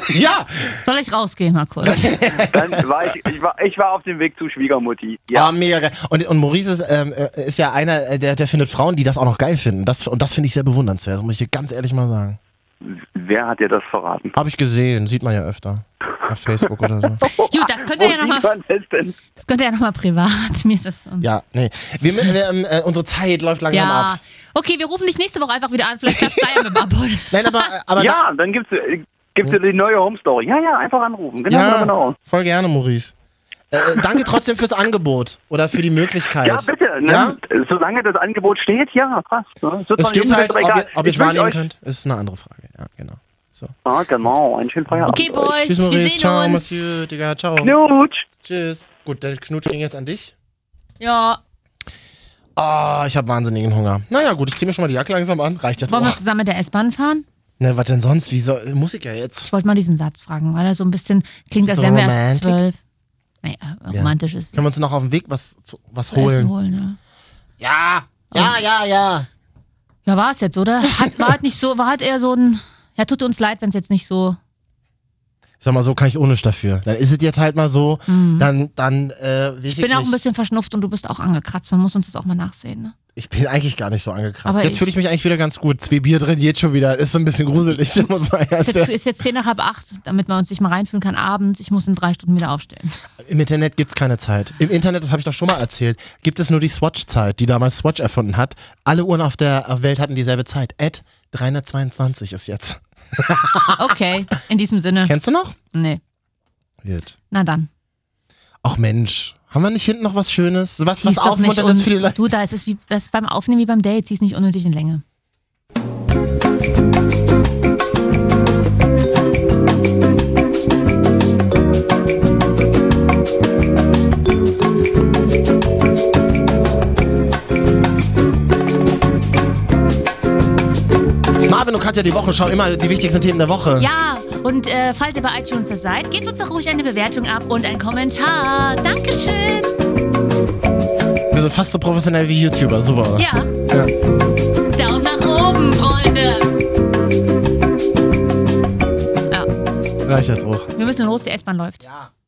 Speaker 1: Ja!
Speaker 2: Soll ich rausgehen
Speaker 1: (laughs)
Speaker 2: mal kurz? (laughs)
Speaker 6: Dann war ich, ich, war, ich war auf dem Weg zu Schwiegermutti.
Speaker 1: Ja,
Speaker 2: Ah.
Speaker 6: Ja.
Speaker 1: Oh, mega geil. Und, und Maurice ist, ähm, äh, ist ja einer, äh, der, der findet Frauen, die das auch noch geil finden. Das, und das finde ich sehr bewundernswert, das muss ich dir ganz ehrlich mal sagen.
Speaker 6: Wer hat dir das verraten?
Speaker 1: Habe ich gesehen, sieht man ja öfter. Auf Facebook oder so. (laughs)
Speaker 2: Gut, das könnt ihr ja
Speaker 6: Wo sieht
Speaker 2: nochmal
Speaker 6: man das denn?
Speaker 2: Das könnt ihr ja nochmal privat. (laughs) Mir ist das.
Speaker 1: Ja, nee. Wir, wir, ähm, äh, unsere Zeit läuft langsam
Speaker 2: Ja.
Speaker 1: ab.
Speaker 2: Okay, wir rufen dich nächste Woche einfach wieder an. Vielleicht klappt da ja mit
Speaker 1: (laughs)
Speaker 2: dem Abholen.
Speaker 1: Nein, aber, äh, aber da-
Speaker 6: Ja, dann gibt's, äh, gibt's die neue Home Story. Ja, ja, einfach anrufen. Genau,
Speaker 1: ja,
Speaker 6: genau.
Speaker 1: voll gerne, Maurice. Äh, äh, danke trotzdem fürs Angebot oder für die Möglichkeit.
Speaker 6: Ja, bitte. Ne?
Speaker 1: Also, Ja?
Speaker 6: Solange das Angebot steht, ja, passt. Ne? Es wird
Speaker 1: Es
Speaker 6: noch nicht
Speaker 1: steht halt, ob
Speaker 6: egal.
Speaker 1: ihr, ob ihr es
Speaker 6: Ich wünsche
Speaker 1: wahrnehmen
Speaker 6: euch-
Speaker 1: könnt, ist eine andere Frage. Ja, genau. So.
Speaker 6: Ah, genau. Einen schönen Feierabend.
Speaker 2: Okay, Boys,
Speaker 1: Tschüss,
Speaker 2: wir
Speaker 1: Maurice.
Speaker 2: sehen
Speaker 1: Ciao,
Speaker 2: uns.
Speaker 1: Mathieu, Digga. Ciao.
Speaker 6: Knutsch.
Speaker 1: Tschüss. Gut, der Knutsch ging jetzt an dich.
Speaker 2: Ja,
Speaker 1: Ah, ich habe wahnsinnigen Hunger. Naja, gut, ich ziehe mir schon mal die Jacke langsam an. Reicht jetzt
Speaker 2: wollen wir
Speaker 1: auch.
Speaker 2: zusammen mit der S-Bahn fahren?
Speaker 1: Ne, was denn sonst? Wie soll, muss ich ja jetzt?
Speaker 2: Ich wollte mal diesen Satz fragen, weil er so ein bisschen klingt, als
Speaker 1: So
Speaker 2: wären wir
Speaker 1: romantic.
Speaker 2: erst zwölf. Naja, romantisch ist
Speaker 1: Können wir uns noch auf dem Weg was, zu- was
Speaker 2: zu
Speaker 1: holen?
Speaker 2: essen holen. Ja,
Speaker 1: Ja, ja, ja, ja.
Speaker 2: ja war es jetzt, oder? Hat, war halt nicht so, war halt eher so ein. Ja, tut uns leid, wenn es jetzt nicht so.
Speaker 1: Sag mal, so kann ich ohne nichts dafür. Dann ist es jetzt halt mal so, dann, dann, äh, weiß
Speaker 2: Mhm. Ich bin
Speaker 1: nicht.
Speaker 2: auch ein bisschen verschnupft und du bist auch angekratzt. Man muss uns das auch mal nachsehen. Ne?
Speaker 1: Ich bin eigentlich gar nicht so angekratzt.
Speaker 2: Aber
Speaker 1: jetzt
Speaker 2: ich-
Speaker 1: fühle ich mich eigentlich wieder ganz gut. Zwei Bier drin, jetzt schon wieder. Ist so ein bisschen gruselig, (laughs) muss man ja
Speaker 2: Ist,
Speaker 1: sagen.
Speaker 2: jetzt, ist jetzt zehn nach halb acht, damit man uns nicht mal reinfühlen kann abends. Ich muss in drei Stunden wieder (laughs) aufstehen.
Speaker 1: Im Internet gibt's keine Zeit. Im Internet, das habe ich doch schon mal erzählt, gibt es nur die Swatch-Zeit, die damals Swatch erfunden hat. Alle Uhren auf der Welt hatten dieselbe Zeit. Ad 322 ist
Speaker 2: (laughs)
Speaker 1: jetzt.
Speaker 2: Ah, Okay, in diesem Sinne.
Speaker 1: Kennst du noch?
Speaker 2: Nee,
Speaker 1: Jetzt.
Speaker 2: na dann.
Speaker 1: Ach Mensch, haben wir nicht hinten noch was Schönes? Was, was
Speaker 2: Zieh's doch nicht
Speaker 1: aufmunterndes
Speaker 2: un-
Speaker 1: für die Leute?
Speaker 2: Du, da ist es wie das ist beim Aufnehmen wie beim Date, ziehst nicht unnötig in Länge.
Speaker 1: Marvin und Katja, die Wochenschau, immer die wichtigsten Themen der Woche.
Speaker 2: Ja, und äh, falls ihr bei iTunes das seid, gebt uns doch ruhig eine Bewertung ab und einen Kommentar. Dankeschön.
Speaker 1: Wir sind fast so professionell wie YouTuber, super. Oder?
Speaker 2: Ja. Daumen nach oben, Freunde.
Speaker 1: Reicht jetzt auch.
Speaker 2: Wir müssen los, die S-Bahn läuft.
Speaker 1: Ja.